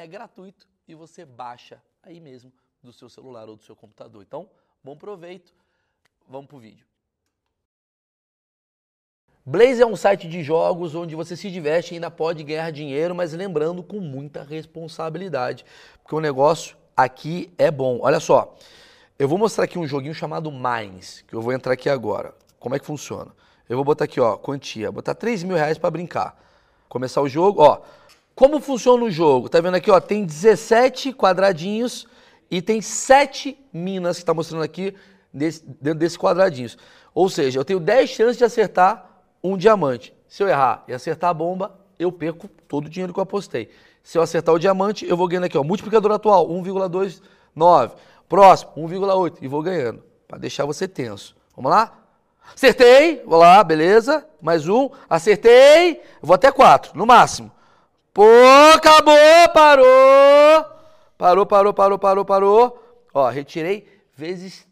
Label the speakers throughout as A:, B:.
A: é gratuito e você baixa aí mesmo do seu celular ou do seu computador. Então, bom proveito. Vamos pro vídeo. Blaze é um site de jogos onde você se diverte e ainda pode ganhar dinheiro, mas lembrando com muita responsabilidade, porque o negócio aqui é bom. Olha só, eu vou mostrar aqui um joguinho chamado Mines, que eu vou entrar aqui agora. Como é que funciona? Eu vou botar aqui, ó, quantia, botar 3 mil reais para brincar. Começar o jogo, ó, como funciona o jogo? Tá vendo aqui, ó, tem 17 quadradinhos e tem 7 minas que está mostrando aqui desse, dentro desses quadradinhos. Ou seja, eu tenho 10 chances de acertar um diamante. Se eu errar e acertar a bomba, eu perco todo o dinheiro que eu apostei. Se eu acertar o diamante, eu vou ganhando aqui, ó, multiplicador atual, 1,29. Próximo, 1,8 e vou ganhando, para deixar você tenso. Vamos lá? Acertei, vou lá, beleza? Mais um, acertei, vou até 4, no máximo. Pô, acabou, parou. Parou, parou, parou, parou, parou. Ó, retirei vezes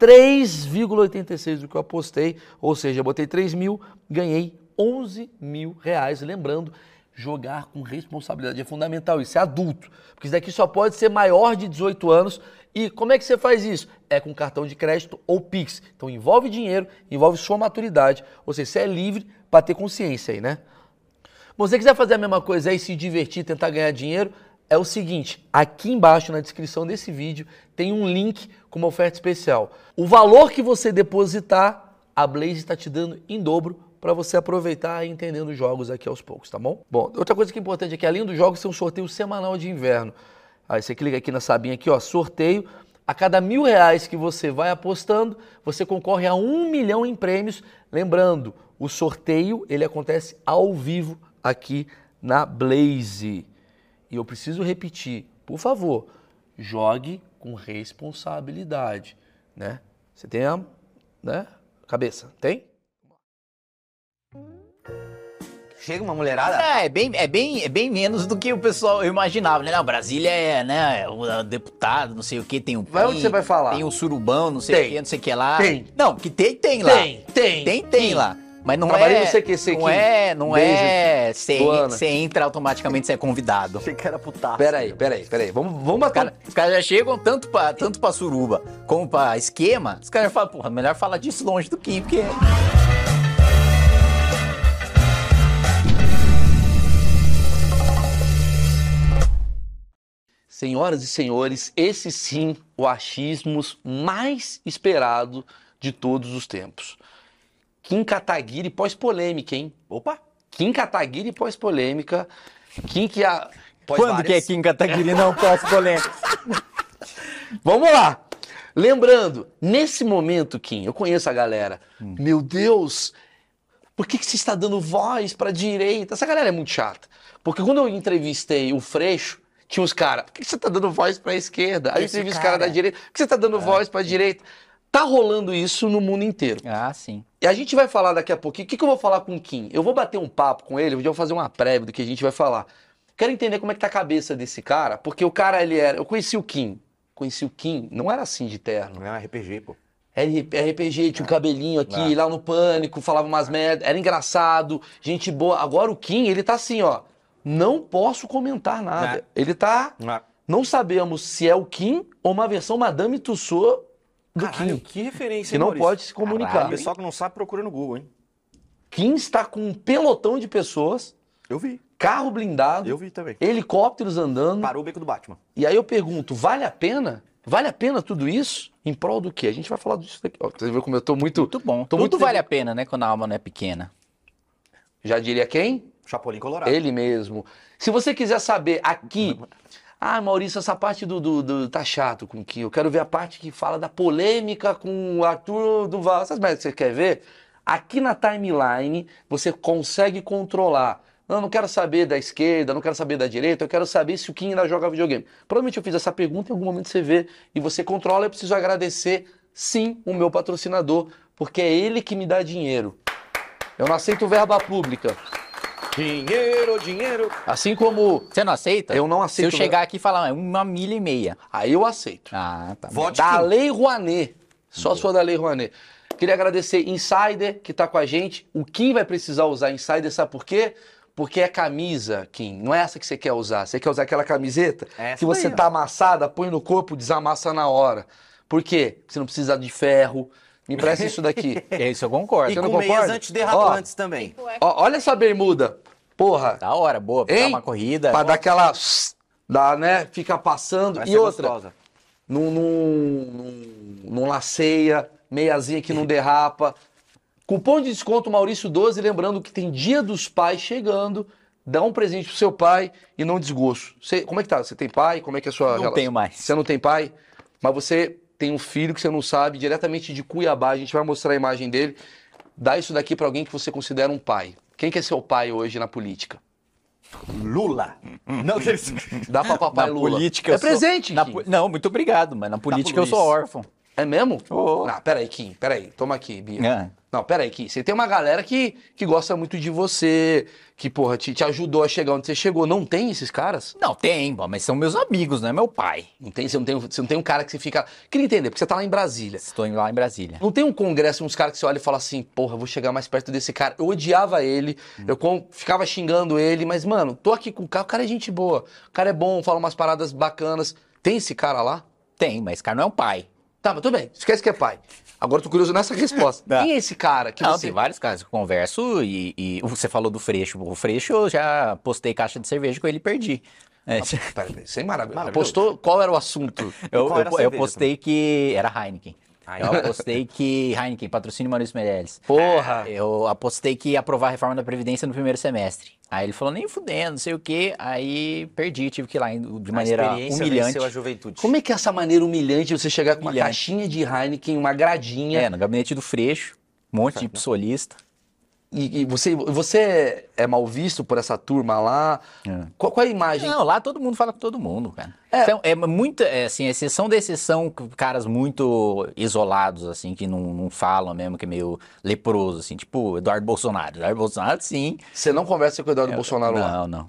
A: 3,86 do que eu apostei. Ou seja, botei 3 mil, ganhei 11 mil reais. Lembrando, jogar com responsabilidade é fundamental. Isso é adulto. Porque isso daqui só pode ser maior de 18 anos. E como é que você faz isso? É com cartão de crédito ou Pix. Então envolve dinheiro, envolve sua maturidade. Ou seja, você é livre para ter consciência aí, né? você quiser fazer a mesma coisa aí, se divertir, tentar ganhar dinheiro, é o seguinte: aqui embaixo na descrição desse vídeo tem um link com uma oferta especial. O valor que você depositar, a Blaze está te dando em dobro para você aproveitar e entendendo os jogos aqui aos poucos, tá bom? Bom, outra coisa que é importante é que além dos jogos, tem um sorteio semanal de inverno. Aí você clica aqui na sabinha aqui, ó, sorteio. A cada mil reais que você vai apostando, você concorre a um milhão em prêmios. Lembrando, o sorteio ele acontece ao vivo aqui na Blaze. E eu preciso repetir, por favor, jogue com responsabilidade, né? Você tem a né? cabeça, tem?
B: Chega uma
A: Ah,
B: mulherada?
C: É, é bem, é, bem, é bem menos do que o pessoal imaginava, né? Não, Brasília é, né, o deputado, não sei o que, tem o
A: Vai onde você vai falar?
C: Tem o surubão, não sei o que, não sei o que lá.
A: Tem.
C: Não, que tem, tem lá.
A: Tem, tem.
C: Tem, tem lá. Mas não
A: Trabalhei
C: é.
A: no CQC
C: não
A: aqui.
C: é, não
A: Beijo,
C: é.
A: Luana.
C: Você entra automaticamente, você é convidado.
B: Achei que era putaço.
A: Pera aí, pera aí, pera aí. Vamos, vamos
C: Os
A: bater.
C: cara- os caras já chegam tanto pra, tanto pra suruba como pra esquema. Os caras já falam, porra, melhor falar disso longe do que, porque.
A: Senhoras e senhores, esse sim o achismos mais esperado de todos os tempos. Kim Kataguiri pós-polêmica, hein?
B: Opa!
A: Kim Kataguiri pós-polêmica. Kim que a. pós
C: Quando que é
A: várias.
C: Kim Kataguiri não pode polêmica?
A: Vamos lá! Lembrando, nesse momento, Kim, eu conheço a galera.
C: Hum.
A: Meu Deus, por que, que você está dando voz para direita? Essa galera é muito chata. Porque quando eu entrevistei o Freixo, tinha uns caras, por que que você está dando voz para a esquerda? Aí eu
C: Esse
A: entrevistei os caras
C: cara. É,
A: da direita, por que você está dando voz para a direita? Tá rolando isso no mundo inteiro.
C: Ah, sim.
A: E a gente vai falar daqui a pouquinho. O que, que eu vou falar com o Kim? Eu vou bater um papo com ele, eu já vou fazer uma prévia do que a gente vai falar. Quero entender como é que tá a cabeça desse cara, porque o cara, ele era. Eu conheci o Kim. Conheci o Kim, não era assim de terno.
B: Não é um RPG, pô.
A: R- RPG, tinha um cabelinho aqui, lá no pânico, falava umas merda, era engraçado, gente boa. Agora o Kim, ele tá assim, ó. Não posso comentar nada. Ele tá.
B: Não é.
A: Não sabemos se é o Kim ou uma versão Madame Tussauds do
B: Caralho,
A: Kim.
B: que referência,
A: Que
B: hein,
A: não
B: Maurício?
A: pode se comunicar.
B: O pessoal que não sabe procura no Google, hein?
A: Kim está com um pelotão de pessoas,
B: Eu vi,
A: carro blindado,
B: eu vi também.
A: helicópteros andando.
B: Parou o beco do Batman.
A: E aí eu pergunto, vale a pena? Vale a pena tudo isso? Em prol do quê? A gente vai falar disso daqui. Ó, Você viu como eu tô muito.
C: Muito bom.
A: Tô
C: Tudo
A: muito
C: vale a pena, né? Quando a alma não é pequena.
A: Já diria quem?
B: Chapolin Colorado.
A: Ele mesmo. Se você quiser saber aqui. Ah, Maurício, essa parte do, do, do- tá chato com o Kim. Eu quero ver a parte que fala da polêmica com o Arthur Duval. Essas merdas que você quer ver? Aqui na timeline você consegue controlar. Não, eu não quero saber da esquerda, não quero saber da direita, eu quero saber se o Kim ainda joga videogame. Provavelmente eu fiz essa pergunta, em algum momento você vê e você controla. Eu preciso agradecer, sim, o meu patrocinador, porque é ele que me dá dinheiro. Eu não aceito verba pública.
B: Dinheiro, dinheiro.
A: Assim como
C: Você não aceita?
A: Eu não aceito,
C: Se eu
A: né?
C: chegar aqui e falar, "Ah, uma milha e meia.
A: Aí eu aceito.
C: Ah, tá.
B: Vote
A: Da
B: Kim.
A: Lei Rouanet. Só sou da Lei Rouanet. Queria agradecer Insider, que tá com a gente. O Kim vai precisar usar Insider, sabe por quê? Porque é camisa, Kim. Não é essa que você quer usar. Você quer usar aquela camiseta
B: É Essa
A: que você
B: aí, ó.
A: tá amassada, põe no corpo, desamassa na hora. Por quê? Porque você não precisa de ferro. Me empresta isso daqui.
C: É Isso eu concordo.
B: E
A: Você
B: com
A: não
B: meias
A: concorda?
B: antiderrapantes também.
A: Ó, olha essa bermuda. Porra.
C: Da hora, boa. Pra dar
A: Hein?
C: uma corrida.
A: Pra dar aquela. Dá, né? Fica passando.
B: Vai
A: e
B: ser
A: outra.
B: gostosa.
A: não, não, não- não laceia, meiazinha que não derrapa. Cupom de desconto Maurício12, lembrando que tem Dia dos Pais chegando. Dá um presente pro seu pai e não desgosto. Você, como é que tá? Você tem pai? Como é que é a sua
C: Não
A: relação?
C: tenho mais.
A: Você não tem pai? Mas você tem um filho que você não sabe, diretamente de Cuiabá. A gente vai mostrar a imagem dele. Dá isso daqui pra alguém que você considera um pai. Quem que é seu pai hoje na política?
B: Lula. Não,
A: Dá pra papai
C: Hum. na
A: Lula.
C: política
A: é
C: eu sou-
A: presente, Tá
C: na
A: Kim.
C: po- Não, muito obrigado, mas na política eu
B: polícia.
C: sou órfão.
A: É mesmo?
C: Ô.
A: Não, peraí, Kim, peraí. Toma aqui, Bia.
C: É.
A: Não, peraí, Kim. Você tem uma galera que, que gosta muito de você, que, porra, te, te ajudou a chegar onde você chegou. Não tem esses caras?
C: Não, tem, bom, mas são meus amigos, não é meu pai.
A: Não tem, você não tem, um- você não tem um cara que você fica. Queria entender, porque você tá lá em Brasília.
C: Estou lá em Brasília.
A: Não tem um congresso, uns caras que você olha e fala assim, porra, eu vou chegar mais perto desse cara. Eu odiava ele, eu com- ficava xingando ele, mas, mano, tô aqui com o cara, o cara é gente boa. O cara é bom, fala umas paradas bacanas. Tem esse cara lá?
C: Tem, mas esse cara não é um pai.
A: Tá, mas tudo bem, esquece que é pai. Agora eu tô curioso nessa resposta.
C: Tá.
A: Quem é esse cara que
C: não,
A: você
C: tem vários casos que eu converso e, e você falou do Freixo. O Freixo eu já postei caixa de cerveja com ele e perdi. É,
A: Pera, pera, isso é maravilhoso.
B: Maravilhoso.
A: Postou qual era o assunto?
C: eu,
B: qual era a
C: eu- eu
B: cerveja
C: postei que. Era Heineken.
B: Heineken.
C: Eu apostei que. Heineken, patrocínio Maurício Meirelles.
A: Porra!
C: Eu apostei que ia aprovar a reforma da Previdência no primeiro semestre. Aí ele falou, nem fudendo, não sei o quê. Aí perdi, tive que ir lá em- de maneira humilhante.
B: venceu a juventude.
A: Como é que é essa maneira humilhante de você chegar com uma
C: Humilhante.
A: caixinha de Heineken, uma gradinha,
C: É, no gabinete do Freixo, um monte de psolista.
A: e, e você, você é mal visto por essa turma lá?
C: É.
A: Qual, qual é a imagem?
C: Não, lá todo mundo fala com todo mundo, cara.
A: É.
C: Então, é muita, é, assim, exceção da exceção, c- caras muito isolados, assim, que não, não falam mesmo, que é meio leproso, assim, tipo Eduardo Bolsonaro. Eduardo Bolsonaro, sim.
A: Você não conversa com o Eduardo Bolsonaro lá.
C: Não, não.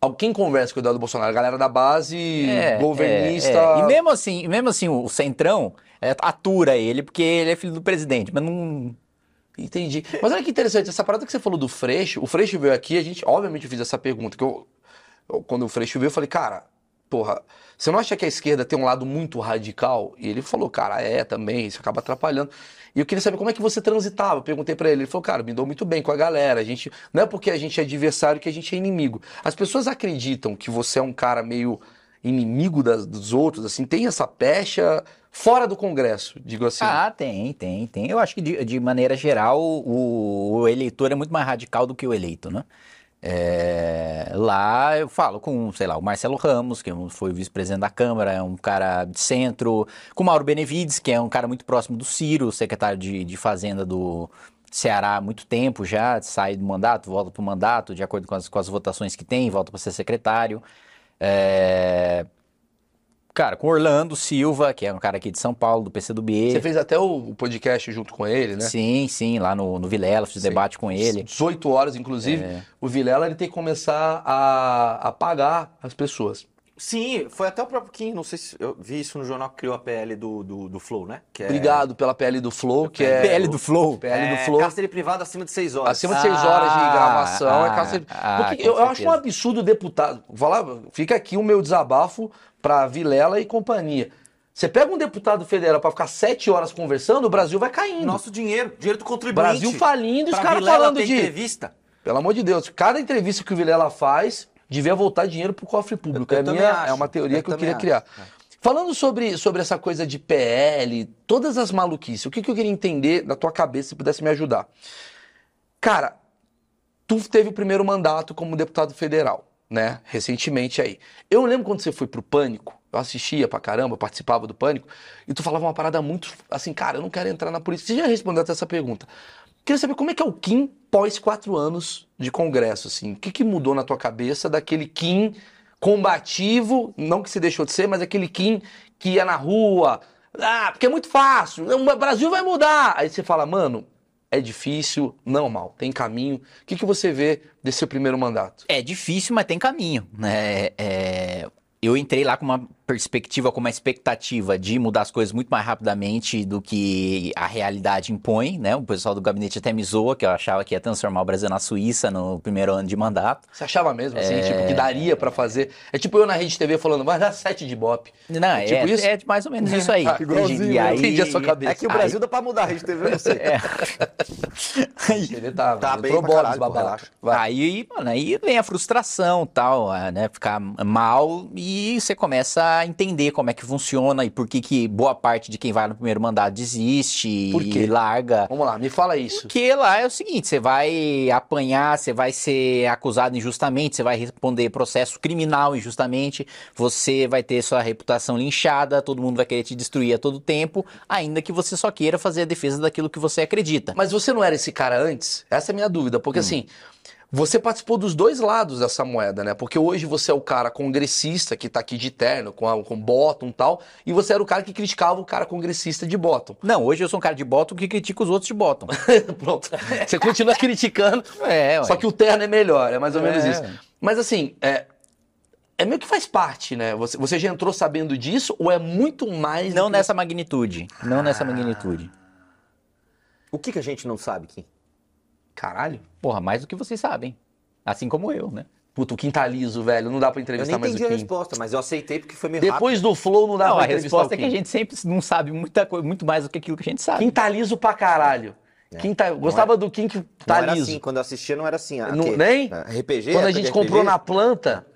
A: Alguém conversa com o Eduardo Bolsonaro? A galera da base, governista...
C: é, é. E mesmo assim, e mesmo assim, o Centrão é, atura ele, porque ele é filho do presidente, mas não...
A: Entendi. Mas olha que interessante, essa parada que você falou do Freixo, o Freixo veio aqui, a gente, obviamente, eu fiz essa pergunta, que eu, eu- quando o Freixo veio, eu falei, cara, porra, você não acha que a esquerda tem um lado muito radical? E ele falou, cara, é, também, isso acaba atrapalhando. E eu queria saber como é que você transitava, eu perguntei pra ele, ele falou, cara, me dou muito bem com a galera, a gente, não é porque a gente é adversário que a gente é inimigo. As pessoas acreditam que você é um cara meio inimigo das- dos outros, assim, tem essa pecha fora do Congresso, digo assim.
C: Ah, tem, tem, tem. Eu acho que de, de maneira geral o, o eleitor é muito mais radical do que o eleito, né? É, lá eu falo com, sei lá, o Marcelo Ramos, que é um- foi o vice-presidente da Câmara, é um cara de centro, com o Mauro Benevides, que é um cara muito próximo do Ciro, secretário de, de Fazenda do Ceará há muito tempo já, sai do mandato, volta para o mandato, de acordo com as, com as votações que tem, volta para ser secretário. É, Cara, com Orlando Silva, que é um cara aqui de São Paulo, do PCdoB.
A: Você fez até o o podcast junto com ele, né?
C: Sim, sim, lá no, no Vilela, fiz
A: Sim.
C: debate com ele. É.
A: 18 horas, inclusive, o Vilela ele tem que começar a, a pagar as pessoas.
B: Sim, foi até o próprio Kim, não sei se eu vi isso no jornal que criou a PL do, do, do Flow, né? Que é-
A: Obrigado pela PL do Flow, que é.
C: PL do Flow.
A: PL do
B: é,
A: Flow.
B: Cárcere privado acima de 6 horas.
A: Acima de 6 horas de
C: Ah,
A: gravação é
C: ah,
A: cárcere.
C: ah,
A: Porque
C: com
A: eu, eu acho um
C: certeza.
A: absurdo o deputado. Vou lá, fica aqui o meu desabafo pra Vilela e companhia. Você pega um deputado federal pra ficar 7 horas conversando, o Brasil vai caindo.
B: Nosso dinheiro, dinheiro do contribuinte.
A: Brasil falindo, os
B: Pra
A: caras
B: Vilela
A: falando
B: ter
A: de-
B: entrevista.
A: Pelo amor de Deus, cada entrevista que o Vilela faz devia voltar dinheiro pro cofre público.
B: Eu
A: é,
B: também
A: minha,
B: acho.
A: é uma teoria
B: Eu
A: que eu
B: também
A: queria criar.
B: acho. é.
A: Falando sobre, sobre essa coisa de PL, todas as maluquices, o que, que eu queria entender da tua cabeça, se pudesse me ajudar? Cara, tu teve o primeiro mandato como deputado federal, né? Recentemente aí. Eu lembro quando você foi pro Pânico, eu assistia pra caramba, participava do Pânico, e tu falava uma parada muito assim, cara, eu não quero entrar na política. Você já respondeu até essa pergunta. Queria saber como é que é o Kim pós quatro anos de Congresso, assim. O que, que mudou na tua cabeça daquele Kim combativo, não que se deixou de ser, mas aquele Kim que ia na rua, ah, porque é muito fácil, o Brasil vai mudar. Aí você fala, mano, é difícil, normal, tem caminho. O que, que você vê desse seu primeiro mandato?
C: É difícil, mas tem caminho. né? É, eu entrei lá com uma perspectiva, com uma expectativa de mudar as coisas muito mais rapidamente do que a realidade impõe, né? O pessoal do gabinete até me zoa, que eu achava que ia transformar o Brasil na Suíça no primeiro ano de mandato.
A: Você achava mesmo, assim, tipo,
B: É.
A: que daria pra fazer? É tipo eu na rede TV falando, vai dar sete de bop.
C: Não, é,
A: tipo isso?
C: é mais ou menos isso aí.
A: Ah, igualzinho,
C: e aí, É.
A: entendi a sua cabeça.
B: É que o Brasil dá pra mudar a rede TV, eu sei.
A: Ele tá,
B: Tá
A: eu
B: bem
A: tô
B: pra
A: bolas,
B: caralho, pô,
A: babaca.
B: relaxa.
A: Vai.
C: Aí, mano, aí vem a frustração, tal, a, né? Ficar mal e você começa a entender como é que funciona e por que que boa parte de quem vai no primeiro mandato desiste
A: Por quê?
C: e larga.
A: Vamos lá, me fala isso.
C: Porque lá é o seguinte, você vai apanhar, você vai ser acusado injustamente, você vai responder processo criminal injustamente, você vai ter sua reputação linchada, todo mundo vai querer te destruir a todo tempo, ainda que você só queira fazer a defesa daquilo que você acredita.
A: Mas você não era esse cara antes? Essa é a minha dúvida,
B: Hum.
A: porque assim, você participou dos dois lados dessa moeda, né? Porque hoje você é o cara congressista que tá aqui de terno, com, a, com bottom e tal, e você era o cara que criticava o cara congressista de bottom.
C: Não, hoje eu sou um cara de bottom que critica os outros de bottom.
A: Pronto. Você continua criticando,
C: É, ué.
A: só que o terno é melhor, é mais ou menos
C: É.
A: isso. Mas assim, é, é meio que faz parte, né? Você, você já entrou sabendo disso ou é muito mais. do
C: Não
A: que-
C: né? nessa magnitude. Não
A: Ah.
C: nessa magnitude.
B: O que, que a gente não sabe, Kim?
A: Caralho.
C: Porra, mais do que vocês sabem. Assim como eu, né?
A: Puta, o Kim tá liso, velho. Não dá pra
B: Eu
A: entrevistar
B: nem
A: tá mais
B: entendi
A: o
B: a
A: Kim.
B: resposta, mas eu aceitei porque foi meio rápido.
A: Depois do Flow, não dá
C: Não,
A: pra
C: a
A: Ah, entrevistar o
C: resposta é
A: Kim.
C: que a gente sempre não sabe muita coisa, muito mais do que aquilo que a gente sabe.
A: Kim tá liso pra caralho. Kim tá... Gostava do Kim que tá
B: não era
A: liso.
B: assim, quando eu assistia não era assim. Ah,
A: Não-
B: que-
A: nem?
B: Ah, RPG?
A: Quando a
B: época
A: gente
B: de
A: comprou
B: RPG?
A: na planta,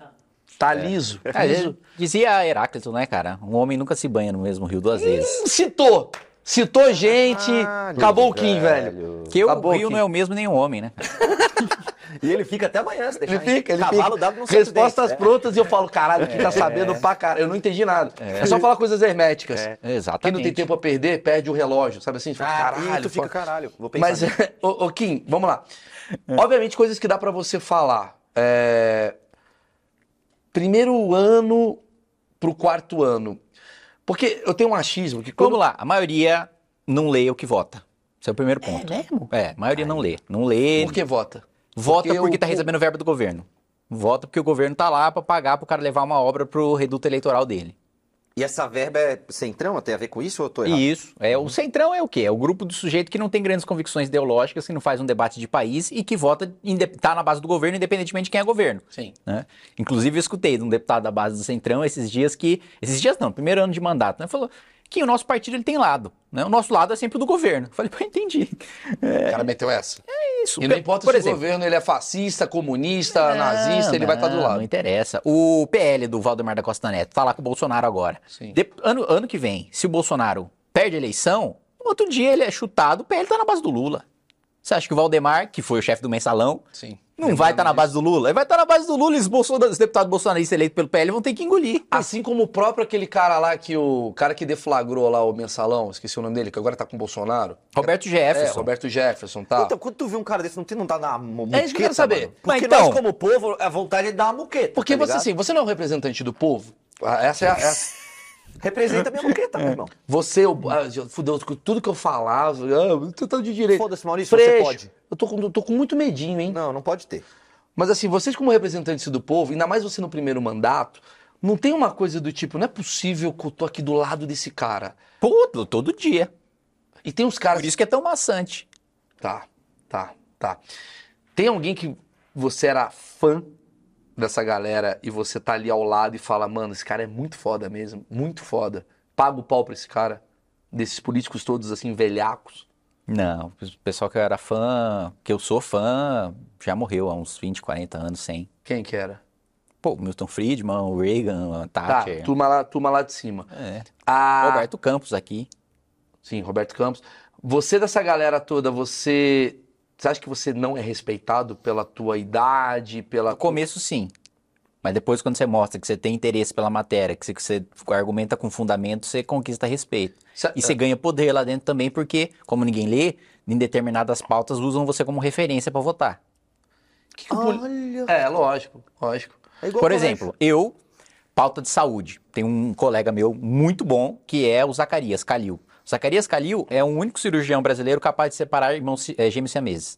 A: tá liso.
C: Ah,
A: liso.
C: ele- dizia Heráclito, né, cara? Um homem nunca se banha no mesmo rio duas vezes.
A: Citou. Citou gente.
B: Caralho,
A: acabou o Kim, velho.
C: Porque o
A: Acabou,
C: rio
A: Kim.
C: não é o mesmo nem o homem, né?
B: E ele fica até amanhã, se deixar,
A: Ele
B: hein?
A: fica, ele
B: Cavalo
A: fica.
B: dado no seu
A: Respostas
B: acidente, né? É.
A: prontas e eu falo, caralho, o que tá sabendo pra caralho. Eu não entendi nada. É, só falar coisas herméticas. Quem
C: Exatamente.
A: não tem tempo a perder, perde o relógio, sabe assim? Você fala,
B: É. Ah,
A: caralho,
B: e tu fica,
A: foda.
B: caralho, vou pensar. É.
A: Mas, é ô, ô, Kim, vamos lá. Obviamente, coisas que dá pra você falar. É, Primeiro ano pro quarto ano. Porque eu tenho um achismo que quando...
C: Vamos lá, a maioria não lê o que vota. Esse é o primeiro ponto. É mesmo? É, a maioria não lê. Não lê,
A: Por que vota?
C: vota
A: porque
C: porque,
A: o-
C: tá recebendo verba do governo. Vota porque o governo tá lá pra pagar pro cara levar uma obra pro reduto eleitoral dele.
B: E essa verba é centrão? Tem a ver com isso ou eu tô errado?
C: Isso. É,
A: Uhum.
C: o centrão é o quê? É o grupo do sujeito que não tem grandes convicções ideológicas, que não faz um debate de país e que vota, inde- tá na base do governo, independentemente de quem é governo.
A: Sim.
C: né? Inclusive, eu escutei de um deputado da base do Centrão esses dias que. Esses dias não, primeiro ano de mandato, né? Falou que o nosso partido ele tem lado. Né? O nosso lado é sempre o do governo. Eu falei, pô, entendi.
A: O cara meteu essa.
C: É isso.
A: E não
C: Pe-
A: importa
C: Por
A: se o
C: exemplo, Ah,
A: governo ele é fascista, comunista, nazista, ele vai estar do
C: não,
A: lado.
C: Não interessa. O PL do Valdemar da Costa Neto tá lá com o Bolsonaro agora.
A: Sim.
C: De- ano, ano que vem, se o Bolsonaro perde a eleição, no outro dia ele é chutado, o PL tá na base do Lula. Você acha que o Valdemar, que foi o chefe do mensalão,
A: Sim. É,
C: não vai
A: tá
C: estar na base do Lula? Ele vai estar na base do Lula e os, bolsona- os deputados bolsonaristas eleitos pelo PL vão ter que engolir.
A: Assim como o próprio aquele cara lá que o o cara que deflagrou lá o mensalão, esqueci o nome dele, que agora tá com o Bolsonaro.
C: Roberto
A: É,
C: Jefferson.
A: Roberto Jefferson, tá?
B: Então, quando tu vê um cara desse, não, tem- não tá na mu- muqueta,
A: É isso que eu quero saber.
B: mano?
C: Mas
B: Porque
C: então-
B: nós, como povo, a vontade é dar uma muqueta,
A: Porque
B: tá
A: você,
B: ligado?
A: assim, você não é um representante do povo. Ah, Essa é a. essa-
B: Representa a minha
A: É.
B: muqueta, meu irmão.
A: Você, eu, ah, já fudeu, tudo que eu falava, ah, você tá de direito.
B: Foda-se, Maurício, você pode.
A: Eu tô, com, eu tô com muito medinho, hein?
B: Não, não pode ter.
A: Mas assim, vocês como representantes do povo, ainda mais você no primeiro mandato, não tem uma coisa do tipo, não é possível que eu tô aqui do lado desse cara.
C: Todo, todo dia.
A: E tem uns caras...
C: Por isso que é tão maçante.
A: Tá, tá, tá. Tem alguém que você era fã dessa galera e você tá ali ao lado e fala, mano, esse cara é muito foda mesmo, muito foda. Paga o pau pra esse cara, desses políticos todos assim, velhacos.
C: Não, o pessoal que eu era fã, que eu sou fã, já morreu há uns 20, 40 anos, 100.
A: Quem que era?
C: Pô, Milton Friedman, o Reagan, a
A: Tá, Ah.
C: Thatcher.
A: turma lá, turma lá de cima.
C: É.
A: A-
C: Ah, Roberto Campos aqui.
A: Sim, Roberto Campos. Você dessa galera toda, você. Você acha que você não é respeitado pela tua idade, pela.
C: No começo, sim. Mas depois, quando você mostra que você tem interesse pela matéria, que você- que você argumenta com fundamento, você conquista respeito.
A: Sa-
C: E você ganha poder lá dentro também, porque, como ninguém lê, em determinadas pautas usam você como referência para votar.
A: que que o poli- É, lógico, lógico.
B: é
C: Por exemplo, eu, pauta de saúde, tem um colega meu muito bom, que é o Zacarias Calil. O Zacarias Calil é o único cirurgião brasileiro capaz de separar irmãos eh, gêmeos siameses.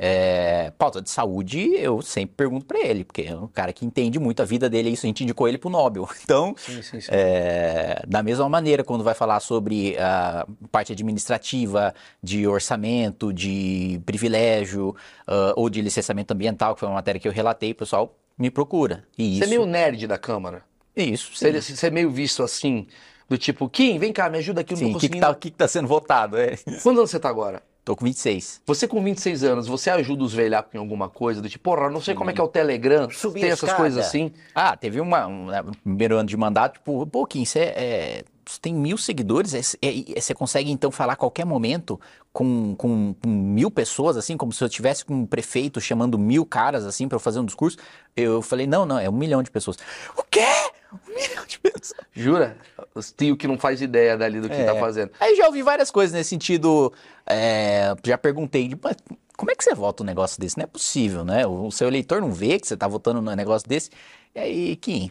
C: É, pauta de saúde, eu sempre pergunto pra ele, porque é um cara que entende muito a vida dele, é isso, a gente indicou ele pro Nobel. Então,
A: Sim, sim, sim.
C: é, da mesma maneira, quando vai falar sobre a parte administrativa, de orçamento, de privilégio, ah, ou de licenciamento ambiental, que foi uma matéria que eu relatei, o pessoal me procura. E
A: Você é
C: isso,
A: meio nerd da Câmara.
C: isso sim.
A: Você, você é meio visto assim, do tipo, Kim, vem cá, me ajuda aqui, eu não
C: Sim,
A: tô
C: o que, que,
A: conseguindo.
C: tá, o que que tá sendo votado? É.
A: Quantos anos você tá agora?
C: Tô com 26.
A: Você com 26 anos, você ajuda os velhacos em alguma coisa? Do tipo, porra, não sei como é que é o Telegram,
B: Subir
A: tem
B: a
A: essas
B: escada.
A: coisas assim.
C: Ah, teve uma, um, né, no primeiro ano de mandato, tipo, pô, Kim, você é, você tem mil seguidores, é- é- é- você consegue então falar a qualquer momento com, com- com mil pessoas, assim, como se eu tivesse com um prefeito chamando mil caras, assim, pra eu fazer um discurso. Eu falei, não, não, é um milhão de pessoas. O quê? Um milhão de pessoas?
A: Jura? Os tio que não faz ideia dali do que
C: É.
A: tá fazendo.
C: Aí eu já ouvi várias coisas nesse sentido. é, já perguntei, tipo, "Mas como é que você vota um negócio desse? Não é possível, né? O seu eleitor não vê que você tá votando num negócio desse. E aí, Kim,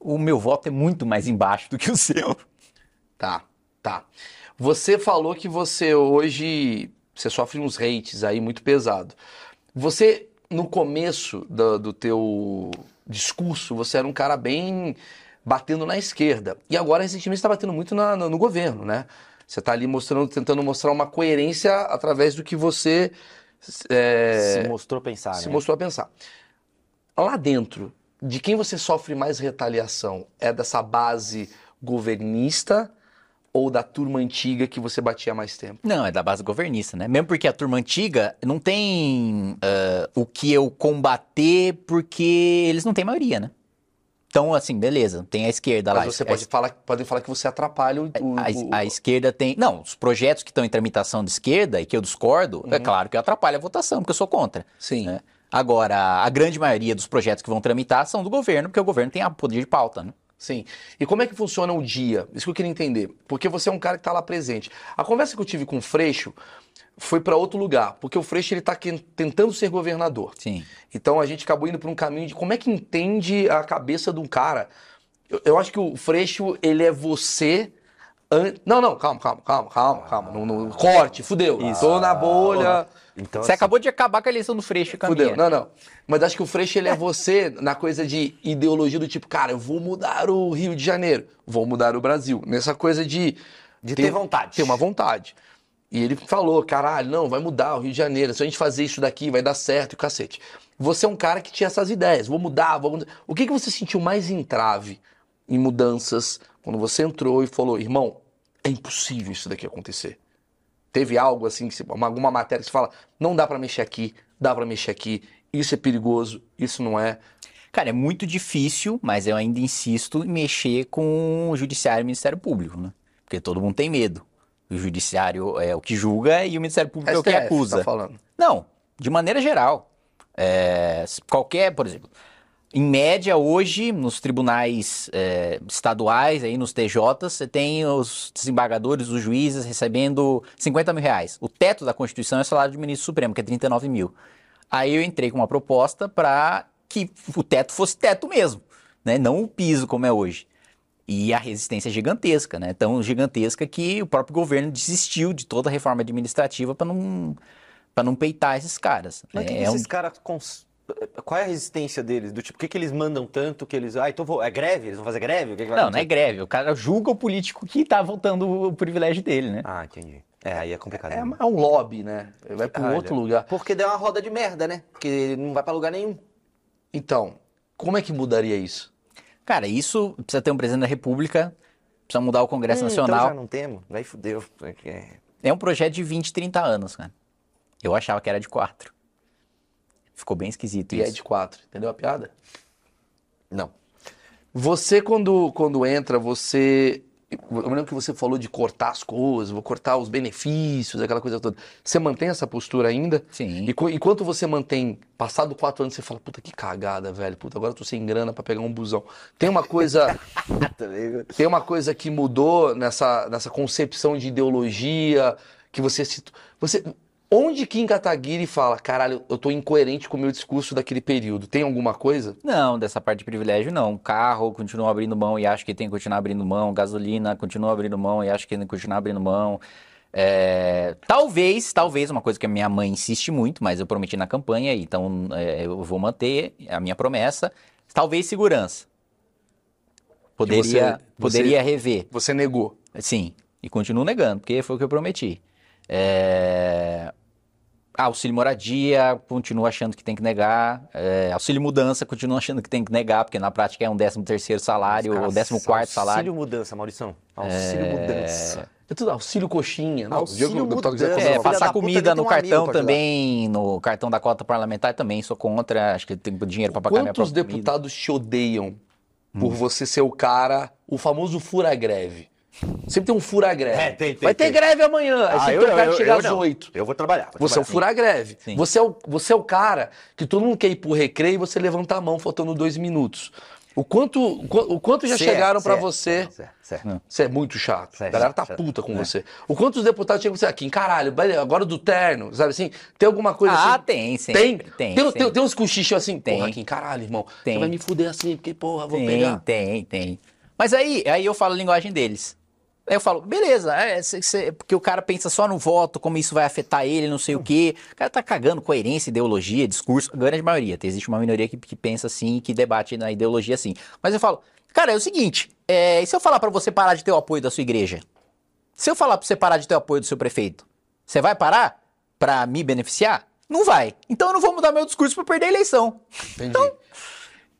C: o meu voto é muito mais embaixo do que o seu.
A: Tá, tá. Você falou que você hoje, você sofre uns hates aí muito pesado. Você, no começo do, do teu discurso, você era um cara bem batendo na esquerda. E agora, recentemente, você tá batendo muito na- no, no governo, né? Você tá ali mostrando, tentando mostrar uma coerência através do que você é,
B: Se mostrou
C: Ah,
B: pensar,
A: se
B: né?
A: mostrou a pensar. Lá dentro, de quem você sofre mais retaliação? É dessa base governista ou da turma antiga que você batia há mais tempo?
C: Não, é da base governista, né? Mesmo porque a turma antiga não tem ah, o que eu combater porque eles não têm maioria, né? Então, assim, beleza, tem a esquerda Tá lá. é
A: Mas você
C: a
A: pode falar, podem falar que você atrapalha o, o-
C: A, es-
A: o-
C: a esquerda tem. Não, os projetos que estão em tramitação de esquerda e que eu discordo,
A: Uhum.
C: é claro que atrapalha a votação, porque eu sou contra.
A: Sim.
C: né? Agora, a grande maioria dos projetos que vão tramitar são do governo, porque o governo tem a poder de pauta, né?
A: Sim. E como é que funciona o dia? Isso que eu queria entender. Porque você é um cara que está lá presente. A conversa que eu tive com o Freixo foi para outro lugar, porque o Freixo ele está tentando ser governador.
C: Sim.
A: Então a gente acabou indo por um caminho de como é que entende a cabeça de um cara. Eu, eu acho que o Freixo, ele é você. an- Não, não, calma, calma, calma, calma, calma. Não, não- corte, fudeu. Tô na bolha.
B: Então,
C: Você
B: assim,
C: acabou de acabar com a eleição do Freixo, com a
A: Fudeu. né?
C: minha.
A: Não, não. Mas acho que o Freixo, ele é você na coisa de ideologia do tipo, cara, eu vou mudar o Rio de Janeiro, vou mudar o Brasil. Nessa coisa de.
B: De ter vontade.
A: Ter um- uma vontade. E ele falou, caralho, não, vai mudar o Rio de Janeiro. Se a gente fazer isso daqui, vai dar certo, e o cacete. Você é um cara que tinha essas ideias, vou mudar, vou mudar. O que, que você sentiu mais entrave em mudanças quando você entrou e falou, irmão, é impossível isso daqui acontecer? Teve algo assim, que você- uma- alguma matéria que você fala, não dá pra mexer aqui, dá pra mexer aqui, isso é perigoso, isso não é.
C: Cara, é muito difícil, mas eu ainda insisto em mexer com o judiciário e o Ministério Público, né? Porque todo mundo tem medo. O judiciário é o que julga e o Ministério Público é o que
A: STF,
C: acusa.
A: Tá falando.
C: Não, de maneira geral. É, s- qualquer, por exemplo, em média hoje, nos tribunais é, estaduais, aí nos TJs, você tem os desembargadores, os juízes recebendo 50 mil reais. O teto da Constituição é o salário do ministro supremo, que é 39 mil. Aí eu entrei com uma proposta para que o teto fosse teto mesmo, né? não o piso como é hoje. E a resistência é gigantesca, né? Tão gigantesca que o próprio governo desistiu de toda a reforma administrativa para não, pra não peitar esses caras.
B: Mas o que
C: né?
B: que
C: É um-
B: esses caras. cons- Qual é a resistência deles? Do tipo, o que, que eles mandam tanto que eles. Ah, então vou. É greve? Eles vão fazer greve? O que, que vai
C: Não, não é
B: acontecer?
C: greve. O cara julga o político que tá voltando o privilégio dele, né?
B: Ah, entendi. É, aí é complicado.
A: É,
B: né?
A: é um lobby, né? Vai pra um
B: Olha.
A: outro lugar.
B: Porque deu uma roda de merda, né? Porque não vai pra lugar nenhum.
A: Então, como é que mudaria isso?
C: Cara, isso precisa ter um presidente da República, precisa mudar o Congresso
B: Hum, Então
C: Nacional.
B: já não temos. Aí fudeu. É.
C: É um projeto de 20, 30 anos, cara. Eu achava que era de 4. Ficou bem esquisito
A: E é
C: isso.
A: de quatro, entendeu a piada?
B: Não.
A: Você, quando, quando entra, você. Eu me lembro que você falou de cortar as coisas, vou cortar os benefícios, aquela coisa toda. Você mantém essa postura ainda?
C: Sim.
A: E co- enquanto você mantém, passado quatro anos, você fala, puta, que cagada, velho. Puta, agora eu tô sem grana pra pegar um busão. Tem uma coisa. Tem uma coisa que mudou nessa, nessa concepção de ideologia que você se. Você, onde Kim Kataguiri fala, caralho, eu tô incoerente com o meu discurso daquele período? Tem alguma coisa?
C: Não, dessa parte de privilégio não. Carro continua abrindo mão e acho que tem que continuar abrindo mão. Gasolina continua abrindo mão e acho que tem que continuar abrindo mão. É, Talvez, talvez, uma coisa que a minha mãe insiste muito, mas eu prometi na campanha, então é, eu vou manter a minha promessa. Talvez segurança. Poderia,
A: você-
C: poderia rever.
A: Você negou.
C: Sim, e continuo negando, porque foi o que eu prometi. É... Auxílio moradia, continuo achando que tem que negar. É, Auxílio mudança, continuo achando que tem que negar, porque na prática é um décimo terceiro salário ou décimo quarto salário.
B: Auxílio mudança, Maurição. Auxílio mudança.
A: É tudo auxílio coxinha. Não,
B: Auxílio
A: o dia que o deputado quiser
B: mudança.
A: fazer
C: É,
A: uma-
B: filha da
C: passar
B: puta,
C: comida
B: ele
C: no
B: tem um
C: cartão
B: amigo pra te dar.
C: também, no cartão da cota parlamentar também, sou contra. Acho que tem dinheiro para pagar minha
A: Quantos
C: própria comida.
A: deputados te odeiam por você ser o cara, o famoso fura-greve? Sempre tem um fura-greve.
B: É, tem, tem,
A: Vai ter
B: tem. Ah,
A: greve amanhã. Aí sempre tem o cara que chega às
B: não.
A: oito.
B: Eu vou trabalhar. vou
A: Você é o
B: trabalhar.
A: fura-greve.
C: Sim.
A: Você, é o- você é o cara que todo mundo quer ir pro recreio e você levanta a mão faltando dois minutos. O quanto, o qu- o quanto já
B: Cê é,
A: chegaram pra
B: cê é,
A: você...
B: cê é, cê é.
A: Você é muito chato.
B: Cê é
A: a galera tá
B: chato,
A: puta com você. O quanto os deputados chegam e dizem, aqui, caralho, beleza, agora do terno, sabe assim? Tem alguma coisa
C: Ah,
A: assim?
C: tem, sempre,
A: Tem?
C: tem,
A: Tem,
C: sempre.
A: tem uns cochichos assim,
C: Tem.
A: porra, Kim, caralho, irmão. Você
C: Tem.
A: vai me fuder assim, porque, porra, vou
C: tem,
A: pegar.
C: Tem, tem. Mas aí, aí eu falo a linguagem deles. Aí eu falo, beleza, é, cê- cê- porque o cara pensa só no voto, como isso vai afetar ele, não sei o quê. O cara tá cagando coerência, ideologia, discurso. A grande maioria. tem- Existe uma minoria que, que pensa assim, que debate na ideologia assim. Mas eu falo, cara, é o seguinte: é, e se eu falar pra você parar de ter o apoio da sua igreja? Se eu falar pra você parar de ter o apoio do seu prefeito, você vai parar pra me beneficiar? Não vai. Então eu não vou mudar meu discurso pra perder a eleição.
A: Entendi.
C: Então,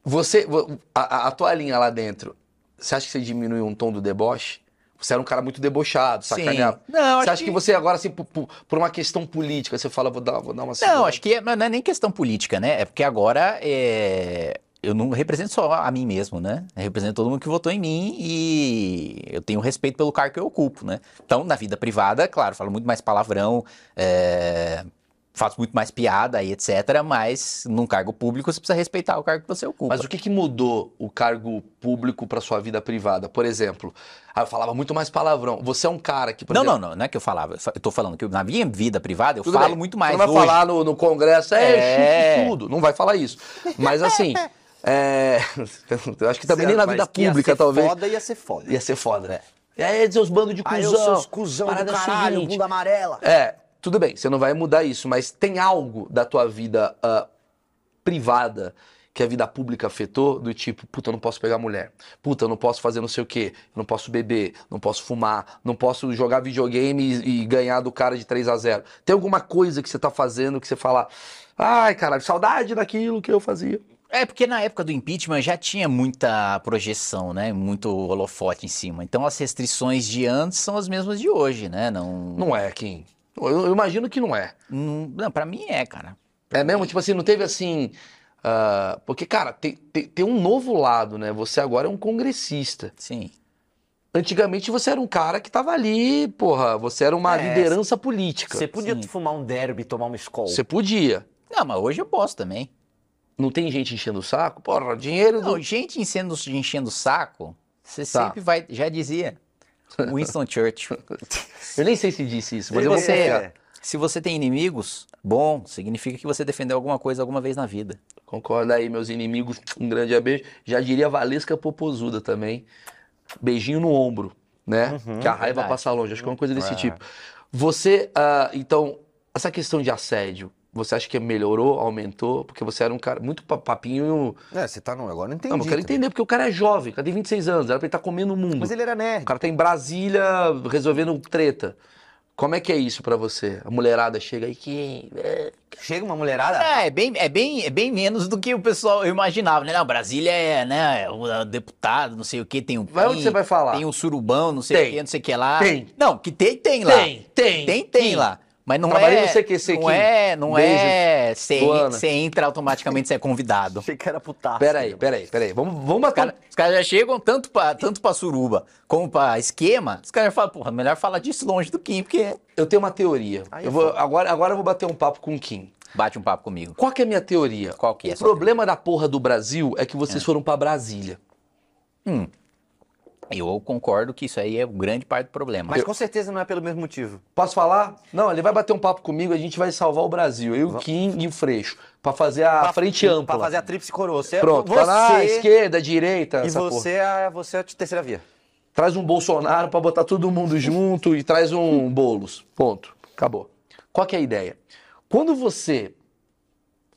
A: Você, vo- a, a- a tua linha lá dentro, você acha que você diminuiu um tom do deboche? Você era um cara muito debochado,
C: Sim.
A: sacaneado.
C: Não,
A: você
C: acho
A: acha que...
C: que
A: você agora, assim, por, por- por uma questão política, você fala, vou dar, vou dar uma
C: Não,
A: segurada?
C: acho que é- não é nem questão política, né? É porque agora é, eu não represento só a mim mesmo, né? Eu represento todo mundo que votou em mim e eu tenho respeito pelo cargo que eu ocupo, né? Então, na vida privada, claro, falo muito mais palavrão, é, faço muito mais piada e etc. Mas num cargo público você precisa respeitar o cargo que você ocupa.
A: Mas o que, que mudou o cargo público para sua vida privada? Por exemplo, ah, eu falava muito mais palavrão. Você é um cara que, por
C: Não,
A: exemplo,
C: não, não, não é que eu falava. Eu fa- eu tô falando que na minha vida privada eu
A: tudo
C: falo
A: bem,
C: muito mais
A: Você não vai
C: hoje.
A: falar no, no Congresso, é,
C: É.
A: é tudo. Não vai falar isso. Mas assim, é, eu acho que também nem na
B: Mas
A: vida
B: que ia
A: pública,
B: ser
A: talvez.
B: Foda ia ser foda.
A: Ia ser foda, né? E aí, seus bandos de
B: Aí,
A: cuzão.
B: Ah, os seus cuzão do
A: parada é o
B: caralho,
A: seguinte,
B: bunda amarela.
A: É, tudo bem, você não vai mudar isso, mas tem algo da tua vida ah, privada que a vida pública afetou, do tipo, puta, eu não posso pegar mulher, puta, eu não posso fazer não sei o quê, eu não posso beber, não posso fumar, não posso jogar videogame e, e ganhar do cara de 3 a 0 Tem alguma coisa que você tá fazendo que você fala, ai, caralho, saudade daquilo que eu fazia.
C: É porque na época do impeachment já tinha muita projeção, né? Muito holofote em cima. Então as restrições de antes são as mesmas de hoje, né? Não,
A: Não é, Kim. Eu, eu imagino que não é.
C: não, não para mim é, cara.
A: É mesmo? Tipo assim, não teve assim. ah, porque, cara, tem, tem, tem um novo lado, né? Você agora é um congressista.
C: Sim.
A: Antigamente você era um cara que tava ali, porra, você era uma
B: É,
A: liderança política.
B: Você podia
C: Sim.
B: fumar um derby e tomar uma escola.
A: Você podia.
C: Não, mas hoje eu posso também.
A: Não tem gente enchendo o saco? Porra, dinheiro do.
C: Não, gente enchendo, enchendo o saco, você
A: Tá.
C: sempre vai, já dizia Winston Churchill.
A: Eu nem sei se disse isso, mas
C: Se
A: eu vou
B: é.
C: você,
A: confiar.
C: se você tem inimigos, bom, significa que você defendeu alguma coisa alguma vez na vida.
A: Concorda aí, meus inimigos. Um grande beijo. Já diria Valesca Popozuda também. Beijinho no ombro, né? que a raiva
C: verdade.
A: passa longe. Acho que é uma coisa desse tipo. Você, ah, então, essa questão de assédio, você acha que melhorou, aumentou? Porque você era um cara muito pa- papinho.
B: É, você tá no. Agora não entendi.
A: Não, mas eu quero
B: também.
A: entender, porque o cara é jovem, o cara tem 26 anos, era pra ele estar comendo o mundo.
B: Mas ele era
A: O
B: nerd.
A: cara tá em Brasília resolvendo treta. Como é que é isso pra você? A mulherada chega aí que. é,
B: Chega uma mulherada.
C: É, é bem, é, bem, é bem menos do que o pessoal imaginava, né? Não, Brasília é, né, o deputado, não sei o que, tem um
A: Vai onde
C: PIN,
A: você vai falar?
C: Tem um surubão, não sei
A: Tem.
C: o que, não sei o que lá.
A: Tem.
C: Não, que tem, tem lá.
A: tem,
C: Tem, tem lá. Mas não
A: Trabalhei
C: é.
A: no CQC
C: não
A: aqui.
C: é, não
A: Beijo,
C: é. Você
A: Luana.
C: você entra automaticamente, você é convidado.
B: Achei que era putaço.
A: Peraí, peraí, peraí. Vamos, vamos
C: Os
A: bater.
C: cara- os caras já chegam tanto pra, tanto pra suruba como pra esquema. Os caras já falam, porra, melhor falar disso longe do Kim, porque
A: um- Eu tenho uma teoria.
B: Aí
A: eu
B: é
A: vou, agora, agora eu vou bater um papo com o Kim.
C: bate um papo comigo.
A: Qual que é a minha teoria?
C: Qual que é
A: O
C: essa
A: problema da porra do Brasil é que vocês foram pra Brasília.
C: Eu concordo que isso aí é grande parte do problema.
B: Mas com certeza não é pelo mesmo motivo.
A: Posso falar? Não, ele vai bater um papo comigo, a gente vai salvar o Brasil. Eu, o Kim e o Freixo. Pra fazer a
B: Pra-
A: frente ampla.
B: Pra fazer a tríplice coroa. Você, é-
A: Pronto,
B: você
A: falar ah, esquerda, direita,
B: e
A: essa porra.
B: você é, você é a terceira via.
A: Traz um Bolsonaro pra botar todo mundo junto e traz um bolos. Ponto. Acabou. Qual que é a ideia? Quando você.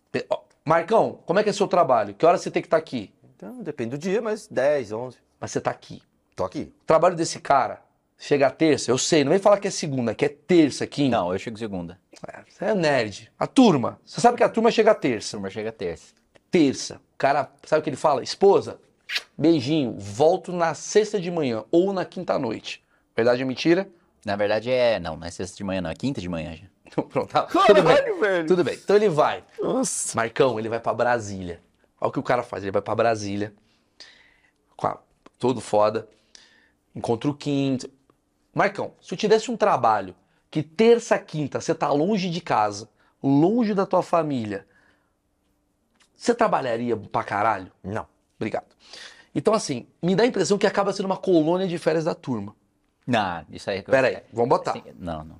A: Pe- ó, Marcão, como é que é seu trabalho? Que hora você tem que estar aqui?
B: Então, depende do dia, mas 10, 11.
A: Mas você tá aqui.
B: Tô aqui.
A: O trabalho desse cara chega a terça, eu sei, não vem falar que é segunda, que é terça, Kim.
C: Não, eu chego segunda.
A: É, Você é nerd. A turma. Você sabe que a turma chega a terça.
C: Turma chega terça.
A: Terça. O cara, sabe o que ele fala? Esposa, beijinho, volto na sexta de manhã ou na quinta à noite. Verdade ou mentira?
C: Na verdade é. Não, não é sexta de manhã, não. É quinta de manhã já.
A: Então, Pronto, tá. Tudo bem.
B: velho.
A: Tudo bem. Então ele vai.
B: Nossa.
A: Marcão, ele vai pra Brasília. Olha o que o cara faz. Ele vai pra Brasília. Com a- Todo foda. Encontra o Kim. Marcão, se eu te desse um trabalho que terça, quinta, você tá longe de casa, longe da tua família, você trabalharia pra caralho?
B: Não.
A: Obrigado. Então, assim, me dá a impressão que acaba sendo uma colônia de férias da turma.
C: Não, isso aí. é
A: Pera aí, vamos botar.
C: Então, Assim, não, não.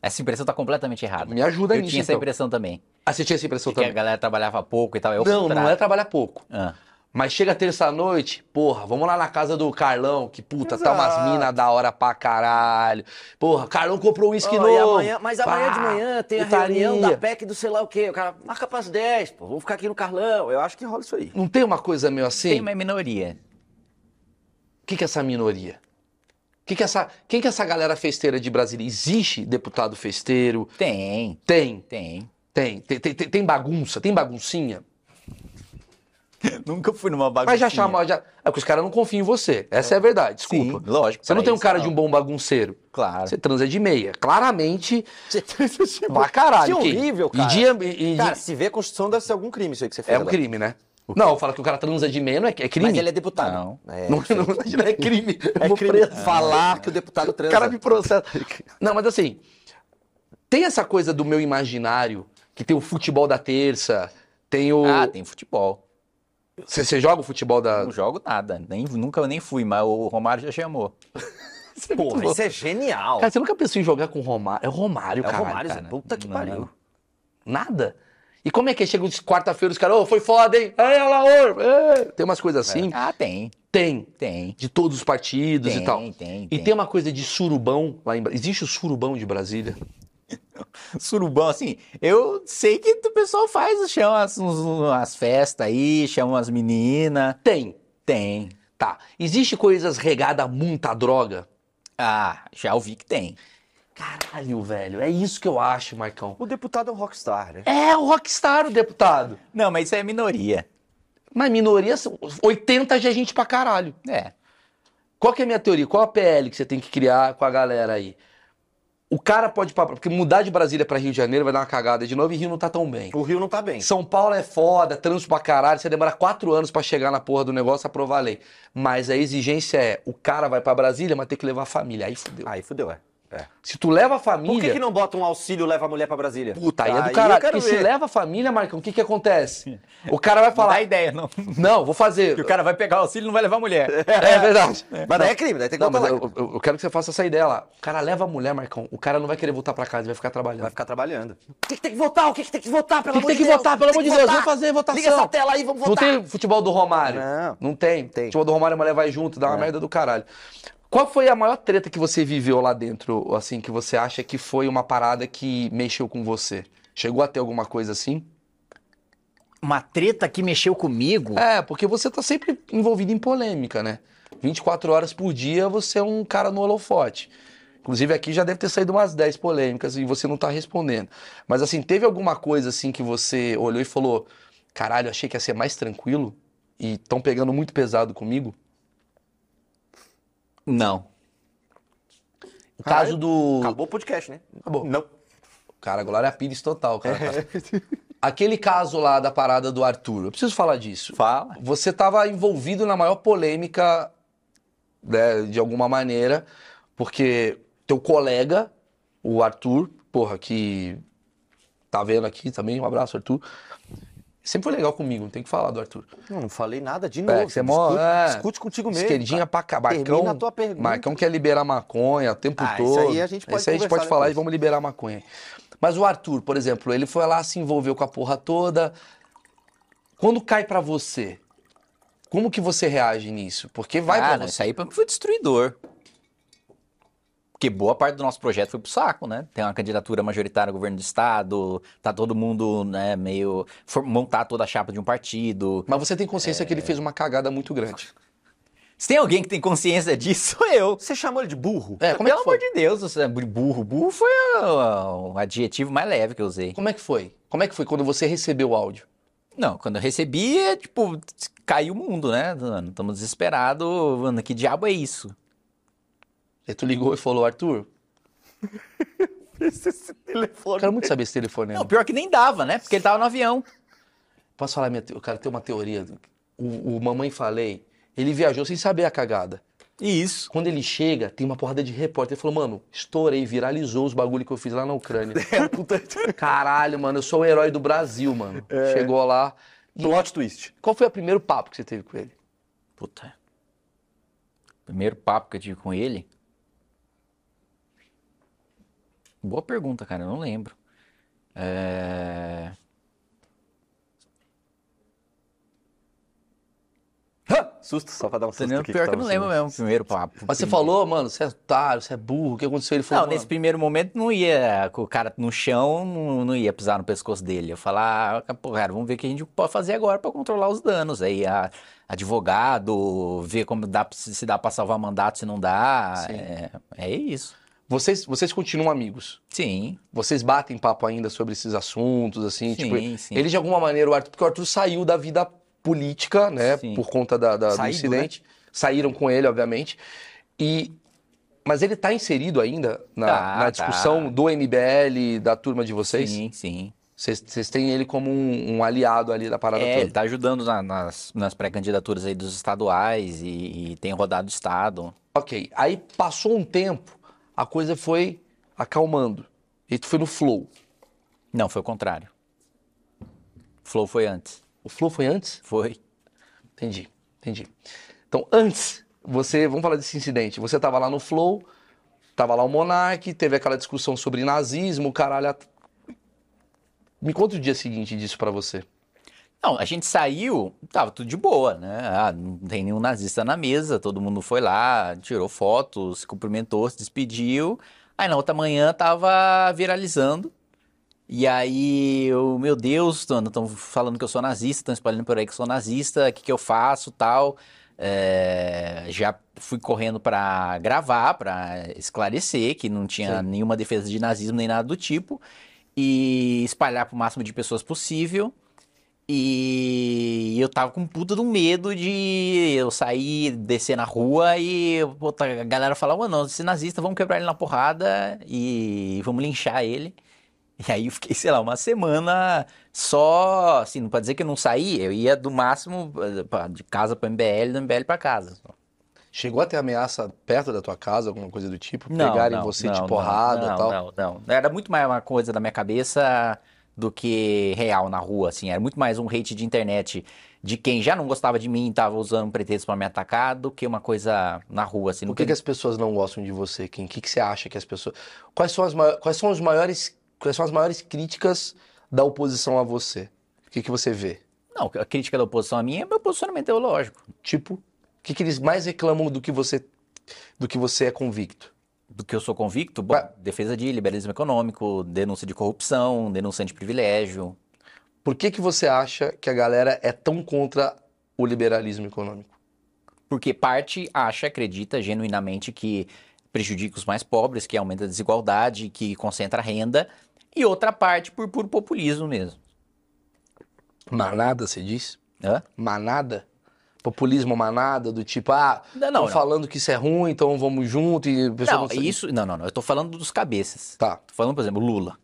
C: Essa impressão tá completamente errada.
A: Me ajuda
C: eu
A: nisso,
C: tinha essa
A: então.
C: impressão também.
A: Ah, você tinha essa impressão
C: Que a
A: também?
C: galera trabalhava pouco e tal. É o
A: Não, não
C: contrário.
A: é trabalhar pouco.
C: Ah.
A: Mas chega terça-noite, porra, vamos lá na casa do Carlão, que puta, tá umas
B: Exato.
A: minas da hora pra caralho. Porra, Carlão comprou um uísque
B: Ó, e
A: novo.
B: amanhã- mas amanhã
A: Pá,
B: de manhã tem a
A: putaria.
B: reunião da PEC do sei lá o quê. O cara marca pras 10, pô. Vamos ficar aqui no Carlão. Eu acho que rola isso aí.
A: Não tem uma coisa meio assim?
C: Tem uma minoria.
A: O que, que é essa minoria? O Que que é essa... Quem que é essa galera festeira de Brasília? Existe deputado festeiro?
C: Tem,
A: Tem,
C: tem.
A: tem. Tem, tem, tem- tem bagunça, tem baguncinha.
C: Nunca fui numa bagunça.
A: Mas já chamou. Já... É que os caras não confiam em você. Essa é a verdade,
C: Sim,
A: desculpa.
C: lógico.
A: Você não
C: pra
A: tem um
C: isso,
A: cara de
C: não.
A: um bom bagunceiro.
C: Claro.
A: Você transa de meia. Claramente, Pra
B: Que
A: caralho. Kim.
B: horrível,
A: E
B: cara.
A: de ambi- e de-
B: Cara, se vê construção deve ser algum crime isso aí que você fez.
A: É um crime, né? Não, fala que o cara transa de meia não é, é crime.
B: Mas ele é deputado.
C: Não.
B: É,
A: não, não, não é crime.
B: é
A: Vou
B: crime
A: preso.
B: falar que o deputado
A: O
B: transa.
A: cara me processa. Não, mas assim, tem essa coisa do meu imaginário, que tem o futebol da terça, tem o... Ah.
C: Ah, tem futebol.
A: Você, você joga o futebol da...
C: Não jogo nada. Nem, nunca nem fui, mas o Romário já chamou.
B: Porra, isso é genial.
A: Cara, você nunca pensou em jogar com o Romário? É o Romário,
B: é o
A: cara.
B: Romário,
C: cara.
B: Zé. puta que
C: Não,
B: pariu.
C: não.
A: Nada. E como é que chega uns quarta-feira os caras, ô, foi foda, hein? É, ela, ô, é. Tem umas coisas assim.
C: Ah, tem.
A: Tem.
C: Tem.
A: De todos os partidos
C: Tem,
A: e tal.
C: tem,
A: E
C: tem. um
A: tem uma coisa de surubão lá em Brasília. Existe o surubão de Brasília?
C: Surubão, assim, eu sei que o pessoal faz, chama as, uns- umas festas aí, chama as meninas.
A: Tem.
C: Tem.
A: Tá. Existe coisas regadas a muita droga?
C: Ah, já ouvi que tem.
A: Caralho, velho. É isso que eu acho, Marcão.
B: O deputado é um rockstar, né?
A: É o rockstar, o deputado.
C: Não, mas isso é minoria.
A: Mas minoria são 80 já é gente pra caralho.
C: É.
A: Qual que é a minha teoria? Qual a PL que você tem que criar com a galera aí? O cara pode... ir pra- Porque mudar de Brasília pra Rio de Janeiro vai dar uma cagada de novo e Rio não tá tão bem.
B: O Rio não tá bem.
A: São Paulo é foda, trânsito pra caralho, você demora quatro anos pra chegar na porra do negócio e aprovar a lei. Mas a exigência é, o cara vai pra Brasília, mas tem que levar a família. Aí fudeu.
B: Aí fudeu, é. é.
A: Se tu leva a
B: Por
A: família,
B: que, que não bota um auxílio leva a mulher pra Brasília?
A: puta, aí é do
B: eu
A: caralho.
B: quero
A: E se
B: ver.
A: leva a família, Marcão, o que que acontece? O cara vai
C: Não dá
A: falar,
C: ideia, não.
A: não, vou fazer.
C: Que o cara vai pegar o auxílio e não vai levar a mulher.
A: É verdade.
B: Mas daí é crime, daí tem que
A: Não,
B: botar
A: mas
B: lá.
A: eu, eu- eu quero que você faça essa ideia lá. O cara leva a mulher, Marcão. O cara não vai querer voltar pra casa, ele vai ficar
B: Vai
A: trabalhando.
B: ficar trabalhando. O que, que tem que votar? O que, que tem que votar, pelo
A: O que que tem que votar? Pelo amor de Deus, vamos fazer votação.
B: Liga essa tela aí, vamos
A: Não
B: votar.
A: tem futebol do Romário.
B: Não.
A: Não tem. É.
B: Tem.
A: Futebol do Romário, a mulher vai junto, dá uma merda do caralho. Qual foi a maior treta que você viveu lá dentro, assim, que você acha que foi uma parada que mexeu com você? Chegou a ter alguma coisa assim?
C: Uma treta que mexeu comigo.
A: É, porque você tá sempre envolvido em polêmica, né? 24 horas por dia você é um cara no holofote. Inclusive aqui já deve ter saído umas 10 polêmicas e você não tá respondendo. Mas assim, teve alguma coisa assim que você olhou e falou: "Caralho, achei que ia ser mais tranquilo e estão pegando muito pesado comigo"?
C: Não.
A: O caso
B: Caralho,
A: do.
B: Acabou o podcast, né?
A: Acabou.
B: Não.
A: Cara, Glória Pires total, cara. Aquele caso lá da parada do Arthur, eu preciso falar disso.
C: Fala.
A: Você estava envolvido na maior polêmica, né, de alguma maneira, porque teu colega, o Arthur, porra, que tá vendo aqui também, um abraço, Arthur. Sempre foi legal comigo, não tem que falar do Arthur.
B: Não, não falei nada de novo.
A: É, que você é mó-
B: discute,
A: é.
B: discute contigo mesmo.
A: Esquerdinha pra cá.
B: Termina
A: Marcão,
B: a tua pergunta.
A: Marcão quer liberar maconha o tempo
B: Ah, isso
A: todo.
B: aí a gente pode
A: Isso aí a gente
B: conversar
A: pode falar e
B: depois.
A: vamos liberar a maconha. Mas o Arthur, por exemplo, ele foi lá, se envolveu com a porra toda. Quando cai pra você, como que você reage nisso? Porque vai
C: Cara,
A: pra você.
C: isso aí pra mim foi destruidor. Porque boa parte do nosso projeto foi pro saco, né? Tem uma candidatura majoritária no governo do estado, tá todo mundo, né, meio. for- montar toda a chapa de um partido.
A: Mas você tem consciência que ele
B: é.
A: fez uma cagada muito grande.
C: Se tem alguém que tem consciência disso, sou eu.
B: Você chamou ele de burro?
A: É, como é
C: Pelo
A: que foi?
C: amor de Deus, você- burro. Burro foi o, o adjetivo mais leve que eu usei.
A: Como é que foi? Como é que foi quando você recebeu o áudio?
C: Não, quando eu recebi, é, tipo, caiu o mundo, né? Mano, estamos desesperados. Mano, que diabo é isso?
A: Aí É, tu ligou e falou, Arthur,
B: Esse, esse
A: eu
B: telefone.
A: quero muito saber esse telefonema.
C: Não, pior que nem dava, né? Porque ele tava no avião.
A: Posso falar minha te... Cara, tem uma teoria. O, o Mamãe Falei, ele viajou sem saber a cagada.
C: Isso.
A: Quando ele chega, tem uma porrada de repórter. Ele falou, mano, estourei, viralizou os bagulho que eu fiz lá na Ucrânia.
C: É,
A: Caralho, mano, eu sou o herói do Brasil, mano.
C: É.
A: Chegou lá. E
B: Plot twist.
A: qual foi o primeiro papo que você teve com ele?
C: Puta. Primeiro papo que eu tive com ele. Boa pergunta, cara. Eu não lembro. É...
B: Susto, só pra dar um susto
C: Não,
B: aqui.
C: pior que, eu
B: tava
C: não lembro
B: assim.
C: mesmo. o Primeiro papo.
A: Mas você falou, mano, você é otário, você é burro, o que aconteceu? Ele
C: Não,
A: falou,
C: nesse
A: mano,
C: primeiro momento não ia com o cara no chão, não, não ia pisar no pescoço dele. Eu falar, ah, pô, cara, vamos ver o que a gente pode fazer agora pra controlar os danos. Aí, a- advogado, ver como dá, pra- se se dá pra salvar mandato, se não dá.
A: Sim.
C: É, é isso.
A: vocês, vocês continuam amigos.
C: Sim,
A: Vocês batem papo ainda sobre esses assuntos, assim,
C: sim,
A: tipo...
C: sim.
A: Ele, de alguma maneira, o Arthur, porque o Arthur saiu da vida política, né?
C: Sim. né?
A: Por conta da, da- do
B: Saído,
A: incidente. Saíram com ele, obviamente. E. Mas ele tá inserido ainda na,
C: Tá,
A: na discussão
C: tá.
A: do MBL, da turma de vocês?
C: Sim, sim.
A: Vocês vocês têm ele como um, um aliado ali da parada
C: É, ele
A: toda.
C: tá ajudando na- nas, nas pré-candidaturas aí dos estaduais e, e tem rodado o estado.
A: Ok. Aí passou um tempo, a coisa foi acalmando. E tu foi no Flow.
C: Não, foi o contrário. Flow foi antes.
A: O Flow foi antes?
C: Foi.
A: Entendi, entendi. Então, antes, você, vamos falar desse incidente. Você estava lá no Flow, estava lá o Monark, teve aquela discussão sobre nazismo, caralho. at- Me conta o dia seguinte disso pra você.
C: Não, a gente saiu, tava tudo de boa, né? Ah, não tem nenhum nazista na mesa, todo mundo foi lá, tirou foto, se cumprimentou, se despediu. Aí na outra manhã tava viralizando. E aí, eu, meu Deus, estão falando que eu sou nazista, estão espalhando por aí que eu sou nazista, o que, que eu faço, tal. É, já fui correndo pra gravar, pra esclarecer que não tinha
A: Sim.
C: nenhuma defesa de nazismo nem nada do tipo. E espalhar pro máximo de pessoas possível. E eu tava com um puta de um medo de eu sair, descer na rua e puta, a galera falar, mano, esse é nazista, vamos quebrar ele na porrada e vamos linchar ele. E aí eu fiquei, sei lá, uma semana só, assim, não pode dizer que eu não saí, eu ia do máximo eh, pra- de casa pra MBL, do MBL pra casa.
A: Chegou a ter ameaça perto da tua casa, alguma coisa do tipo?
C: Não,
A: pegarem
C: não,
A: você
C: não,
A: de
C: não,
A: porrada
C: não,
A: e tal?
C: Não, não, Era muito mais uma coisa da minha cabeça do que real na rua, assim. Era muito mais um hate de internet de quem já não gostava de mim e tava usando um pretexto pra me atacar do que uma coisa na rua, assim.
A: Por
C: Não
A: que, que
C: tem-
A: as pessoas não gostam de você, Kim? O que, que você acha que as pessoas. Quais são as, mai- quais são os maiores... Quais são as maiores críticas da oposição a você? O que, que você vê?
C: Não, a crítica da oposição a mim é meu posicionamento teológico.
A: Tipo, o que, que eles mais reclamam do que você do que você é convicto?
C: Do que eu sou convicto, bom,
A: Mas-
C: defesa de liberalismo econômico, denúncia de corrupção, denúncia de privilégio.
A: Por que, que você acha que a galera é tão contra o liberalismo econômico?
C: Porque parte acha, acredita genuinamente que prejudica os mais pobres, que aumenta a desigualdade, que concentra a renda, e outra parte por puro populismo mesmo.
A: Manada, você diz?
C: Hã?
A: Manada? populismo manada, do tipo, ah,
C: Não, não,
A: estão
C: não.
A: falando que isso é ruim, então vamos junto e o pessoal
C: Não,
A: sabe.
C: isso. Não, não, não. Eu tô falando dos cabeças.
A: Tá.
C: Tô falando, por exemplo, Lula.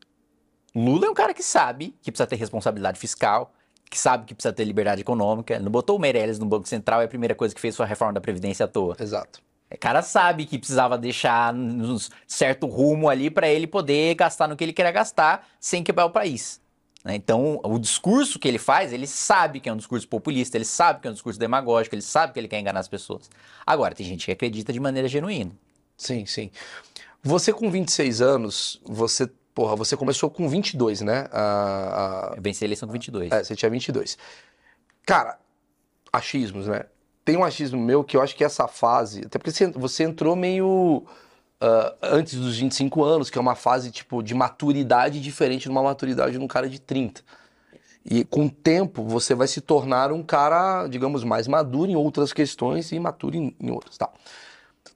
C: Lula é um cara que sabe que precisa ter responsabilidade fiscal, que sabe que precisa ter liberdade econômica. Ele Não botou o Meirelles no Banco Central, é a primeira coisa que fez foi a reforma da Previdência à toa.
A: Exato.
C: O cara sabe que precisava deixar um certo rumo ali para ele poder gastar no que ele queria gastar sem quebrar o país. né? Então, o discurso que ele faz, ele sabe que é um discurso populista, ele sabe que é um discurso demagógico, ele sabe que ele quer enganar as pessoas. Agora, tem gente que acredita de maneira genuína.
A: Sim, sim. Você com 26 anos, você, porra, você começou com 22, né? A, a-
C: Eu venci a eleição com 22.
A: É, você tinha 22. Cara, achismos, né? Tem um achismo meu que eu acho que essa fase. Até porque você, você entrou meio. ah, antes dos 25 anos, que é uma fase tipo de maturidade diferente de uma maturidade de um cara de 30. E com o tempo você vai se tornar um cara, digamos, mais maduro em outras questões e imaturo em, em outras, tá?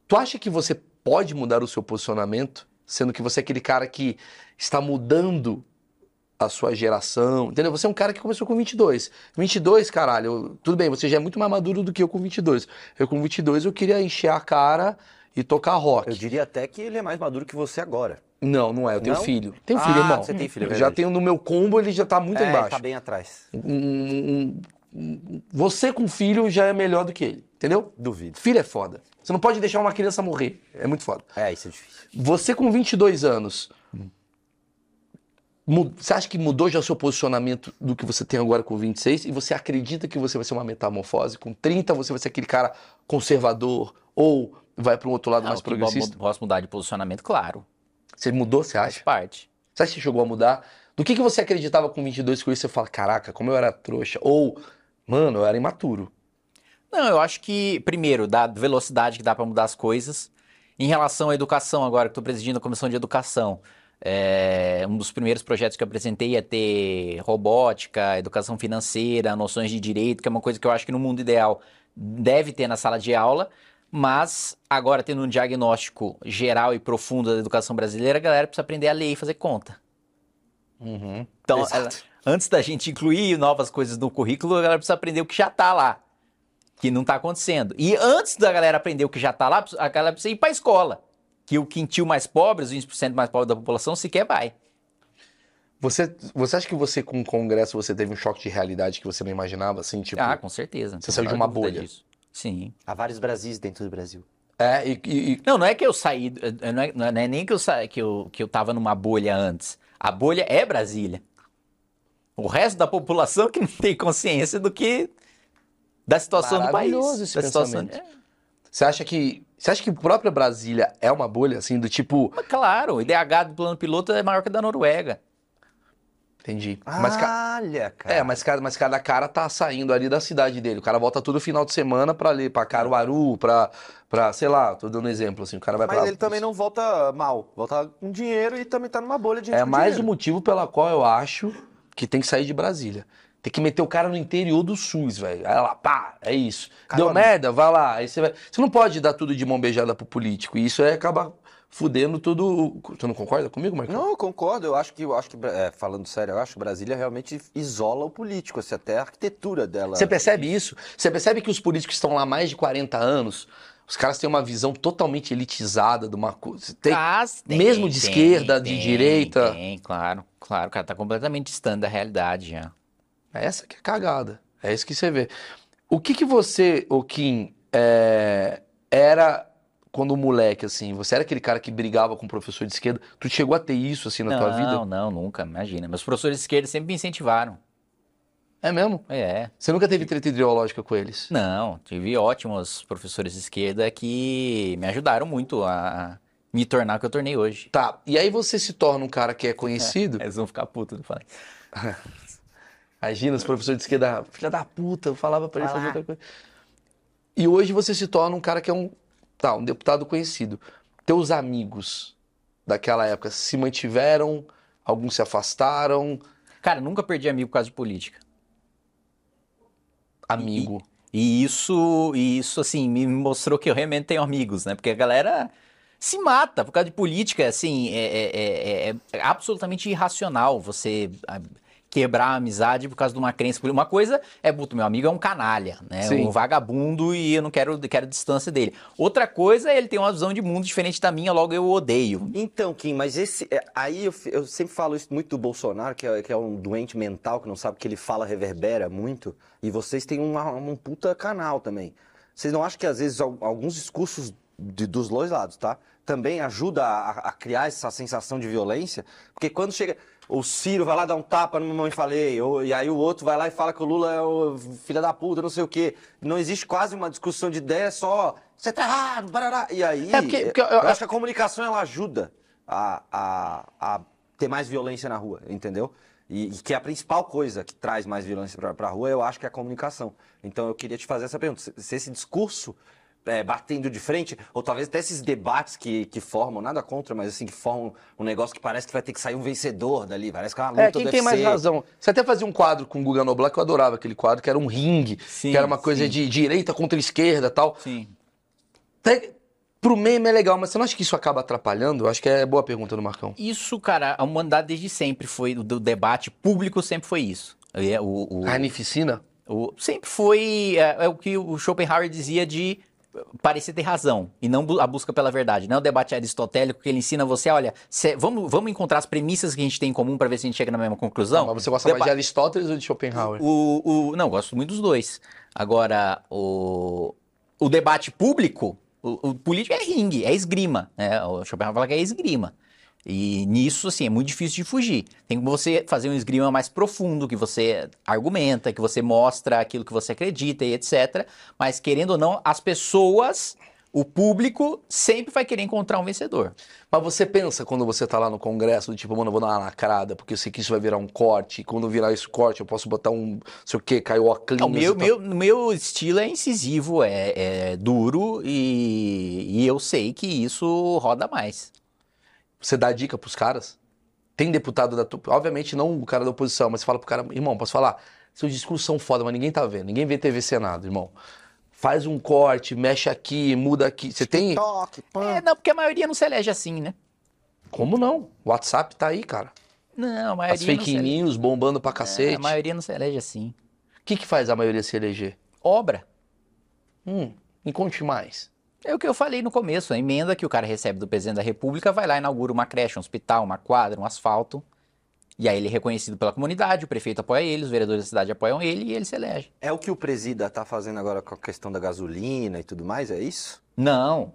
A: Tu acha que você pode mudar o seu posicionamento, sendo que você é aquele cara que está mudando a sua geração, entendeu? Você é um cara que começou com 22. 22, caralho, eu- tudo bem, você já é muito mais maduro do que eu com 22. Eu com 22 eu queria encher a cara e tocar rock.
B: Eu diria até que ele é mais maduro que você agora.
A: Não, não é, eu tenho
B: Não?
A: filho. Tenho
B: Ah,
A: filho, irmão.
B: você tem filho, é
A: Eu já
B: verdade.
A: tenho no meu combo, ele já tá muito
B: é,
A: embaixo.
B: tá bem atrás.
A: Um- um- um- você com filho já é melhor do que ele, entendeu?
B: Duvido.
A: Filho é foda. Você não pode deixar uma criança morrer. É muito foda.
B: É, isso é difícil.
A: Você com 22 anos, mu- você acha que mudou já o seu posicionamento do que você tem agora com 26? E você acredita que você vai ser uma metamorfose? Com 30 você vai ser aquele cara conservador ou vai para um outro lado
C: Não,
A: mais
C: Ah, É, que bo-
A: progressista?
C: Posso mudar de posicionamento, claro.
A: Você mudou, você
C: Faz
A: acha?
C: parte.
A: Você acha que chegou a mudar? Do que, que você acreditava com 22 que hoje você fala, caraca, como eu era trouxa? Ou, mano, eu era imaturo.
C: Não, eu acho que, primeiro, da velocidade que dá para mudar as coisas. Em relação à educação, agora que estou presidindo a comissão de educação, é, um dos primeiros projetos que eu apresentei é ter robótica, educação financeira, noções de direito, que é uma coisa que eu acho que no mundo ideal deve ter na sala de aula. Mas agora, tendo um diagnóstico geral e profundo da educação brasileira, a galera precisa aprender a ler e fazer conta.
B: Uhum.
C: Então, ela- antes da gente incluir novas coisas no currículo, ela precisa aprender o que já está lá, que não está acontecendo. E antes da galera aprender o que já está lá, a galera precisa ir para a escola, que o quintil mais pobre, os 20% mais pobres da população sequer vai.
A: Você, você acha que você, com o Congresso, você teve um choque de realidade que você não imaginava? Assim, tipo,
C: Ah, com certeza. não
A: você
C: tenho a
A: saiu de uma
C: menor dúvida
A: bolha.
C: disso. Sim.
B: Há vários Brasis dentro do Brasil.
A: é, e- e- e
C: Não, não é que eu saí, eh, não é, não é nem que eu, sa, que, eu, que eu tava numa bolha antes. A bolha é Brasília. O resto da população que não tem consciência do que... Da situação do país.
A: Maravilhoso esse
C: da situação,
A: pensamento. Você acha que. Você acha que a própria Brasília é uma bolha, assim, do tipo.
C: Mas claro, o IDH do plano piloto é maior que o da Noruega.
A: Entendi. Mas, ca-
B: Olha, cara.
A: É, mas, cada- mas cada cara tá saindo ali da cidade dele. O cara volta todo final de semana pra ali, pra Caruaru, pra, pra. Sei lá, tô dando exemplo, assim. O cara vai
B: Mas
A: pra.
B: ele também não volta mal. Volta com dinheiro e também tá numa bolha de gente
A: É
B: com
A: mais um
B: dinheiro.
A: motivo pela qual eu acho que tem que sair de Brasília. Tem que meter o cara no interior do SUS, velho. Aí lá, pá, é isso.
B: Carona.
A: Deu merda? Vai lá. Aí você vai. Você não pode dar tudo de mão beijada pro político. E isso aí acaba fudendo todo. o- Tu não concorda comigo, Marcão?
B: Não, eu concordo. Eu acho que, eu acho que é, falando sério, eu acho que Brasília realmente isola o político, assim, até a arquitetura dela.
A: Você percebe isso? Você percebe que os políticos que estão lá há mais de 40 anos, os caras têm uma visão totalmente elitizada de uma coisa. Tem-
C: Ah, tem,
A: mesmo de
C: tem,
A: esquerda, de
C: tem,
A: direita.
C: Tem, claro, claro. O cara tá completamente distante da realidade já.
A: É Essa que é a cagada. É isso que você vê. O que que você, ô Kim, é, era quando moleque, assim? Você era aquele cara que brigava com o professor de esquerda? Tu chegou a ter isso, assim, na
C: não,
A: tua vida?
C: não, nunca, imagina. Meus professores de esquerda sempre me incentivaram.
A: É mesmo?
C: É.
A: Você nunca teve treta ideológica com eles?
C: Não, tive ótimos professores de esquerda que me ajudaram muito a me tornar o que eu tornei hoje.
A: Tá, e aí você se torna um cara que é conhecido?
C: Eles vão ficar putos, não falei.
A: Imagina, os professores de esquerda, filha da puta, eu falava pra ele fazer outra coisa. E hoje você se torna um cara que é um, tá, um deputado conhecido. Teus amigos daquela época se mantiveram, alguns se afastaram,
C: Cara, nunca perdi amigo por causa de política.
A: amigo.
C: E isso, e isso assim, me mostrou que eu realmente tenho amigos, né? Porque a galera se mata por causa de política, assim, é, é- é- é absolutamente irracional é você ah, quebrar a amizade por causa de uma crença. política. Uma coisa é, puto, meu amigo é um canalha, né?
A: Sim.
C: Um vagabundo e eu não quero, quero distância dele. Outra coisa é ele ter uma visão de mundo diferente da minha, logo eu odeio.
B: Então, Kim, mas esse. é, Aí eu, fi- eu sempre falo isso muito do Bolsonaro, que é, que é um doente mental, que não sabe o que ele fala, reverbera muito. E vocês têm uma- um puta canal também. Vocês não acham que às vezes al- alguns discursos de- dos dois lados, tá? Também ajuda a, a criar essa sensação de violência? Porque quando chega. O Ciro vai lá dar um tapa no mamãe falei, ou- e aí o outro vai lá e fala que o Lula é o filho da puta, não sei o quê. Não existe quase uma discussão de ideia, é só você tá errado, barará. E aí.
C: É, porque- porque eu-
B: eu acho que a comunicação ela ajuda a, a, a ter mais violência na rua, entendeu? E, e que é a principal coisa que traz mais violência pra, pra rua, eu acho que é a comunicação. Então eu queria te fazer essa pergunta: se, se esse discurso é, batendo de frente, ou talvez até esses debates que, que formam, nada contra, mas assim, que formam um negócio que parece que vai ter que sair um vencedor dali, parece que é uma luta
A: É, quem
B: do
A: tem mais
B: UFC.
A: razão. Você até fazia um quadro com o Guga Noblar, que eu adorava aquele quadro, que era um ringue,
C: Sim,
A: que era uma coisa
C: sim.
A: de direita contra esquerda tal.
C: Sim.
A: Até pro meme é legal, mas você não acha que isso acaba atrapalhando? Eu acho que é boa a pergunta do Marcão.
C: Isso, cara, a humanidade desde sempre foi, do debate público sempre foi isso. É, o- o-
A: A Carnificina?
C: O- sempre foi é, é o que o Schopenhauer dizia de eh, parecer ter razão e não bu- a busca pela verdade, não é o debate aristotélico que ele ensina você, olha, cê- vamos, vamos encontrar as premissas que a gente tem em comum para ver se a gente chega na mesma conclusão.
A: Mas você gosta mais de Aristóteles ou de Schopenhauer?
C: O, o- não, eu gosto muito dos dois. Agora, o, o debate público, o, o político é ringue, é esgrima. Né? O Schopenhauer fala que é esgrima. E nisso, assim, é muito difícil de fugir. Tem que você fazer um esgrima mais profundo, que você argumenta, que você mostra aquilo que você acredita e etc. Mas, querendo ou não, as pessoas, o público, sempre vai querer encontrar um vencedor.
A: Mas você pensa quando você tá lá no congresso, do tipo, mano, eu vou dar uma lacrada, porque eu sei que isso vai virar um corte, e quando virar esse corte eu posso botar um, sei o quê, caiu a clean.
C: O meu, meu, meu estilo é incisivo, é, é duro e, e eu sei que isso roda mais.
A: Você dá dica pros caras? Tem deputado da tua... Obviamente não o cara da oposição, mas você fala pro cara, irmão, posso falar? Seus discursos são foda, mas ninguém tá vendo, ninguém vê TV Senado, irmão. Faz um corte, mexe aqui, muda aqui. Você tem...
B: Toque, pã.
C: É, não, porque a maioria não se elege assim, né?
A: Como não? O WhatsApp tá aí, cara.
C: Não, a maioria
A: As
C: não
A: fake
C: se elege.
A: news bombando pra
C: É,
A: cacete.
C: a maioria não se elege assim.
A: O que que faz a maioria se eleger?
C: Obra.
A: Hum, me conte mais.
C: É o que eu falei no começo, a emenda que o cara recebe do presidente da República vai lá, inaugura uma creche, um hospital, uma quadra, um asfalto. E aí ele é reconhecido pela comunidade, o prefeito apoia ele, os vereadores da cidade apoiam ele e ele se elege.
B: É o que o presida tá fazendo agora com a questão da gasolina e tudo mais, é isso?
C: Não.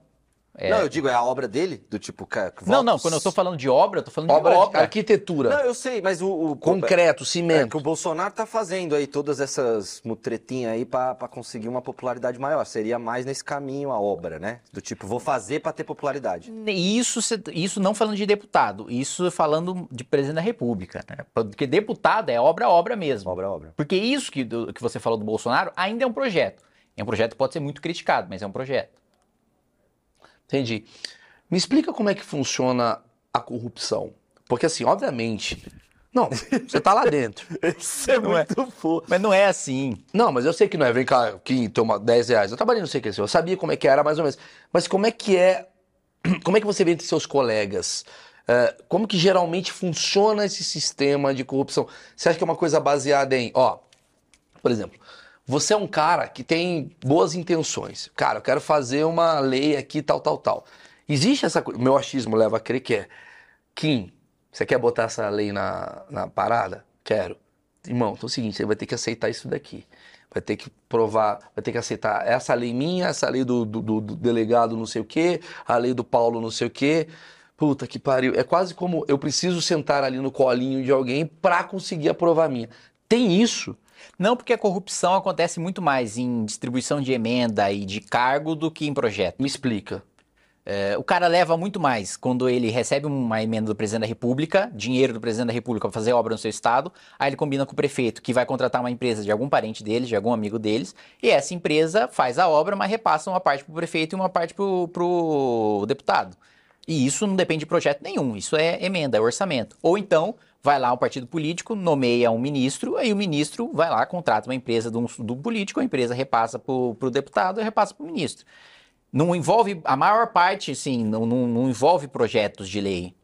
C: É.
B: Não, eu digo, é a obra dele? Do tipo, cara,
C: Não, não,
B: votos?
C: quando eu tô falando de obra, eu tô falando
A: Obra,
C: de
A: de
C: obra.
A: arquitetura,
B: Não, eu sei, mas o. o
A: concreto,
B: É que
A: cimento.
B: o Bolsonaro tá fazendo aí todas essas mutretinhas aí pra pra conseguir uma popularidade maior. Seria mais nesse caminho a obra, né? Do tipo, vou fazer pra ter popularidade.
C: Isso, cê- isso não falando de deputado, isso falando de presidente da República, né? Porque deputado é obra obra mesmo.
B: Obra, obra.
C: Porque isso que, do- que você falou do Bolsonaro ainda é um projeto. É um projeto que pode ser muito criticado, mas é um projeto.
A: Entendi. Me explica como é que funciona a corrupção. Porque assim, obviamente. Não, você tá lá dentro.
B: Isso é
C: Não é?
B: muito fofo.
C: Mas não é assim.
A: Não, mas eu sei que não é. Vem cá, Kim, toma 10 reais. Eu trabalhei no CQC, eu sabia como é que era, mais ou menos. Mas como é que é. Como é que você vê entre seus colegas? É, como que geralmente funciona esse sistema de corrupção? Você acha que é uma coisa baseada em, ó, por exemplo, você é um cara que tem boas intenções. Cara, eu quero fazer uma lei aqui, tal, tal, tal. Existe essa coisa. Meu achismo leva a crer que é. Kim, você quer botar essa lei na, na parada? Quero. Irmão, então é o seguinte, você vai ter que aceitar isso daqui. Vai ter que provar, vai ter que aceitar essa lei minha, essa lei do, do- do- do delegado não sei o quê, a lei do Paulo não sei o quê. Puta que pariu. É quase como eu preciso sentar ali no colinho de alguém pra conseguir aprovar a minha. Tem isso?
C: Não porque a corrupção acontece muito mais em distribuição de emenda e de cargo do que em projeto.
A: Me explica.
C: É, O cara leva muito mais quando ele recebe uma emenda do presidente da República, dinheiro do presidente da República para fazer obra no seu estado, aí ele combina com o prefeito que vai contratar uma empresa de algum parente deles, de algum amigo deles, e essa empresa faz a obra, mas repassa uma parte para o prefeito e uma parte para o deputado. E isso não depende de projeto nenhum, isso é emenda, é orçamento. Ou então vai lá um partido político, nomeia um ministro, aí o ministro vai lá, contrata uma empresa do, do político, a empresa repassa para o deputado e repassa para o ministro. Não envolve, a maior parte, assim, não, não, não envolve projetos de lei.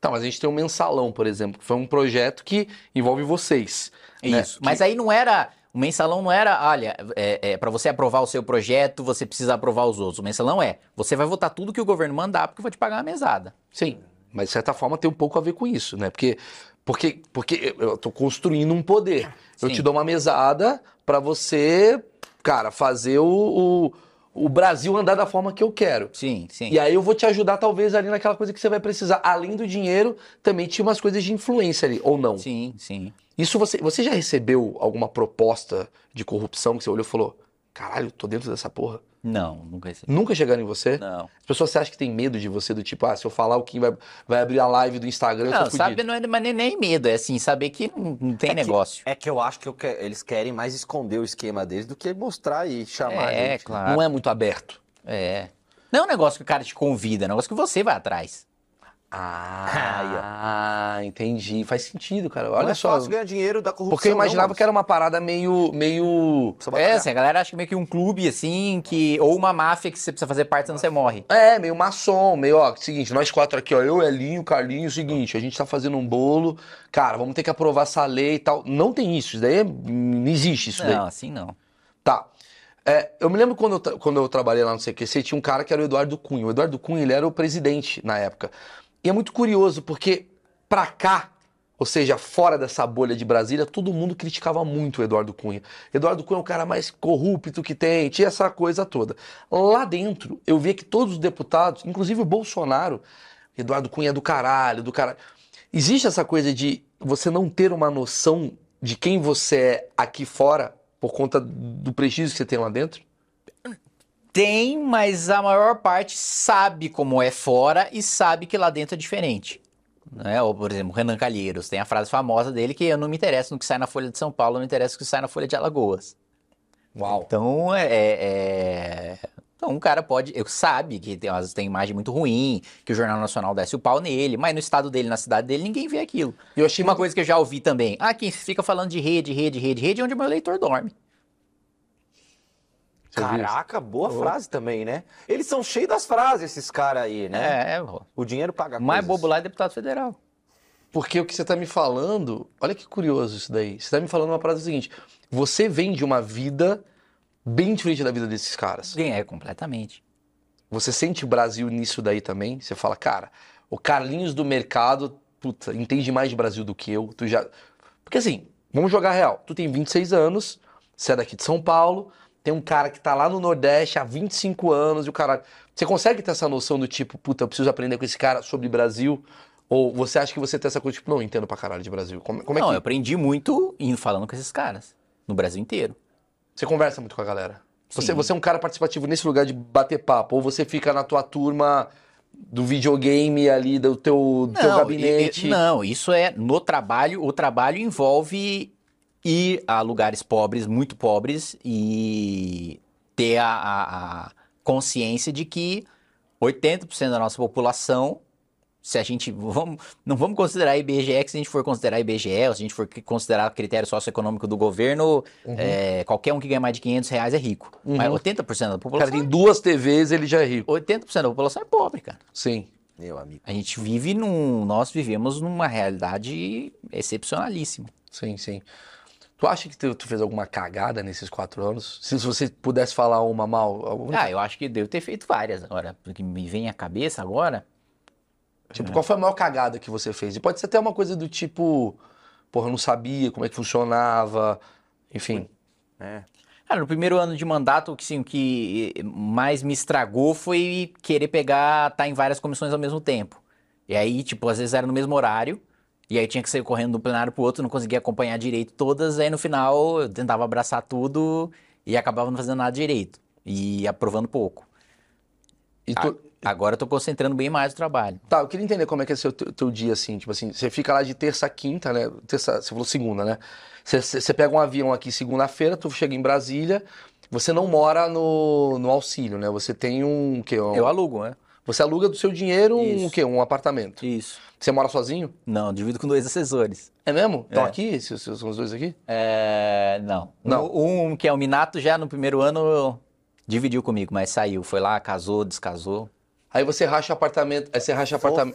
A: Tá, mas a gente tem o Mensalão, por exemplo, que foi um projeto que envolve vocês. né?
C: É Isso. Mas aí não era. O mensalão não era, olha, é, para você aprovar o seu projeto, você precisa aprovar os outros. O mensalão é, você vai votar tudo que o governo mandar, porque eu vou te pagar a mesada.
A: Sim, É, mas de certa forma tem um pouco a ver com isso, né? Porque, porque, porque eu tô construindo um poder. Eu
C: Ah, Sim.
A: te dou uma mesada pra você, cara, fazer o, o, o Brasil andar da forma que eu quero.
C: Sim, sim.
A: E aí eu vou te ajudar, talvez, ali naquela coisa que você vai precisar. Além do dinheiro, também tinha umas coisas de influência ali, ou não.
C: Sim, sim.
A: Isso você, você já recebeu alguma proposta de corrupção que você olhou e falou: caralho, tô dentro dessa porra?
C: Não, nunca recebi.
A: Nunca chegaram em você?
C: Não.
A: As pessoas você acha que tem medo de você, do tipo, ah, se eu falar o Kim vai, vai abrir a live do Instagram, eu
C: Não,
A: tô
C: sabe,
A: fudido.
C: não é mas nem, nem medo, é assim, saber que não, não tem
B: É que-
C: negócio.
B: É que eu acho que eu que- eles querem mais esconder o esquema deles do que mostrar e chamar a
C: É,
B: tá gente. né?
C: claro.
A: Não é muito aberto.
C: É. Não é um negócio que o cara te convida, é um negócio que você vai atrás.
A: Ah, entendi. Faz sentido, cara.
B: Não
A: Olha
B: é
A: só.
B: fácil ganhar dinheiro da corrupção.
A: Porque eu imaginava
B: não,
A: que era uma parada meio. meio.
B: Precisa
C: É,
B: batalhar.
C: assim, a galera acha que meio que um clube, assim, que. Ou uma máfia que você precisa fazer parte, senão você morre.
A: É, meio maçom, meio, ó, seguinte, nós quatro aqui, ó, eu, Elinho, Carlinho, seguinte, a gente tá fazendo um bolo, cara, vamos ter que aprovar essa lei e tal. Não tem isso, isso daí é- não existe isso daí.
C: Não, assim não.
A: Tá. É, eu me lembro quando eu, tra- quando eu trabalhei lá no CQC, tinha um cara que era o Eduardo Cunha. O Eduardo Cunha, ele era o presidente na época. E é muito curioso, porque pra cá, ou seja, fora dessa bolha de Brasília, todo mundo criticava muito o Eduardo Cunha. Eduardo Cunha é o cara mais corrupto que tem, tinha essa coisa toda. Lá dentro, eu via que todos os deputados, inclusive o Bolsonaro, Eduardo Cunha é do caralho, do caralho. Existe essa coisa de você não ter uma noção de quem você é aqui fora por conta do prestígio que você tem lá dentro?
C: Tem, mas a maior parte sabe como é fora e sabe que lá dentro é diferente. Né? Ou, por exemplo, o Renan Calheiros tem a frase famosa dele que eu não me interesso no que sai na Folha de São Paulo, eu não me interesso no que sai na Folha de Alagoas.
A: Uau.
C: Então, é, é- Então, um cara pode. Eu sabe que tem, às vezes tem imagem muito ruim, que o Jornal Nacional desce o pau nele, mas no estado dele, na cidade dele, ninguém vê aquilo.
A: Eu achei
C: E uma
A: uma coisa.
C: coisa que eu já ouvi também. Ah, quem fica falando de rede, rede, rede, rede, é onde o meu leitor dorme.
A: Você viu isso?
B: Caraca, boa frase também, né? Eles são cheios das frases, esses caras aí, né?
C: É, é, pô.
B: O dinheiro paga
C: Mais
B: coisas.
C: bobo lá é deputado federal.
A: Porque o que você está me falando, olha que curioso isso daí. Você está me falando uma parada seguinte: você vem de uma vida bem diferente da vida desses caras.
C: Quem é completamente.
A: Você sente o Brasil nisso daí também? Você fala, cara, o Carlinhos do mercado, puta, entende mais de Brasil do que eu. Tu já. Porque assim, vamos jogar real. Tu tem 26 anos, você é daqui de São Paulo, tem um cara que tá lá no Nordeste há 25 anos e o caralho. Você consegue ter essa noção do tipo, puta, eu preciso aprender com esse cara sobre Brasil? Ou você acha que você tem essa coisa, tipo, não, eu entendo pra caralho de Brasil. Como, como é
C: Não,
A: que.
C: eu aprendi muito indo falando com esses caras. No Brasil inteiro.
A: Você conversa muito com a galera. Você,
C: Sim.
A: você é um cara participativo nesse lugar de bater papo, ou você fica na tua turma do videogame ali, do teu, do teu
C: e- e-
A: gabinete.
C: não, isso é no trabalho. O trabalho envolve ir a lugares pobres, muito pobres, e ter a, a- a consciência de que 80% da nossa população, se a gente. Vamos, não vamos considerar IBGE, que se a gente for considerar IBGE, ou se a gente for considerar critério socioeconômico do governo, é, qualquer um que ganha mais de 500 reais é rico.
A: Uhum.
C: Mas 80% da
A: O cara
C: população.
A: tem duas TVs, ele já é rico.
C: 80% da população é pobre, cara.
A: Sim.
B: Meu amigo.
C: A gente vive num. Nós vivemos numa realidade excepcionalíssima.
A: Sim, sim. Tu acha que tu, tu fez alguma cagada nesses quatro anos? Se, se você pudesse falar uma mal, alguma-
C: Ah, eu acho que devo ter feito várias agora. Porque me vem à cabeça agora. é.
A: tipo, qual foi a maior cagada que você fez? E pode ser até uma coisa do tipo, porra, eu não sabia como é que funcionava, enfim.
B: É.
C: Cara, no primeiro ano de mandato, o que, sim, o que mais me estragou foi querer pegar, tá em várias comissões ao mesmo tempo. E aí, tipo, às vezes era no mesmo horário, e aí tinha que sair correndo de um plenário pro outro, não conseguia acompanhar direito todas, aí no final eu tentava abraçar tudo e acabava não fazendo nada direito. E aprovando pouco.
A: E tu-
C: Agora eu tô concentrando bem mais o trabalho.
A: Tá, eu queria entender como é que é seu teu, teu dia, assim, tipo assim, você fica lá de terça a quinta, né? Terça, você falou segunda, né? Você, você você pega um avião aqui segunda-feira, tu chega em Brasília, você não mora no, no auxílio, né? Você tem um, o quê? Um-
C: Eu alugo, né?
A: você aluga do seu dinheiro um,
C: Isso.
A: o quê? Um apartamento.
C: Isso.
A: Você mora sozinho?
C: Não, divido com dois assessores.
A: É mesmo? Estão
C: É.
A: aqui, esses, esses- são os dois aqui?
C: É, não.
A: Não.
C: Um, um que é o Minato já no primeiro ano dividiu comigo, mas saiu. Foi lá, casou, descasou.
A: Aí você racha apartamento. Aí você racha apartamento.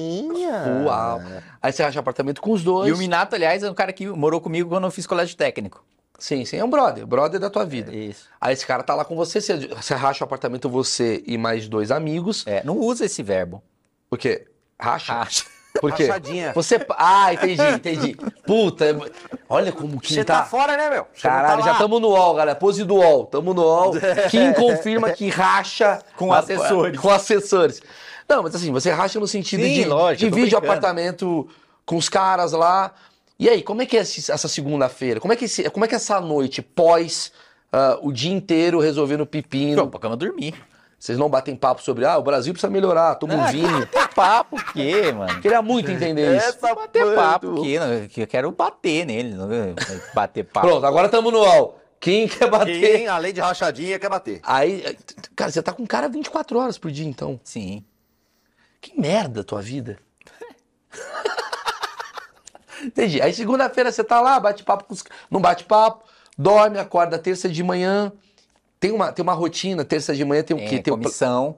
B: Fofoquinha.
A: Uau. Aí você racha apartamento com os dois.
C: E o Minato, aliás, é um cara que morou comigo quando eu fiz colégio técnico.
A: Sim, sim. É um brother. Brother da tua vida.
C: Isso.
A: Aí esse cara tá lá com você. Você, você racha o apartamento, você e mais dois amigos.
C: É, não usa esse verbo. Ah,
A: Por quê? Racha?
C: Racha.
A: Por quê?
B: Rachadinha.
A: Você. Ah, entendi, entendi. Puta, é- olha como que
B: Você tá fora, né, meu? Você não
A: Caralho,
B: tá
A: já
B: lá.
A: estamos no UOL, galera. Pose do UOL. Tamo no UOL. Quem confirma que racha
C: Com
A: a-
C: assessores.
A: Com assessores. Não, mas assim, você racha no sentido
C: Sim,
A: de
C: lógico, eu tô
A: divide o
C: brincando.
A: apartamento com os caras lá. E aí, como é que é esse- essa segunda-feira? Como é que esse- como é que essa noite pós ah, o dia inteiro resolvendo
C: Não,
A: pepino?
C: pra cama dormir.
A: Vocês não batem papo sobre, ah, o Brasil precisa melhorar, toma um
C: Ah, É
A: vinho.
C: Tem papo o quê, mano?
A: Queria muito entender isso.
B: Essa
C: Tem
B: porra
C: papo
B: do-
C: o quê? Não, que Eu quero bater nele. não é Bater papo.
A: Pronto, agora estamos no UOL. Quem quer bater?
B: Quem, além de rachadinha, quer bater.
A: Aí, aí, t- t- cara, você tá com cara 24 horas por dia, então.
C: Sim.
A: Que merda a tua vida. Entendi. Aí segunda-feira você tá lá, bate papo com os... Não bate papo, dorme, acorda terça de manhã. Tem uma, tem uma rotina, terça de manhã tem o quê?
C: Tem
A: Tem o...
C: comissão,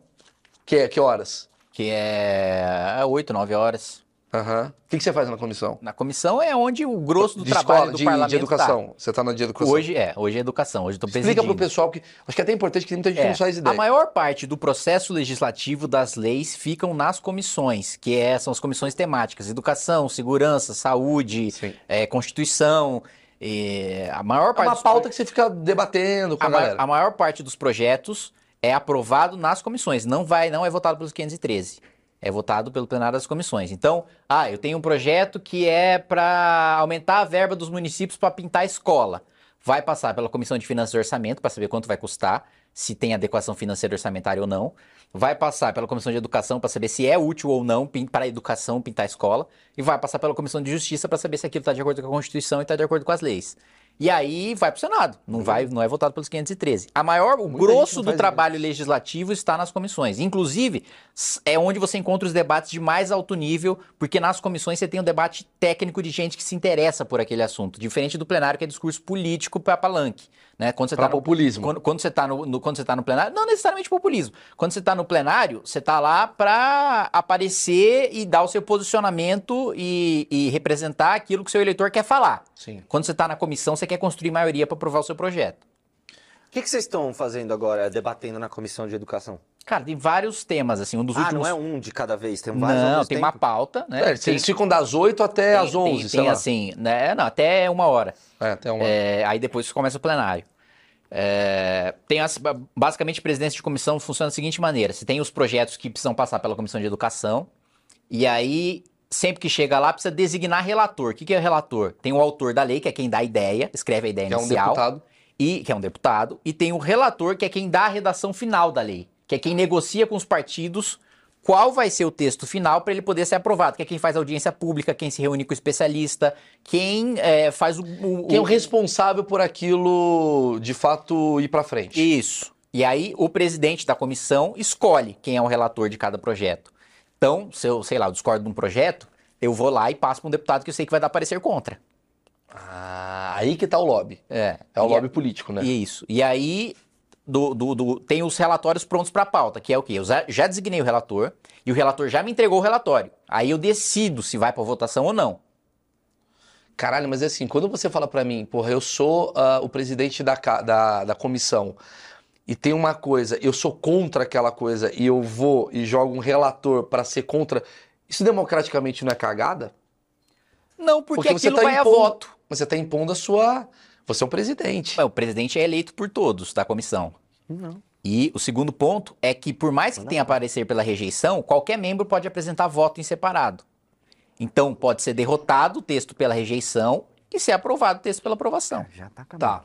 A: Que, é- que horas?
C: que é 8, 9 horas.
A: Aham. O que, que você faz na comissão?
C: Na comissão é onde o grosso do
A: de
C: trabalho
A: escola,
C: do
A: de,
C: parlamento
A: de
C: tá.
A: educação. Você tá na de educação.
C: Hoje é, hoje é educação, hoje eu tô
A: Explica pro
C: presidindo.
A: pessoal, que acho que é até importante que tem muita gente que
C: É,
A: não faz
C: a
A: ideia.
C: maior parte do processo legislativo das leis ficam nas comissões, que é- são as comissões temáticas: educação, segurança, saúde,
A: Sim.
C: é, constituição. é, a maior
A: É
C: parte
A: uma
C: dos
A: pauta que você fica debatendo com a,
C: a, ma-
A: galera.
C: a maior parte dos projetos é aprovado nas comissões, não vai, não é votado pelos 513. É votado pelo plenário das comissões. Então, ah, eu tenho um projeto que é para aumentar a verba dos municípios para pintar a escola. Vai passar pela Comissão de Finanças e Orçamento para saber quanto vai custar, se tem adequação financeira e orçamentária ou não. Vai passar pela Comissão de Educação para saber se é útil ou não pin- para a educação pintar a escola. E vai passar pela Comissão de Justiça para saber se aquilo está de acordo com a Constituição e está de acordo com as leis. E aí vai pro Senado. Não, vai, não é votado pelos 513. A maior, o
A: Muita gente
C: grosso
A: não
C: do
A: faz
C: trabalho legislativo está nas comissões. Inclusive, s- é onde você encontra os debates de mais alto nível, porque nas comissões você tem um debate técnico de gente que se interessa por aquele assunto. Diferente do plenário, que é discurso político para palanque. Né? Quando você
A: Pra
C: tá no-
A: populismo.
C: quando, quando você está no, no- quando você tá no plenário, não necessariamente populismo. Quando você está no plenário, você está lá para aparecer e dar o seu posicionamento e, e representar aquilo que o seu eleitor quer falar.
A: Sim.
C: Quando você está na comissão, você quer construir maioria para aprovar o seu projeto.
B: O que, que vocês estão fazendo agora, debatendo na comissão de educação?
C: Cara, tem vários temas, assim, um dos
B: ah,
C: últimos...
B: não é um de cada vez, tem vários ao
C: Não,
B: mesmo
C: tem
B: tempo.
C: uma pauta, né?
A: É, eles ficam das 8 até às 11,
C: tem,
A: sei
C: tem
A: lá.
C: assim, né? Não, até uma hora.
A: É, até uma...
C: É, aí depois começa o plenário. É, tem as- basicamente, presidência de comissão funciona da seguinte maneira: você tem os projetos que precisam passar pela comissão de educação, e aí, sempre que chega lá, precisa designar relator. O que, que é relator? Tem o autor da lei, que é quem dá a ideia, escreve a ideia
A: Que é um
C: inicial,
A: deputado.
C: e, que é um deputado, e tem o relator, que é quem dá a redação final da lei, que é quem negocia com os partidos qual vai ser o texto final para ele poder ser aprovado, que é quem faz audiência pública, quem se reúne com o especialista, quem é, faz o, o-
A: Quem é o
C: o-
A: responsável por aquilo de fato ir pra frente?
C: Isso. E aí o presidente da comissão escolhe quem é o relator de cada projeto. Então, se eu, sei lá, eu discordo de um projeto, eu vou lá e passo para um deputado que eu sei que vai dar parecer contra.
A: Ah, aí que tá o lobby.
C: É,
A: É o
C: e,
A: lobby político, né?
C: e Isso. E aí do- do- do- tem os relatórios prontos para pauta, que é o quê? Eu já, já designei o relator e o relator já me entregou o relatório. Aí eu decido se vai para votação ou não.
A: Caralho, mas é assim, quando você fala pra mim, porra, eu sou ah, o presidente da, ca- da, da comissão e tem uma coisa, eu sou contra aquela coisa e eu vou e jogo um relator pra ser contra, isso democraticamente não é cagada?
C: Não, porque,
A: você
C: aquilo
A: tá
C: vai
A: impondo,
C: a voto.
A: Você tá impondo a sua. Você é o presidente.
C: Ué, O presidente é eleito por todos da comissão.
B: Não.
C: E o segundo ponto é que, por mais que tenha aparecer pela rejeição, qualquer membro pode apresentar voto em separado. Então, pode ser derrotado o texto pela rejeição e ser aprovado o texto pela aprovação.
B: Já tá acabando.
A: Tá.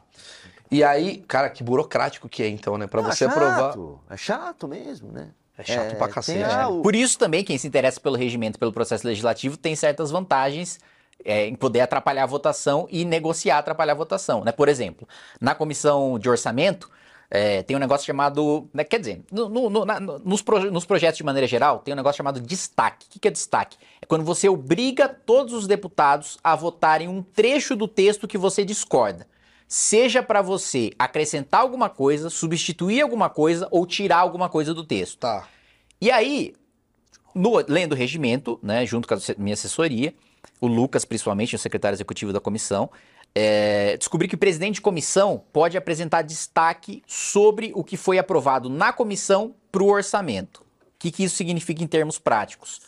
A: E aí, cara, que burocrático que é então, né? Pra
B: Ah,
A: você aprovar.
B: chato. É chato mesmo, né?
A: É chato pra cacete.
B: tem lá
A: né?
B: o-
C: Por isso também, quem se interessa pelo regimento, pelo processo legislativo, tem certas vantagens é, em poder atrapalhar a votação e negociar atrapalhar a votação. Né? Por exemplo, na comissão de orçamento, é, tem um negócio chamado. né, quer dizer, no- no- no- na- no- nos, proje- nos projetos de maneira geral, tem um negócio chamado destaque. O que que é destaque? É quando você obriga todos os deputados a votarem um trecho do texto que você discorda. Seja para você acrescentar alguma coisa, substituir alguma coisa ou tirar alguma coisa do texto.
A: Tá.
C: E aí, no, lendo o regimento, né, junto com a asse- minha assessoria, o Lucas, principalmente, o secretário executivo da comissão, é, descobri que o presidente de comissão pode apresentar destaque sobre o que foi aprovado na comissão para o orçamento. O que, que isso significa em termos práticos?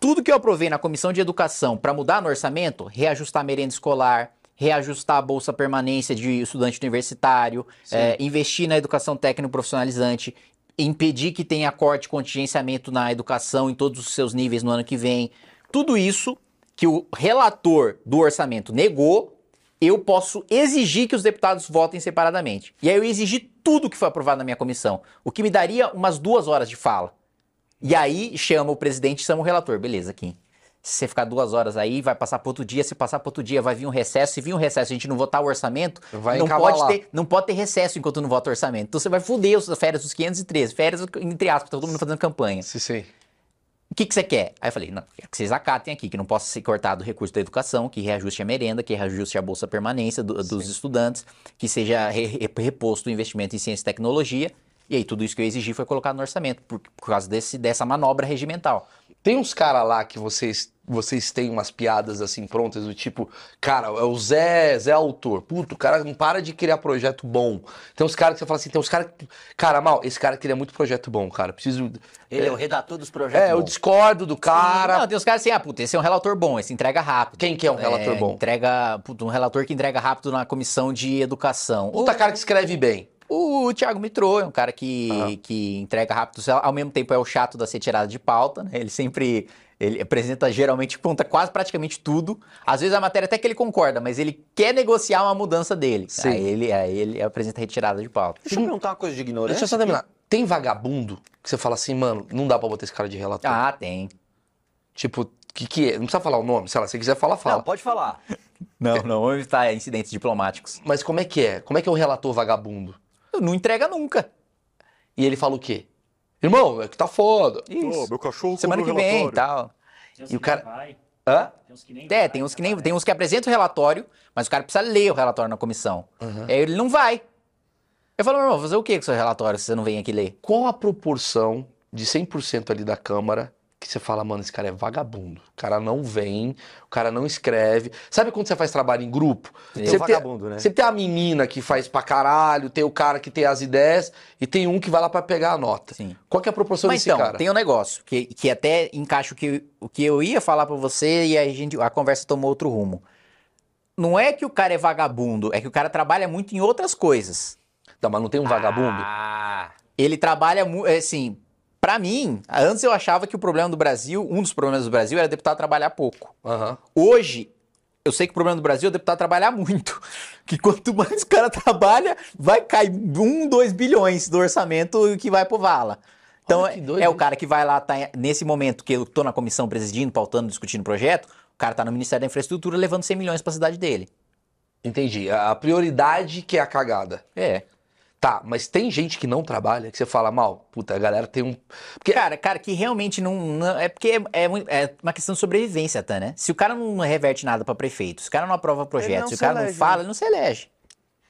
C: Tudo que eu aprovei na comissão de educação para mudar no orçamento, reajustar a merenda escolar, reajustar a bolsa permanência de estudante universitário, é, investir na educação técnico-profissionalizante, impedir que tenha corte e contingenciamento na educação em todos os seus níveis no ano que vem. Tudo isso que o relator do orçamento negou, eu posso exigir que os deputados votem separadamente. E aí eu exigi tudo que foi aprovado na minha comissão, o que me daria umas duas horas de fala. E aí chama o presidente, chama o relator. Beleza, Kim. Se você ficar duas horas aí, vai passar para outro dia. Se passar para outro dia, vai vir um recesso. Se vir um recesso, a gente não votar o orçamento,
A: Vai
C: não,
A: encavalar.
C: pode ter, não pode ter recesso enquanto não vota o orçamento. Então você vai foder as férias dos 513. Férias, entre aspas, tá todo mundo fazendo campanha.
A: Sim, sim.
C: O que, que você quer? Aí eu falei, não, quero que vocês acatem aqui, que não possa ser cortado o recurso da educação, que reajuste a merenda, que reajuste a bolsa permanência do- dos estudantes, que seja re- re- reposto o investimento em ciência e tecnologia. E aí tudo isso que eu exigi foi colocado no orçamento, por, por causa desse, dessa manobra regimental.
A: Tem uns caras lá que vocês vocês têm umas piadas assim prontas do tipo, cara, é o Zé, Zé autor. Puto, o cara não para de criar projeto bom. Tem uns caras que você fala assim, tem uns caras que, cara, mal, esse cara cria muito projeto bom, cara. Preciso
D: Ele é o redator dos projetos.
A: É, eu discordo do cara.
C: Não, tem uns caras assim, ah, puta, esse é um relator bom, esse entrega rápido.
A: Quem que é um relator bom?
C: Entrega, puta, um relator que entrega rápido na comissão de educação.
A: Puta cara que escreve bem.
C: O Thiago Mitrô é um cara que, que entrega rápido, ao mesmo tempo é o chato da ser tirada de pauta, né? Ele sempre ele apresenta geralmente conta quase praticamente tudo. Às vezes a matéria até que ele concorda, mas ele quer negociar uma mudança dele.
A: Sim.
C: Aí ele aí ele apresenta retirada de pauta.
B: Deixa eu perguntar uma coisa de ignorância.
A: Deixa eu só terminar. Tem vagabundo que você fala assim, mano, não dá pra botar esse cara de relator.
C: Ah, tem.
A: Tipo, que que é? Não precisa falar o nome, sei lá, se quiser falar, fala.
B: Não, pode falar.
C: Não, não vamos evitar incidentes diplomáticos.
A: Mas como é que é? Como é que é o relator vagabundo?
C: Não entrega nunca.
A: E ele fala o quê? Irmão, é que tá foda.
C: Isso.
D: meu cachorro
C: Semana que vem tá? e tal.
E: Tem uns
A: E o
E: que
A: cara-
E: nem vai,
A: Hã?
E: tem uns que nem
C: É,
E: vai, né?
C: tem uns que nem
E: aparece.
C: tem uns que apresentam o relatório, mas o cara precisa ler o relatório na comissão. Aí ele não vai. Eu falo, meu irmão, fazer o que com o seu relatório se você não vem aqui ler?
A: Qual a proporção de 100% ali da Câmara que você fala, mano, esse cara é vagabundo. O cara não vem, o cara não escreve. Sabe quando você faz trabalho em grupo?
C: Tem
A: Você
B: um
A: tem-
B: vagabundo,
C: É.
B: né?
A: Você tem a menina que faz pra caralho, tem o cara que tem as ideias e tem um que vai lá pra pegar a nota.
C: Sim.
A: Qual que é a proporção
C: Assim. Mas
A: desse
C: então,
A: cara?
C: tem um negócio que, que até encaixa o que, o que eu ia falar pra você e a, gente, a conversa tomou outro rumo. Não é que o cara é vagabundo, é que o cara trabalha muito em outras coisas.
A: Tá, mas não tem um vagabundo?
C: Ah, ele trabalha muito. Assim, pra mim, antes eu achava que o problema do Brasil, um dos problemas do Brasil era deputado trabalhar pouco.
A: Aham.
C: Hoje, eu sei que o problema do Brasil é o deputado trabalhar muito. Que quanto mais o cara trabalha, vai cair um, dois bilhões do orçamento que vai pro vala. Então,
A: Olha que doido,
C: é o
A: hein?
C: cara que vai lá, tá nesse momento que eu tô na comissão presidindo, pautando, discutindo o projeto, o cara tá no Ministério da Infraestrutura levando 100 milhões pra cidade dele.
A: Entendi. A a prioridade que é a cagada.
C: É.
A: Tá, mas tem gente que não trabalha, que você fala mal. Puta, a galera tem um. Porque
C: Cara, cara, que realmente não. não- é porque é, é mui- é uma questão de sobrevivência, até, né? Se o cara não reverte nada pra prefeito, se o cara não aprova projeto,
B: não
C: se o
B: se
C: cara não
B: elege,
C: fala,
B: né?
C: ele não se elege.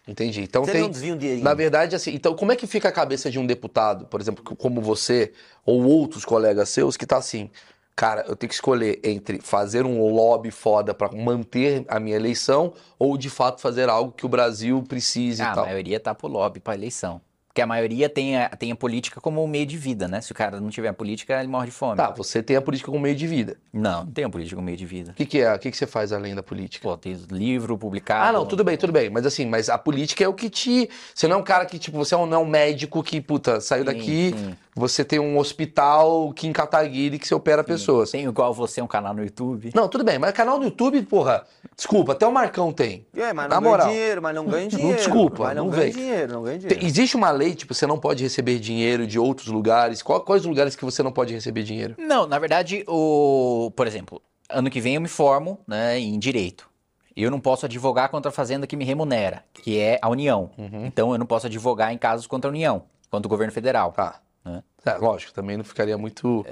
A: Entendi. Então
B: Você
A: tem.
B: não desvia um dinheirinho.
A: Na verdade, assim, então como é que fica a cabeça de um deputado, por exemplo, co- como você ou outros colegas seus, que tá assim, cara, eu tenho que escolher entre fazer um lobby foda pra manter a minha eleição ou de fato fazer algo que o Brasil precise
C: Ah,
A: e
C: a
A: tal.
C: maioria tá pro lobby, pra eleição. Porque a maioria tem a, tem a política como um meio de vida, né? Se o cara não tiver a política, ele morre de fome.
A: Tá, você tem a política como meio de vida.
C: Não, não tem a política como meio de vida.
A: O que, que é? O que, que você faz além da política?
C: Pô, tem livro publicado.
A: Ah, não, tudo bem, tudo bem. Mas assim, mas a política é o que te. Você não é um cara que, tipo, você é um- não é um médico que, puta, saiu
C: Sim,
A: daqui,
C: sim.
A: você tem um hospital que em Cataguiri que você opera pessoas.
C: Tem igual você um canal no YouTube.
A: Não, tudo bem, mas canal no YouTube, porra, desculpa, até o Marcão tem.
B: É, mas
A: Na
B: não ganha
A: moral.
B: dinheiro, mas não ganha dinheiro.
A: desculpa,
B: mas não,
A: não
B: ganha
A: vem.
B: dinheiro, não ganha dinheiro.
A: Tem- Existe uma lei, tipo, você não pode receber dinheiro de outros lugares. Qual- quais lugares que você não pode receber dinheiro?
C: Não, na verdade, o, por exemplo, ano que vem eu me formo, né, em direito. Eu não posso advogar contra a fazenda que me remunera, que é a União.
B: Uhum.
C: Então eu não posso advogar em casos contra a União, contra o governo federal.
A: Tá.
C: É.
A: É, lógico, também não ficaria muito,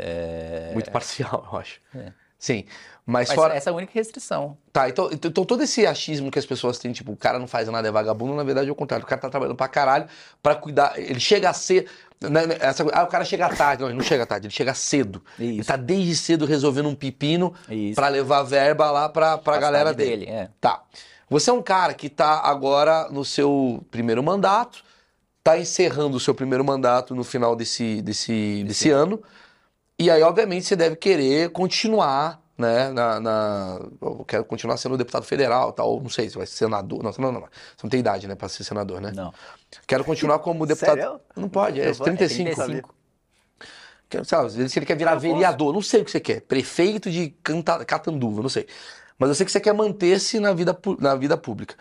A: muito parcial, eu acho. Sim. Mas,
C: Mas
A: fora.
C: essa é a única restrição.
A: Tá, então, então então todo esse achismo que as pessoas têm, tipo, o cara não faz nada, é vagabundo, na verdade é o contrário. O cara tá trabalhando pra caralho pra cuidar. Ele chega a ser. né, né, essa coisa, ah, o cara chega tarde. Não, ele não chega tarde, ele chega cedo. Ele
C: Isso.
A: tá desde cedo resolvendo um pepino
C: Isso.
A: pra levar verba lá pra, pra
C: Faz
A: galera
C: parte
A: dele.
C: é.
A: Tá. Você é um cara que tá agora no seu primeiro mandato, tá encerrando o seu primeiro mandato no final desse, desse, desse ano. E aí, obviamente, você deve querer continuar, né? Na, na- eu quero continuar sendo deputado federal, tal, não sei, se vai ser senador. Não, não, não, não. Você não tem idade, né, pra ser senador, né?
C: Não.
A: Quero continuar como deputado.
B: Sério?
A: Não pode, é
B: Eu vou- é
A: 35.
B: 35.
A: Quer- sabe, às vezes ele quer virar
B: Eu posso.
A: vereador, não sei o que você quer, prefeito de Canta- Catanduva, não sei. Mas eu sei que você quer manter-se na vida, pu- na vida pública.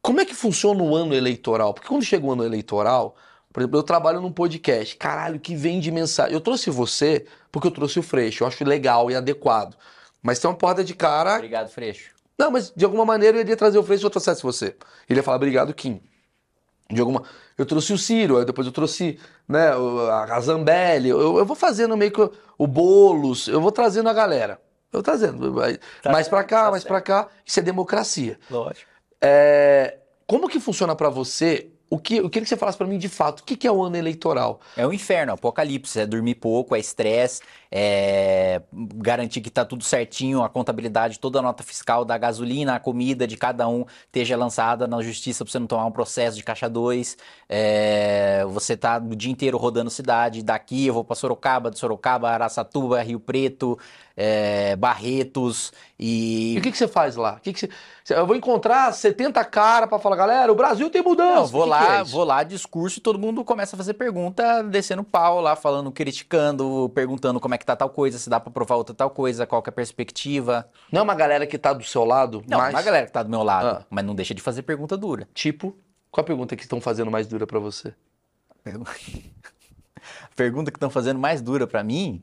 A: Como é que funciona o ano eleitoral? Porque quando chega o ano eleitoral, por exemplo, eu trabalho num podcast, caralho, que vem de mensagem. Eu trouxe você porque eu trouxe o Freixo, eu acho legal e adequado. Mas tem uma porta de cara
C: Obrigado, Freixo.
A: não, mas de alguma maneira eu iria trazer o Freixo se eu trouxesse você. Ele ia falar, obrigado, Kim. De alguma... Eu trouxe o Ciro, aí depois eu trouxe né, o- a a Zambelli. Eu, eu vou fazendo meio que o- o Boulos, eu vou trazendo a galera. Eu vou trazendo. vai-
C: Tá
A: mais pra cá, mais pra cá. Isso é democracia.
C: Lógico.
A: É, Como que funciona pra você? O que, eu queria que você falasse pra mim de fato. O que, que é o ano eleitoral?
C: É um inferno, apocalipse. É dormir pouco, é estresse, é garantir que tá tudo certinho, a contabilidade, toda a nota fiscal da gasolina, a comida de cada um esteja lançada na justiça pra você não tomar um processo de caixa 2. você tá o dia inteiro rodando cidade, daqui eu vou pra Sorocaba, de Sorocaba, Araçatuba, Rio Preto, é, Barretos
A: E
C: e.
A: o que, que você faz lá? O que que você- Eu vou encontrar 70 caras pra falar, galera, o Brasil tem mudança.
C: Não, vou
A: O que que
C: lá,
A: é isso?
C: vou lá, discurso, e todo mundo começa a fazer pergunta, descendo pau lá, falando, criticando, perguntando como é que tá tal coisa, se dá pra provar outra tal coisa, qual que é a perspectiva.
A: Não é uma galera que tá do seu lado,
C: Não,
A: mas
C: não é a galera que tá do meu lado,
A: Ah.
C: mas não deixa de fazer pergunta dura.
A: tipo, qual a pergunta que estão fazendo mais dura pra você?
C: Pergu- pergunta que estão fazendo mais dura pra mim,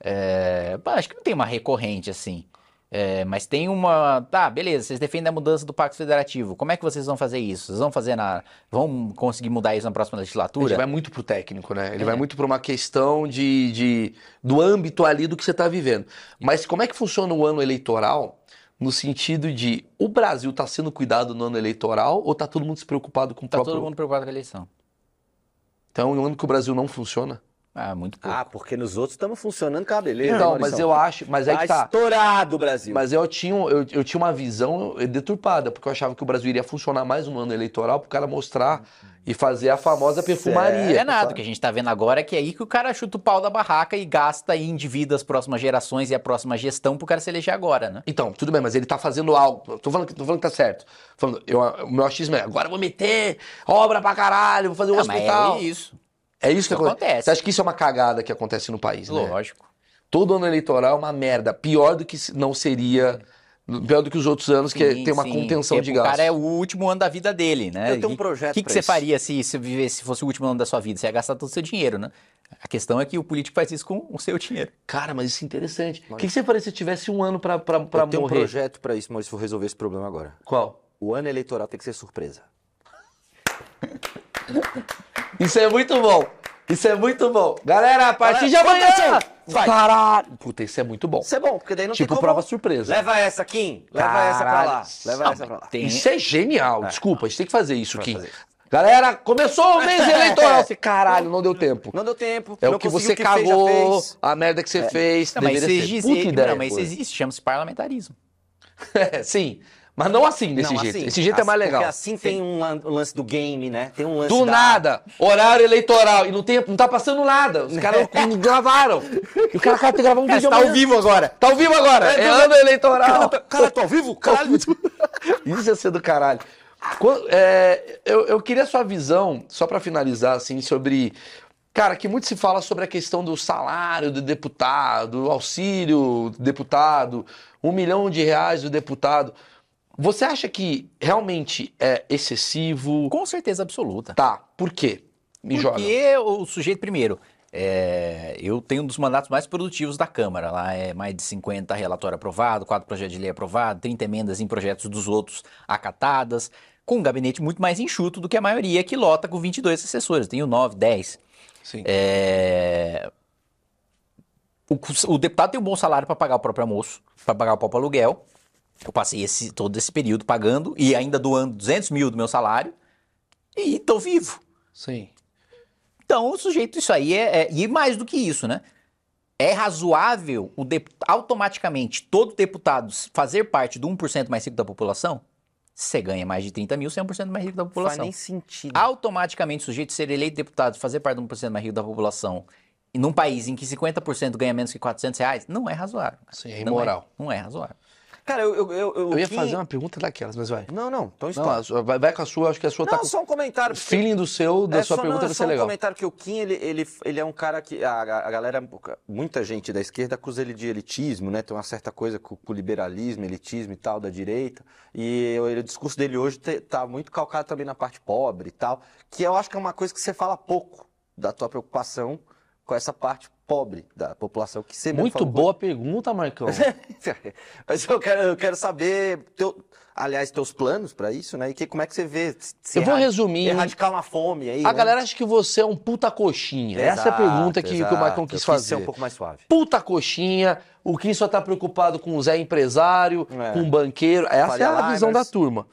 C: é, pá, acho que não tem uma recorrente assim. É, mas tem uma. Tá, beleza, vocês defendem a mudança do Pacto Federativo. Como é que vocês vão fazer isso? Vocês vão fazer na. Vão conseguir mudar isso na próxima
A: Ele
C: legislatura?
A: vai muito pro técnico, né? Ele
C: É.
A: vai muito pra uma questão de, de- do âmbito ali do que você tá vivendo. Mas como é que funciona o ano eleitoral no sentido de o Brasil tá sendo cuidado no ano eleitoral ou tá todo mundo se preocupado com o
C: Tá
A: próprio...
C: todo mundo preocupado com a eleição.
A: Então, no ano que o Brasil não funciona?
C: Ah, muito pouco.
B: Ah, porque nos outros estamos funcionando com a beleza.
A: então,
B: hein,
A: mas
B: Maurício?
A: eu acho... Mas aí
B: Tá
A: que tá...
B: estourado, Brasil.
A: Mas eu tinha, um, eu, eu tinha uma visão deturpada, porque eu achava que o Brasil iria funcionar mais um ano eleitoral para o cara mostrar e fazer a famosa perfumaria.
C: É nada, o que a gente tá vendo agora é que é aí que o cara chuta o pau da barraca e gasta e endivida as próximas gerações e a próxima gestão pro cara se eleger agora, né?
A: Então, tudo bem, mas ele tá fazendo algo. Tô falando que, tô falando que tá certo. Falando, eu, o meu achismo é, agora eu vou meter obra pra caralho, vou fazer um
C: Ah, mas
A: hospital.
C: é isso,
A: É isso que
C: Isso
A: aconte-
C: acontece.
A: Você acha que isso é uma cagada que acontece no país, né?
C: lógico.
A: Todo ano eleitoral é uma merda. Pior do que se- não seria... Pior do que os outros anos, que é,
C: Sim,
A: tem uma
C: sim,
A: contenção
C: porque
A: de
C: pro
A: gastos.
C: cara é o último ano da vida dele, né?
B: Eu tenho um
C: E-
B: projeto
C: O que, que
B: pra
C: você
B: isso.
C: faria se, se, viver- se fosse o último ano da sua vida? Você ia gastar todo o seu dinheiro, né? A questão é que o político faz isso com o seu dinheiro.
A: Cara, mas isso é interessante. O que, que você faria se tivesse um ano pra, pra, pra
B: eu tenho um
A: morrer?
B: projeto pra isso, Maurício, vou resolver esse problema agora.
A: Qual?
B: O ano eleitoral tem que ser surpresa.
A: Isso é muito bom. Isso é muito bom. Galera, a partir de amanhã...
B: aconteceu. Vai.
A: Caralho! Puta, isso é muito bom.
B: Isso é bom, porque daí não
A: Tipo
B: tem como...
A: prova surpresa.
B: Leva essa, Kim. Leva essa pra
A: Caralho.
B: lá. Leva
A: Não,
B: essa pra lá.
C: Tem...
A: Isso é genial. Desculpa, a gente tem que fazer isso, Kim.
B: fazer
A: Galera, começou o mês eleitoral. Você, caralho, não deu tempo.
B: Não deu tempo.
A: É
B: não
A: o que
B: consegui,
A: você
B: o que fez, já
A: cagou,
B: fez. É.
A: a merda que você fez.
C: Não, mas isso
A: deveria ser.
C: existe,
A: Puta ideia.
C: não, mas isso existe, chama-se parlamentarismo.
A: É, Sim, mas não assim, desse
B: Não,
A: jeito.
B: assim,
A: Esse jeito é mais
B: assim,
A: legal.
B: Porque assim tem um lan- um lance do game, né? Tem um lance
A: Do
B: da-
A: nada, horário eleitoral. E não, tem, não tá passando nada. Os caras não gravaram. E o cara, cara tem que gravar um
B: tá
A: vídeo amanhã.
C: vivo agora.
A: Tá ao vivo agora. É, ano eleitoral.
B: então Cara, tô ao vivo? Caralho.
A: Isso ia ser do caralho. Quan- é, eu, eu queria a sua visão, só pra finalizar, assim, sobre. Cara, que muito se fala sobre a questão do salário do deputado, o auxílio do deputado, um milhão de reais do deputado. Você acha que realmente é excessivo?
C: Com certeza absoluta.
A: Tá, por quê? Me joga.
C: Porque o sujeito, primeiro, é, eu tenho um dos mandatos mais produtivos da Câmara. Lá é mais de 50 relatórios aprovados, 4 projetos de lei aprovados, 30 emendas em projetos dos outros acatadas, com um gabinete muito mais enxuto do que a maioria que lota com
B: É.
C: 22 assessores. Tenho 9, 10.
A: Sim.
C: É, o, cus- o deputado tem um bom salário para pagar o próprio almoço, para pagar o próprio aluguel. Eu passei esse, todo esse período pagando e ainda doando 200 mil do meu salário e estou vivo.
A: Sim.
C: Então, o sujeito, isso aí é, é- E mais do que isso, né? É razoável o dep- automaticamente todo deputado s- fazer parte do 1% mais rico da população? Se você ganha mais de 30 mil, você é 1% mais rico da
B: Não faz
C: população.
B: nem sentido.
A: Ah.
C: Automaticamente, o sujeito ser eleito deputado e fazer parte do 1% mais rico da população, e num país em que 50% ganha menos que 400 reais, não é razoável.
A: Sim, é
C: Não
A: imoral.
C: Não é, razoável.
B: Cara, eu. Eu, eu,
A: Eu ia
B: que-
A: fazer uma pergunta daquelas, mas vai.
B: Não, não,
A: Não,
B: então está.
A: a sua- vai, vai com a sua, acho que a sua
B: Não,
A: tá com.
B: só um comentário.
A: O feeling do seu, da
B: É
A: sua
B: só- não,
A: pergunta
B: é
A: vai
B: só
A: ser
B: um
A: legal.
B: comentário que o Kim, ele, ele, ele é um cara que a, a galera, muita gente da esquerda acusa ele de elitismo, né? Tem uma certa coisa com, com o liberalismo, elitismo e tal, da direita. E eu- ele- o discurso dele hoje te- tá muito calcado também na parte pobre e tal, que eu acho que é uma coisa que você fala pouco da tua preocupação com essa parte pobre da população, que você mesmo
A: Muito
B: falou.
A: boa pergunta, Marcão.
B: Mas eu quero, eu quero saber, teu- aliás, teus planos pra isso, né? E que, como é que você vê? se- se
A: Eu vou
B: erra-
A: resumir.
B: Erradicar uma fome aí,
A: A
B: né?
A: galera acha que você é um puta coxinha. Essa é a
B: Exato,
A: pergunta que, que o Marcão
B: exato.
A: quis
B: Eu
A: fazer.
B: ser um pouco mais suave.
A: Puta coxinha, o Kim só tá preocupado com o Zé empresário,
B: É.
A: com o banqueiro. Essa é a
B: Faria
A: visão da
B: Liners.
A: turma.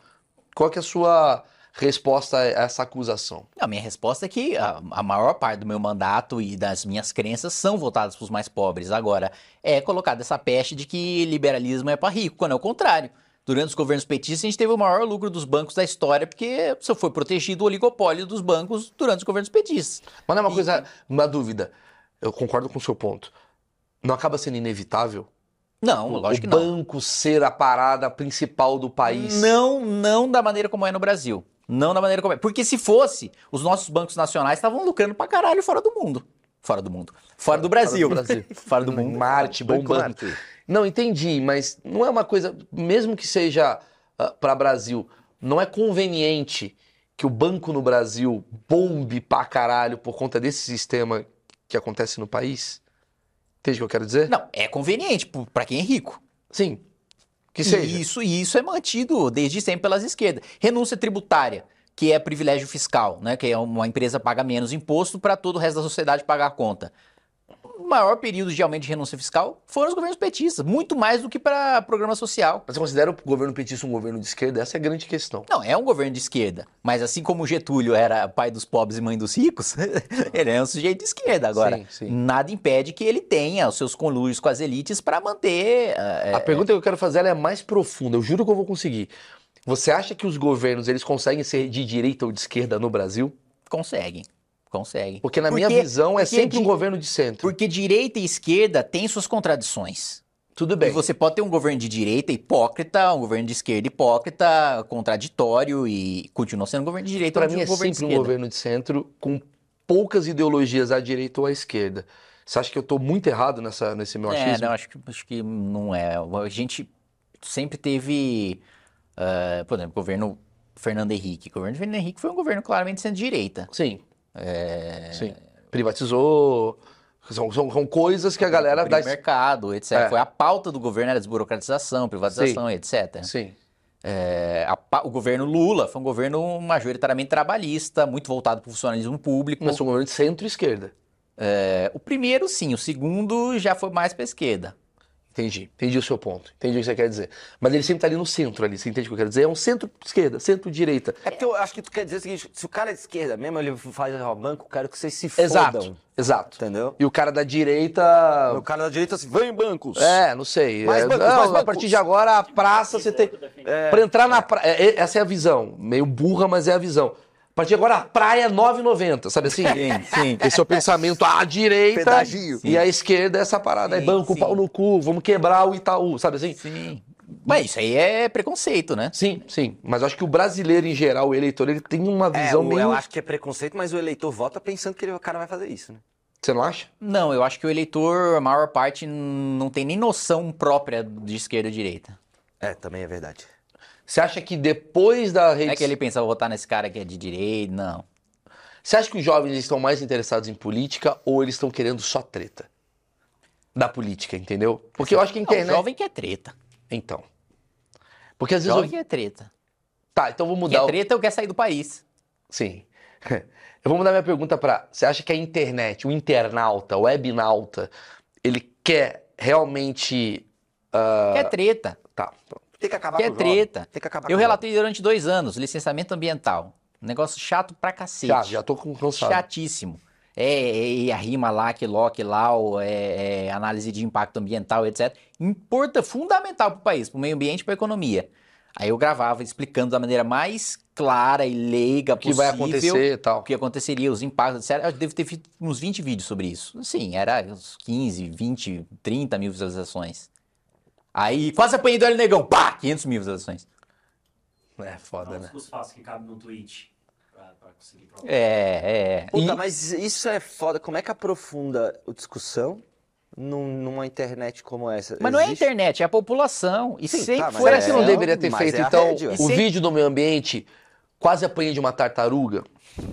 A: Qual que é a sua resposta a essa acusação?
C: Não, a minha resposta é que a, a maior parte do meu mandato e das minhas crenças são voltadas para os mais pobres. Agora, é colocada essa peste de que liberalismo é para rico, quando é o contrário. Durante os governos petistas, a gente teve o maior lucro dos bancos da história, porque só foi protegido o oligopólio dos bancos durante os governos petistas.
A: Mas não é uma
C: E-
A: coisa, uma dúvida. Eu concordo com o seu ponto. Não acaba sendo inevitável
C: Não,
A: o-
C: lógico
A: o
C: que não.
A: banco ser a parada principal do país?
C: Não, não da maneira como é no Brasil. Não da maneira como é. Porque se fosse, os nossos bancos nacionais estavam lucrando pra caralho fora do mundo. Fora do mundo. Fora do Brasil.
A: Fora do Brasil.
C: Fora do mundo.
A: Marte bombando. Não, entendi, mas não é uma coisa, mesmo que seja para Brasil, não é conveniente que o banco no Brasil bombe pra caralho por conta desse sistema que acontece no país? Entende o que eu quero dizer?
C: Não, é conveniente pro- pra quem é rico.
A: Sim. Que
C: E
A: seja.
C: Isso, e isso é mantido desde sempre pelas esquerdas. Renúncia tributária, que é privilégio fiscal, né? Que é uma empresa paga menos imposto para todo o resto da sociedade pagar a conta. O maior período de aumento de renúncia fiscal foram os governos petistas, muito mais do que para programa social.
A: Mas você considera o governo petista um governo de esquerda? Essa é a grande questão.
C: Não, é um governo de esquerda, mas assim como o Getúlio era pai dos pobres e mãe dos ricos, ele é um sujeito de esquerda agora.
A: Sim, sim.
C: Nada impede que ele tenha os seus conluios com as elites para manter. ah,
A: A pergunta que eu quero fazer ela é mais profunda, eu juro que eu vou conseguir. Você acha que os governos eles conseguem ser de direita ou de esquerda no Brasil?
C: é, conseguem, conseguem.
A: Porque na
C: Porque-
A: minha visão é
C: porque
A: sempre um
C: de-
A: governo de centro.
C: Porque direita e esquerda têm suas contradições.
A: Tudo bem.
C: E você pode ter um governo de direita hipócrita, um governo de esquerda hipócrita, contraditório e continua sendo um governo de direita
A: Para
C: ou
A: mim é
C: um governo de
A: sempre um
C: esquerda.
A: governo de centro com poucas ideologias à direita ou à esquerda. Você acha que eu tô muito errado nessa, nesse meu
C: É,
A: achismo?
C: não, acho que, acho que não é. A gente sempre teve, ah, por exemplo, governo Fernando Henrique. O governo Fernando Henrique foi um governo claramente centro-direita.
A: Sim. Sim. Privatizou. São, são- são coisas que a galera dá.
C: Abriu mercado, etc.
A: É.
C: Foi a pauta do governo, era desburocratização, privatização, etc.
A: Sim.
C: É, a pa- o governo Lula foi um governo majoritariamente trabalhista, muito voltado para o funcionalismo público.
A: Mas são um governo de centro-esquerda.
C: É, o primeiro, sim. O segundo já foi mais para esquerda.
A: Entendi. Entendi o seu ponto. Entendi o que você quer dizer. Mas ele sempre tá ali no centro ali. Você entende o que eu quero dizer? É um centro-esquerda, centro-direita.
B: É porque eu acho que tu quer dizer o seguinte: se o cara é de esquerda mesmo, ele faz o banco, eu quero que vocês se
A: Exato.
B: fodam.
A: Exato.
B: Entendeu?
A: E o cara da direita.
B: O cara da direita assim, vem bancos!
A: É, não sei.
B: Mais
A: É,
B: bancos,
A: não,
B: mais
A: a
B: bancos.
A: partir de agora a praça você tem. pra entrar na praia. Essa é a visão. Meio burra, mas é a visão. A partir de agora a praia é 9,90, sabe assim?
C: sim.
A: Esse é o pensamento à direita
B: Pedagio.
A: e à esquerda é essa parada. é
C: Sim,
A: banco,
C: sim.
A: pau no cu, vamos quebrar o Itaú, sabe assim?
C: Sim. Mas isso aí é preconceito, né?
A: Sim, sim. Mas eu acho que o brasileiro em geral, o eleitor, ele tem uma
B: É,
A: visão
B: o-
A: meio.
B: eu acho que é preconceito, mas o eleitor vota pensando que ele- o cara vai fazer isso, né?
A: Você não acha?
C: Não, eu acho que o eleitor, a maior parte, n- não tem nem noção própria de esquerda ou direita.
B: É, também é verdade.
A: Você acha que depois da rede.
C: Não é que ele pensa, vou votar nesse cara que é de direita, não.
A: Você acha que os jovens estão mais interessados em política ou eles estão querendo só treta? Da política, entendeu? Porque eu acho que a
C: Não,
A: internet.
C: o jovem que é treta.
A: Então. Porque às
C: O
A: vezes.
C: jovem
A: Eu...
C: que é treta.
A: Tá, então eu vou
C: Que é
A: mudar. o-
C: treta eu quero sair do país.
A: Sim. Eu vou mudar minha pergunta pra. Você acha que a internet, o internauta, o webnauta, ele quer realmente. Ah,
C: Que é treta.
A: Tá.
B: Tem que acabar
C: Que é
B: com o jovem.
C: treta.
B: Tem que acabar com
C: Eu
B: o jovem.
C: relatei durante dois anos, licenciamento ambiental. Um negócio chato pra cacete.
A: Já, já tô com cansado.
C: Chatíssimo. É, é, e a rima lá, que lá, que lá, o, é, é, análise de impacto ambiental, etc. Importa fundamental pro país, pro meio ambiente, pra economia. Aí eu gravava explicando da maneira mais clara e leiga
A: O que vai
C: possível
A: acontecer e
C: o
A: tal.
C: que aconteceria, os impactos, etc. Eu devo ter feito uns 20 vídeos sobre isso. Sim, era uns 15, 20, 30 mil visualizações. Aí quase apanhei do L Negão, pá, 500 mil visualizações.
A: É foda, né?
E: Os, os passos que cabem no tweet pra, pra conseguir provar.
C: É, é.
B: Puta,
C: E-
B: mas isso é foda. Como é que aprofunda a discussão num- numa internet como essa?
C: Mas não é a
B: Existe?
C: internet, é a população. E
B: Sim,
C: sempre
B: tá, mas
C: foi
A: Será
B: é-
A: que não
C: assim.
A: deveria ter
B: mas
A: feito,
B: é a
A: então,
B: rédea.
A: o
C: Sim.
A: vídeo do meio ambiente quase apanha de uma tartaruga?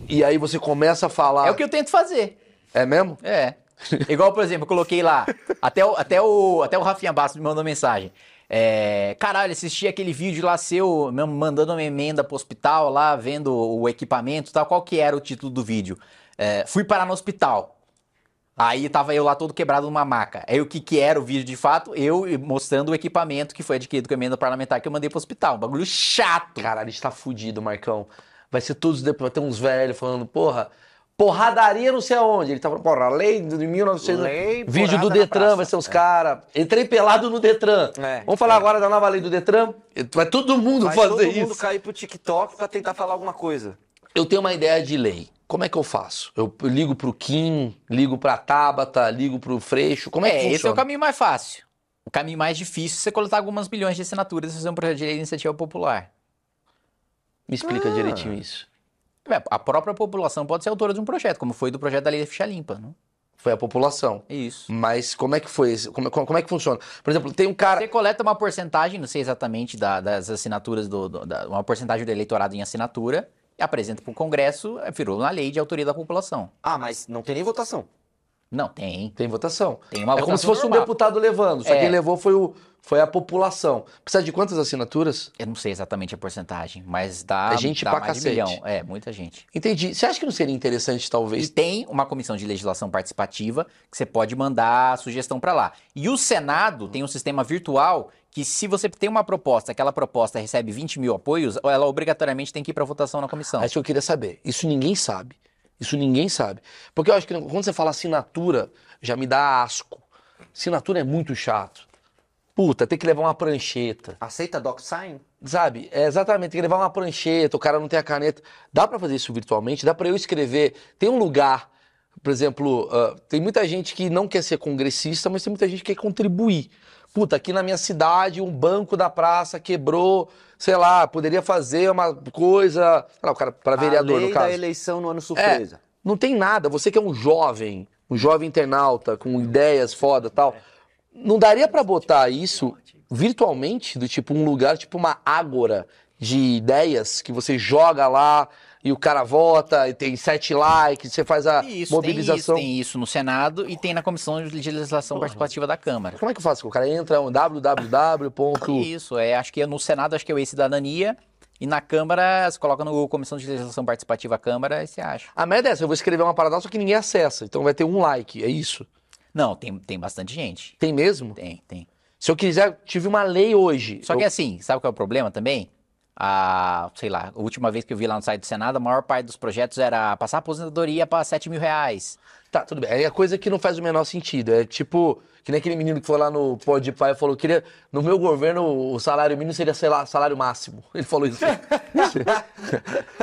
A: E aí você começa a falar.
C: É o que eu tento fazer.
A: É mesmo?
C: É. Igual, por exemplo, eu coloquei lá, até o, até o, até o Rafinha Bastos me mandou mensagem. É, caralho, assisti aquele vídeo lá seu, me mandando uma emenda pro hospital lá, vendo o equipamento e tal. Qual que era o título do vídeo? É, fui parar no hospital. Aí tava eu lá todo quebrado numa maca. Aí o que que era o vídeo de fato? Eu mostrando o equipamento que foi adquirido com a emenda parlamentar que eu mandei pro hospital. Um bagulho chato.
A: Caralho, está fudido, Marcão. Vai ser todos depois. Vai ter uns velhos falando, porra, porradaria não sei aonde. Ele tá falando, porra, lei de 1900.
B: Lei,
A: Vídeo
B: porrada
A: do
B: na
A: Detran,
B: praça.
A: vai ser uns caras. Entrei pelado no Detran.
B: É,
A: Vamos falar agora da nova lei do Detran? É, Vai todo mundo
B: Faz
A: fazer
B: todo
A: isso.
B: mundo cair pro TikTok pra tentar falar alguma coisa.
A: Eu tenho uma ideia de lei. Como é que eu faço? Eu eu ligo pro Kim, ligo pra Tabata, ligo pro Freixo. Como é, que
C: É,
A: funciona?
C: esse é o caminho mais fácil. O caminho mais difícil é você coletar algumas bilhões de assinaturas e fazer um projeto de lei de iniciativa popular.
A: Me explica direitinho isso.
C: É, A própria população pode ser autora de um projeto, como foi do projeto da Lei da Ficha Limpa, né?
A: Foi a população.
C: É isso.
A: Mas como é que foi? esse- Como, como- como é que funciona? Por exemplo, tem um cara.
C: Você coleta uma porcentagem, não sei exatamente, da- das assinaturas, do, do- da- uma porcentagem do eleitorado em assinatura, e apresenta para o Congresso, é, virou uma lei de autoria da população.
B: Ah, mas não tem nem votação.
C: Não, tem.
A: Tem votação.
C: Tem uma
A: é como se
C: votação
A: fosse um
C: normal.
A: deputado levando. Só
C: É.
A: quem levou foi, o, foi a população. Precisa de quantas assinaturas?
C: Eu não sei exatamente a porcentagem, mas dá,
A: É gente
C: dá
A: pra
C: mais de
A: cacete.
C: milhão. É, muita gente.
A: Entendi. Você acha que não seria interessante,
C: E
A: talvez?
C: tem uma comissão de legislação participativa que você pode mandar a sugestão para lá. E o Senado tem um sistema virtual que, se você tem uma proposta, aquela proposta recebe 20 mil apoios, ela obrigatoriamente tem que ir para votação na comissão.
A: É isso que eu queria saber. Isso ninguém sabe. Isso ninguém sabe. Porque eu acho que quando você fala assinatura, já me dá asco. Assinatura é muito chato. Puta, tem que levar uma prancheta.
B: Aceita DocSign?
A: Sabe? É exatamente, tem que levar uma prancheta, o cara não tem a caneta. Dá pra fazer isso virtualmente? Dá pra eu escrever? Tem um lugar, por exemplo, ah, tem muita gente que não quer ser congressista, mas tem muita gente que quer contribuir. Puta, aqui na minha cidade, um banco da praça quebrou, sei lá, poderia fazer uma coisa, sei lá, o cara para vereador
B: a lei
A: no caso. É.
B: da eleição no ano surpresa.
A: Não tem nada. Você que é um jovem, um jovem internauta com ideias foda e
C: é.
A: tal, não daria
C: tipo
A: pra botar isso virtualmente, do tipo um lugar, tipo uma ágora de ideias que você joga lá e o cara vota e tem sete likes, você faz a
C: E isso,
A: mobilização.
C: Tem isso, tem isso no Senado e tem na comissão de legislação participativa da Câmara.
A: Como é que eu faço? O cara entra um www. ponto-
C: Isso, é, acho que é no Senado acho que é o e-cidadania e na Câmara você coloca no Google comissão de legislação participativa Câmara e você acha.
A: A merda é essa, eu vou escrever uma parada só que ninguém acessa, então vai ter um like, é isso.
C: Não, tem, tem bastante gente.
A: Tem mesmo?
C: Tem, tem.
A: Se eu quiser, tive uma lei hoje.
C: Só
A: eu...
C: que assim, sabe qual é o problema também? A, sei lá, a última vez que eu vi lá no site do Senado, a maior parte dos projetos era passar a aposentadoria para 7 mil reais.
A: Tá, tudo bem. Aí é coisa que não faz o menor sentido. É tipo, que nem aquele menino que foi lá no Pode Pai e falou: queria, no meu governo, o salário mínimo seria, sei lá, salário máximo. Ele falou isso.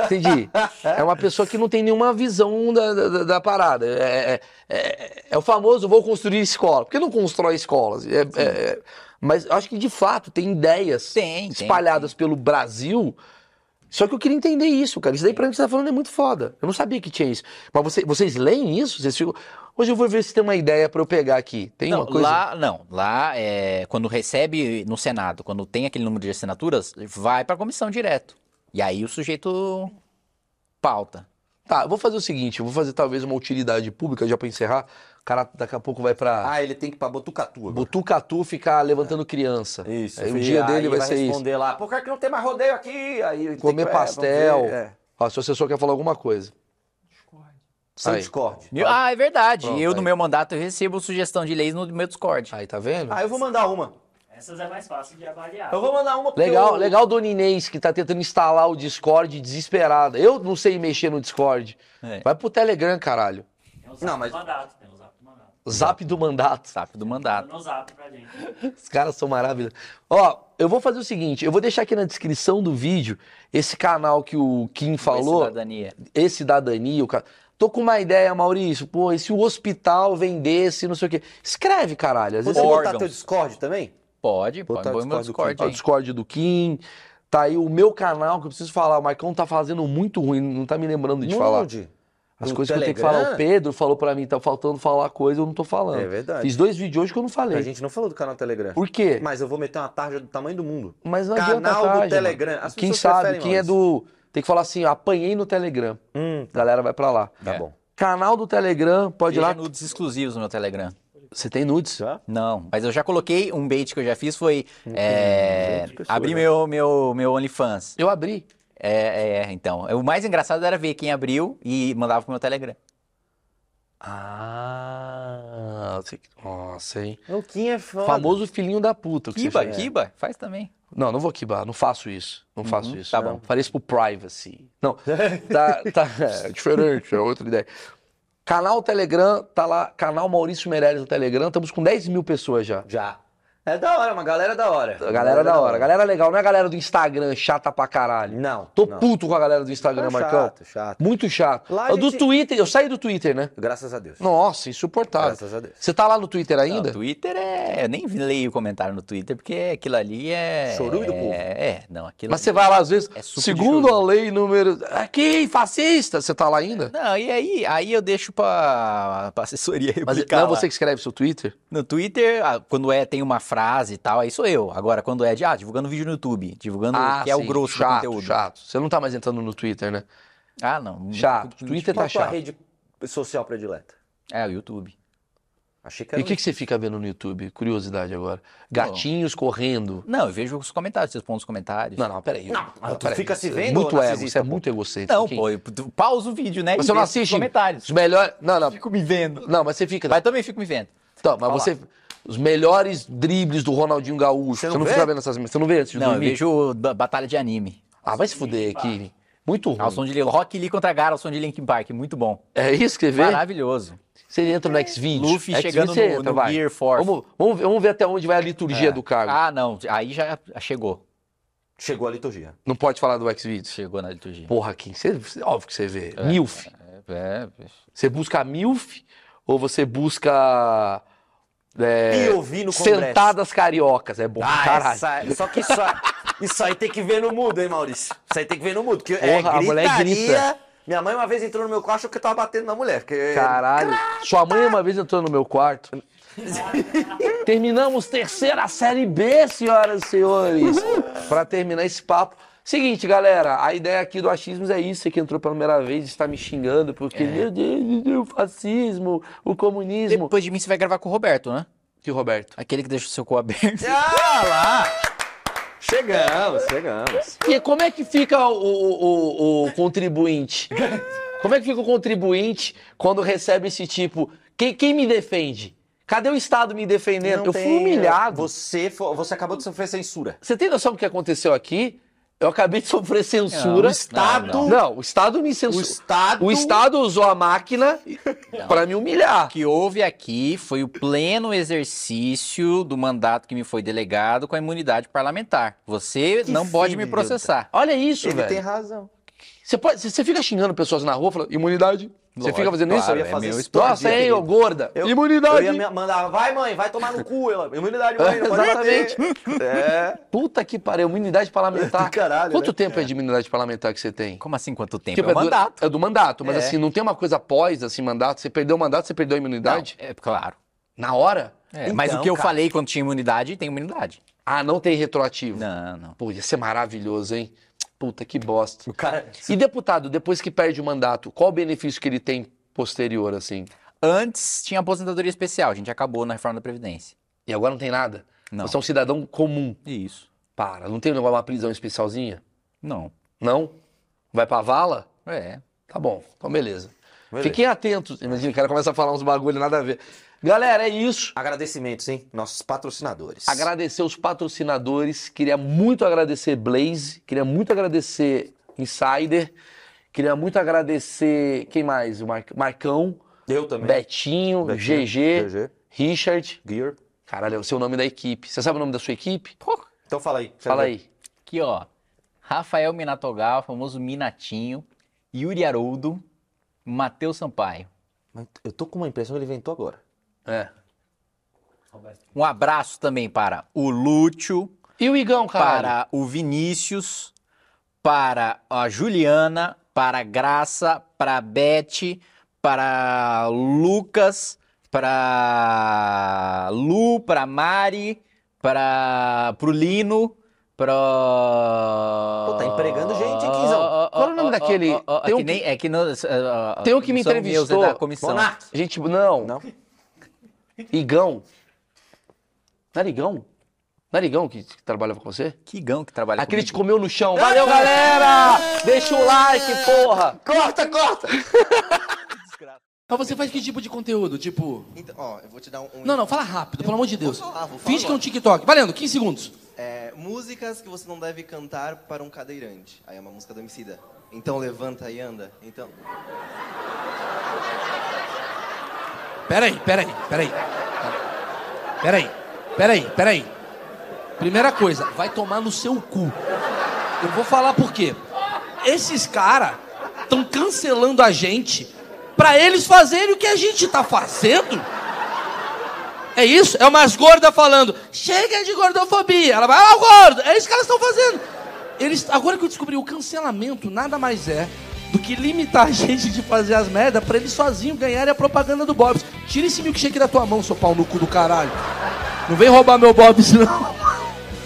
A: Entendi. É uma pessoa que não tem nenhuma visão da, da, da parada. É, é, é, é o famoso vou construir escola. Por que não constrói escolas? É, é, é, mas acho que de fato tem ideias
C: Tem, tem,
A: espalhadas pelo Brasil. Só que eu queria entender isso, cara. Isso daí pra mim que você tá falando é muito foda. Eu não sabia que tinha isso. Mas você- vocês leem isso? Vocês ficam... Hoje eu vou ver se tem uma ideia pra eu pegar aqui. Tem
C: Não,
A: uma coisa?
C: Então, lá, não, lá é, quando recebe no Senado, quando tem aquele número de assinaturas, vai para a comissão direto. E aí o sujeito pauta.
A: Tá, eu vou fazer o seguinte. Eu vou fazer talvez uma utilidade pública já pra encerrar. O cara daqui a pouco vai pra
B: Ah, ele tem que ir pra Botucatu agora.
A: Botucatu ficar levantando criança.
C: É.
B: Isso.
A: Aí o
B: e
A: É, um dia
B: aí
A: dele vai, ser isso.
B: responder lá, por que que não tem mais rodeio aqui? Aí ele tem
A: Comer
B: que- é, vamos
A: pastel.
B: ver, é.
A: Ó, se o assessor quer falar alguma coisa.
B: Sem
A: Aí.
B: Discord.
C: Meu- Ah, é verdade.
A: Pronto,
C: eu, no
A: aí.
C: meu mandato, eu recebo sugestão de leis no meu Discord.
A: Aí, tá vendo?
B: Ah, eu vou mandar uma.
E: Essas é mais fácil de avaliar.
B: Eu um- vou mandar uma porque
A: Legal,
B: eu-
A: legal, Dona Inês, que tá tentando instalar o Discord desesperada. Eu não sei mexer no Discord.
C: É.
A: Vai pro Telegram, caralho.
E: Tem o zap
B: Não, mas-
E: do mandato, tem o zap do mandato.
A: Zap do mandato.
C: Zap do mandato.
E: Manda o zap pra gente.
A: Os caras são maravilhosos. Ó, eu vou fazer o seguinte: eu vou deixar aqui na descrição do vídeo esse canal que o Kim falou.
C: Cidadania.
A: esse cidadania, o cara. Tô com uma ideia, Maurício. Pô, e se o hospital vendesse, não sei o quê. Escreve, caralho. Às vezes é
B: Você botar
C: órgãos.
B: teu Discord também?
C: Pode, pode.
B: Botar
C: Põe
B: o
C: meu
B: Discord
C: Discord
A: o
C: aí.
A: Discord do Kim. Tá aí o meu canal que eu preciso falar. O Marcão tá fazendo muito ruim, não tá me lembrando de falar.
B: Nude.
A: As
B: Do
A: coisas que eu tenho que
B: Telegram?
A: falar. O Pedro falou pra mim, tá faltando falar coisa, eu não tô falando.
B: É verdade.
A: Fiz dois vídeos hoje que eu não falei.
B: A gente não falou do canal do Telegram.
A: Por quê?
B: Mas eu vou meter uma tarja do tamanho do mundo.
A: Mas não
B: Canal
A: adianta
B: do
A: tarde,
B: Telegram.
A: mano.
B: As
A: Quem
B: pessoas
A: sabe,
B: preferem,
A: quem é do... Tem que falar assim, ó, apanhei no Telegram.
B: Hum,
A: Galera, vai pra lá.
B: tá
C: É.
B: bom.
A: Canal do Telegram, pode ir
C: Veja
A: lá.
C: nudes exclusivos no meu Telegram.
A: Você tem nudes?
C: Não, mas eu já coloquei um bait que eu já fiz foi é, abrir
A: né?
C: meu, meu, meu OnlyFans.
A: Eu abri.
C: É, é, então. O mais engraçado era ver quem abriu e mandava pro meu Telegram.
A: Ah, eu sei que- nossa, hein?
B: O Kim é foda.
A: Famoso filhinho da puta. Que você
C: Kiba,
A: fez.
C: Kiba, faz também.
A: Não, não vou kibar, não faço isso. Não
B: Uhum,
A: faço isso.
C: tá bom.
A: Faria isso pro privacy. Não, tá, tá é, diferente, é outra ideia. Canal Telegram, tá lá, canal Maurício Meirelles no Telegram, estamos com 10 mil pessoas já.
B: Já. É da hora, uma galera é da hora.
A: A galera é da hora, galera legal, não é a galera do Instagram chata pra caralho.
B: Não.
A: Tô
B: não.
A: puto com a galera do Instagram,
B: Ah,
A: Marcão.
B: Chato, chato.
A: Muito chato.
B: Lá a
A: Eu Do
B: gente-
A: Twitter, eu saí do Twitter, né?
B: Graças a Deus.
A: Nossa, insuportável.
B: Graças a Deus.
A: Você tá lá no Twitter
C: Não,
A: ainda?
C: Twitter é. Eu nem leio o comentário no Twitter, porque aquilo ali é.
B: Chorume do povo.
C: É, é, não, aquilo
A: Mas
C: ali-
A: você vai lá às vezes,
C: É suco de
A: segundo a
C: chorume.
A: lei número. Aqui, fascista, você tá lá ainda?
C: Não, e aí, aí eu deixo pra, pra assessoria
A: Mas
C: replicar.
A: não é
C: lá.
A: você que escreve seu Twitter?
C: No Twitter, ah, quando é, tem uma frase e tal, aí sou eu. Agora, quando é de, ah, divulgando vídeo no YouTube, divulgando o que é o
A: Ah, sim,
C: grosso do
A: chato,
C: conteúdo.
A: Chato. Você não tá mais entrando no Twitter, né?
C: Ah, não.
A: Chato. Twitter tá
B: Qual a tua
A: chato.
B: rede social predileta?
C: É, o YouTube.
B: Achei que
A: E
B: era um
A: o que, que você fica vendo no YouTube? Curiosidade agora. Gatinhos correndo.
C: Não, eu vejo os comentários, vocês põem os comentários.
A: Não, não, peraí.
B: Não, mas tu
A: peraí,
B: fica
A: você
B: se
A: é
B: vendo,
A: Muito
B: ô
A: ego,
B: narcisista,
A: você é
B: pô.
A: muito egocêntrico.
C: Não,
A: hein?
C: pô, eu- tu pausa o vídeo, né?
A: Mas
C: e
A: você não
C: vê esses
A: assiste
C: comentários.
A: os melhores. Não, não.
C: Fico me vendo.
A: Não, mas você fica.
C: Mas também fico me vendo.
A: Então, mas
C: Fala.
A: você. Os melhores dribles do Ronaldinho Gaúcho. Você não,
B: não vê?
A: fica vendo essas. Você não vê antes de
C: Não, eu
A: dormir?
C: vejo ba- batalha de anime.
A: Ah, vai se fuder aqui. Muito ruim.
C: Ao som de Rock Lee contra Gara, ao som de Linkin Park, muito bom.
A: É isso que você vê?
C: Maravilhoso.
A: Você entra no X-Video.
C: Luffy
A: X-Video
C: chegando
A: você
C: no- no
A: vai.
C: Gear Force.
A: Vamos, vamos, ver, vamos ver até onde vai a liturgia do cargo.
C: Ah, não, aí já chegou.
B: Chegou a liturgia.
A: Não pode falar do X-Video.
C: Chegou na liturgia.
A: Porra, Kim, você, você- óbvio que você vê. Milf.
C: É,
A: Você busca Milf ou você busca. É,
B: E ouvi no Congresso.
A: Sentadas cariocas. É bom pra
B: Ah,
A: caralho.
B: essa, só que isso, isso aí tem que ver no mudo, hein, Maurício? Isso aí tem que ver no mudo. Porque é
A: Porra, a mulher
B: gritaria.
A: grita.
B: Minha mãe uma vez entrou no meu quarto achou que eu tava batendo na mulher. Porque...
A: Caralho. Sua mãe uma vez entrou no meu quarto. Terminamos terceira série B, senhoras e senhores. Pra terminar esse papo. Seguinte, galera, a ideia aqui do achismos é isso. Você que entrou pela primeira vez está me xingando
B: É.
A: porque, meu Deus, meu Deus, o fascismo, o comunismo.
C: Depois de mim você vai gravar com o Roberto, né?
A: Que Roberto.
C: Aquele que deixa o seu cu aberto.
B: Ah, lá! Chegamos, chegamos.
A: E como é que fica o, o- o- o contribuinte? Como é que fica o contribuinte quando recebe esse tipo? Quem, quem me defende? Cadê o Estado me defendendo?
B: Não
A: eu fui
B: tem-
A: humilhado.
B: Você, fo- você acabou de sofrer censura.
A: Você tem noção do que aconteceu aqui? Eu acabei de sofrer
C: Não,
A: censura.
C: o Estado-
A: Não, o Estado me censurou.
B: O Estado-
A: O Estado usou a máquina pra me
C: O
A: humilhar.
C: que houve aqui foi o pleno exercício do mandato que me foi delegado com a imunidade parlamentar. Você não pode me
B: filho
C: processar.
A: Olha isso,
B: Ele
A: velho.
B: tem razão.
A: Você, pode- você- você fica xingando pessoas na rua, falando, imunidade. você
C: Lógico,
A: fica fazendo isso?
C: claro,
B: Eu ia fazer
C: é meu
B: isso.
C: esporte.
A: Nossa, hein,
B: querido.
A: ô gorda.
B: Eu-
A: imunidade.
B: Eu ia me mandar, vai mãe, vai tomar no cu. Eu, imunidade, mãe, não pode
A: Exatamente.
B: bater. É.
A: Puta que pariu, imunidade parlamentar.
B: Do caralho,
A: Quanto
B: né?
A: tempo é. de imunidade parlamentar que você tem?
C: Como assim quanto tempo?
A: Tipo,
C: é
A: é
C: o mandato.
A: Do, é do mandato, mas
C: É.
A: assim, não tem uma coisa após, assim, mandato. Você perdeu o mandato, você perdeu a imunidade?
C: Não, é claro.
A: Na hora?
C: É, mas o
B: Então,
C: que eu
B: cara.
C: falei quando tinha imunidade, tem imunidade.
A: Ah, não tem retroativo.
C: Não, não.
A: Pô, ia ser maravilhoso, hein? Puta, que bosta.
B: O cara.
A: E deputado, depois que perde o mandato, qual o benefício que ele tem posterior, assim?
C: Antes tinha aposentadoria especial, a gente acabou na reforma da Previdência.
A: E agora não tem nada?
C: Não.
A: Você é um cidadão comum.
C: Isso.
A: Para, não tem um negócio, uma prisão especialzinha?
C: Não.
A: Não? Vai pra vala?
C: É.
A: Tá bom, então beleza. Fiquem atentos. Imagina, o cara começa a falar uns bagulho, nada a ver. Galera, é isso.
B: Agradecimentos, hein? Nossos patrocinadores.
A: Agradecer os patrocinadores. Queria muito agradecer Blaze. Queria muito agradecer Insider. Queria muito agradecer. Quem mais? O Mar- Marcão,
B: Eu também.
A: Betinho,
B: Betinho,
A: GG,
B: GG,
A: Richard.
B: Gear.
A: Caralho, é o seu nome da equipe. Você sabe o nome da sua equipe?
B: Então fala aí.
A: Fala aí.
C: Aqui, ó. Rafael Minatogal, famoso Minatinho. Yuri Haroldo. Matheus Sampaio.
B: Mas Eu tô com uma impressão que ele inventou agora.
A: É.
E: Roberto.
C: Um abraço também para o Lúcio,
A: E o Igão, cara?
C: para o Vinícius, para a Juliana, para a Graça, para a Beth, para Lucas, para Lu, para Mari, para pro Lino, para
B: Pô, tá empregando gente, hein, Quinzão?
A: Qual é o nome daquele-
C: é
A: tem um
C: que
A: que-
C: nem- é que não- ah,
A: Tem um que me
C: não são meus, é
A: entrevistou.
C: da comissão.
B: Monark.
A: Gente, não.
B: Não?
A: Igão. Narigão? Narigão que, que trabalhava com você?
C: Que gão que
B: Tá
C: trabalha
A: Aquele te
C: comigo.
A: comeu no chão. Valeu, galera! Deixa o like, porra!
B: Corta, corta!
F: Mas você faz que tipo de conteúdo? Tipo.
G: Então, ó, eu vou te dar um. um-
F: Não, não, fala rápido, pelo amor de Deus.
G: falar, vou falar
F: Finge que é um
G: agora.
F: TikTok. Valendo, 15 segundos.
G: É, músicas que você não deve cantar para um cadeirante. Aí é uma música do homicida. Então levanta e anda. Então.
F: Peraí, peraí, peraí. Peraí, peraí, peraí. Primeira coisa, vai tomar no seu cu. Eu vou falar por quê. Esses caras estão cancelando a gente pra eles fazerem o que a gente tá fazendo. É isso? É umas gordas falando, chega de gordofobia. Ela vai, ah, o gordo, é isso que elas estão fazendo. Eles, agora que eu descobri, o cancelamento nada mais é do que limitar a gente de fazer as merdas pra eles sozinhos ganharem a propaganda do Bob's. Tira esse milkshake da tua mão, seu pau no cu do caralho. Não vem roubar meu Bob's, não.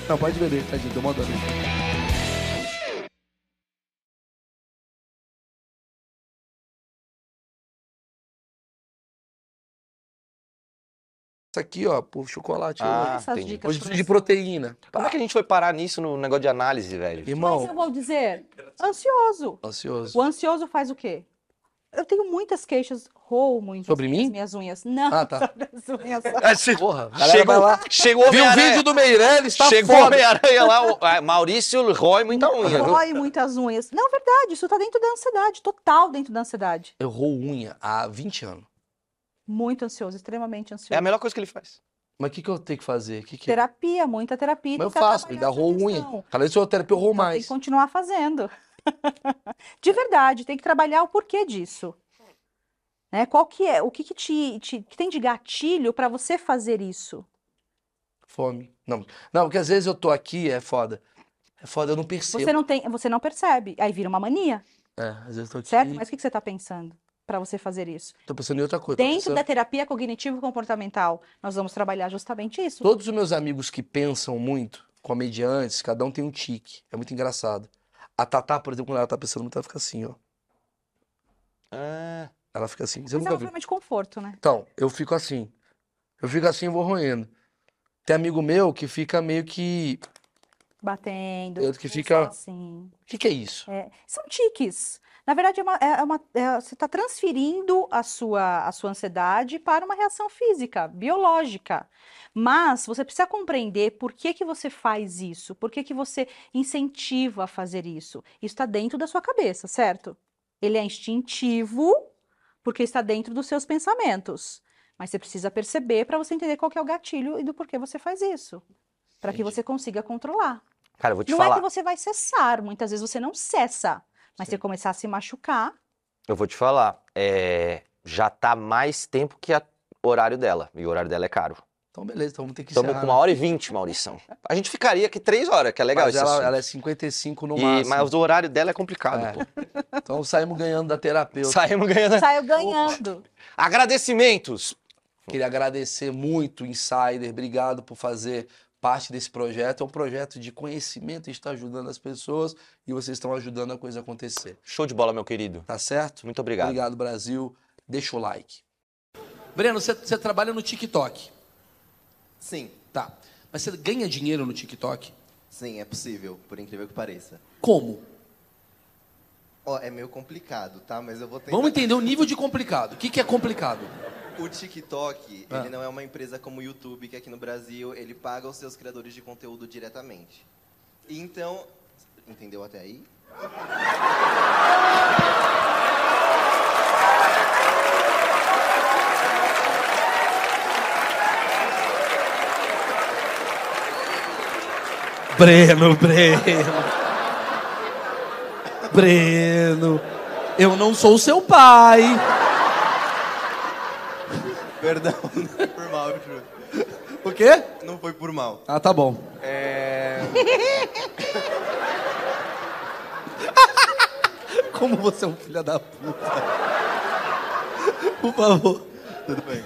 F: Não, pode beber, tadinho, deu mó dó nele.
A: Isso aqui, ó, por chocolate.
B: Ah,
H: Essas
B: entendi.
H: dicas
A: Hoje
H: é pra
A: preciso de proteína.
B: Como é que a gente foi parar nisso no negócio de análise, velho?
H: Mas eu
A: Irmão,
H: vou dizer, ansioso.
A: ansioso.
H: O ansioso faz o quê? Eu tenho muitas queixas, roo muito
A: Sobre
H: sobre
A: mim?
H: as minhas unhas. Não,
A: Ah, tá.
H: sobre as unhas.
A: Porra,
D: É,
A: galera vai
D: Chegou,
A: lá.
D: chegou
A: Viu o
D: Homem-Aranha.
A: vídeo do Meirelles, tá
D: Chegou
A: foda.
D: Homem-Aranha lá, o- ah, Maurício rói muita unha. viu?
H: Rói muitas unhas. Não, verdade, isso tá dentro da ansiedade, total dentro da ansiedade.
A: Eu roo unha há 20 anos.
H: Muito ansioso, extremamente
D: É a
H: ansioso.
D: melhor coisa que ele faz.
A: Mas o que, que eu tenho que fazer? Que é? que...
H: Terapia, muita terapia.
A: Mas eu
H: tentar
A: faço, me
H: trabalhar
A: dá
H: essa
A: roo unha.
H: questão.
A: Cada vez que eu terapia, eu roo
H: Então, Tem
A: mais.
H: que continuar fazendo. De verdade, tem que trabalhar o porquê disso. Né? Qual que é, o que, que te, te- que tem de gatilho para você fazer isso?
A: Fome. Não, não, porque às vezes eu tô aqui, é foda. É foda, eu não percebo.
H: Você não tem, você não percebe, aí vira uma mania,
A: É, às vezes eu tô aqui,
H: certo? Mas o que, que você está pensando para você fazer isso?
A: tô pensando em outra coisa. tô
H: Dentro
A: pensando-
H: da terapia cognitivo-comportamental, nós vamos trabalhar justamente isso.
A: Todos os meus amigos que pensam muito, comediantes, cada um tem um tique. É muito engraçado. A Tatá, por exemplo, quando ela tá pensando muito, ela fica assim, ó.
D: Ah,
A: Ela fica assim. Você
H: Mas é
A: nunca
H: uma
A: viu.
H: forma de conforto, né?
A: Então, eu fico assim. Eu fico assim e vou roendo. Tem amigo meu que fica meio que.
H: Batendo,
A: Outro que
H: não
A: fica-
H: só assim.
A: O que, que é isso?
H: É, são tiques. Na verdade, é uma, é- é uma- é- você está transferindo a sua, a sua ansiedade para uma reação física, biológica. Mas você precisa compreender por que que você faz isso, por que que você incentiva a fazer isso. Isso está dentro da sua cabeça, certo? Ele é instintivo porque está dentro dos seus pensamentos. Mas você precisa perceber para você entender qual que é o gatilho e do porquê você faz isso, para que você consiga controlar.
D: cara, eu vou te
H: Não é
D: falar.
H: que você vai cessar, muitas vezes você não cessa, mas você começar a se machucar.
D: Eu vou te falar. É, já tá mais tempo que a- o horário dela. E o horário dela é caro.
A: Então, beleza, então vamos ter que
D: Estamos
A: encerrar,
D: com
A: né?
D: uma hora e vinte, Maurição. A gente ficaria aqui três horas, que é legal
A: Mas
D: esse
A: ela,
D: assunto.
A: ela é 55 no
D: E-
A: máximo.
D: mas o horário dela é complicado,
A: É.
D: pô.
A: Então saímos ganhando da terapeuta.
D: Saímos ganhando.
H: Saiu ganhando.
D: Agradecimentos.
A: Queria agradecer muito, Insider. Obrigado por fazer parte desse projeto. É um projeto de conhecimento, está ajudando as pessoas e vocês estão ajudando a coisa acontecer.
D: Show de bola, meu querido.
A: Tá certo?
D: Muito obrigado.
A: Obrigado, Brasil. Deixa o like.
F: Breno, você- você trabalha no TikTok,
G: Sim,
F: tá? Mas você ganha dinheiro no TikTok?
G: sim, é possível, por incrível que pareça.
F: Como?
G: Ó, é meio complicado, tá? Mas eu vou tentar.
A: Vamos entender o nível de complicado. O que, que é complicado?
G: O TikTok,
A: Ah.
G: ele não é uma empresa como o YouTube, que aqui no Brasil ele paga os seus criadores de conteúdo diretamente. Então, entendeu até aí?
A: Breno, Breno. Breno. Eu não sou seu pai.
G: Perdão, não foi por mal, juro.
A: O quê?
G: Não foi por mal.
A: Ah, tá bom.
G: É...
A: Como você é um filho da puta. Por favor.
G: Tudo bem.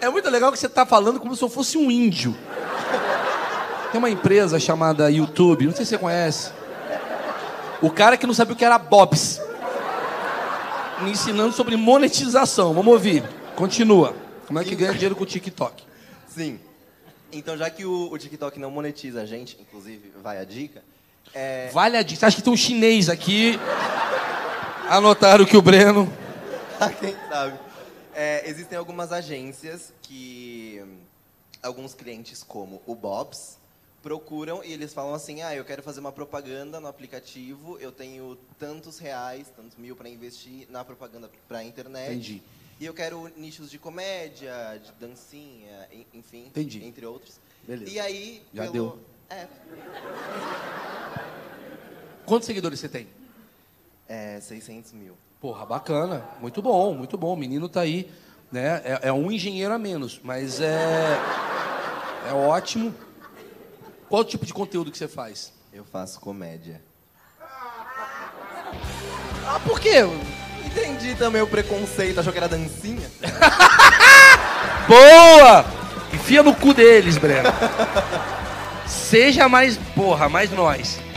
A: É muito legal que você tá falando como se eu fosse um índio. Tem uma empresa chamada YouTube, não sei se você conhece. O cara que não sabia o que era Bobs. Me ensinando sobre monetização. Vamos ouvir. Continua. Como é que ganha dinheiro com o TikTok?
G: Sim. Então, já que o, o TikTok não monetiza a gente, inclusive, vai a dica. É...
A: Vale a dica. Acho que tem um chinês aqui. Anotaram que o Breno.
G: Quem sabe? É, existem algumas agências que hum, alguns clientes, como o Bob's, procuram e eles falam assim: ah, eu quero fazer uma propaganda no aplicativo, eu tenho tantos reais, tantos mil para investir na propaganda para a internet.
A: Entendi.
G: E eu quero nichos de comédia, de dancinha, en- enfim,
A: Entendi.
G: entre outros.
A: Beleza.
G: E aí,
A: Já
G: pelo...
A: deu.
G: É,
A: Quantos seguidores você tem?
G: é, 600 mil.
A: Porra, bacana. Muito bom, muito bom. O menino tá aí, né? É, é um engenheiro a menos, mas é. É ótimo. Qual tipo de conteúdo que você faz?
G: Eu faço comédia.
A: Ah, por quê?
G: Entendi também o preconceito, achou que era dancinha?
A: Boa! Enfia no cu deles, Breno. Seja mais. Porra, mais nós.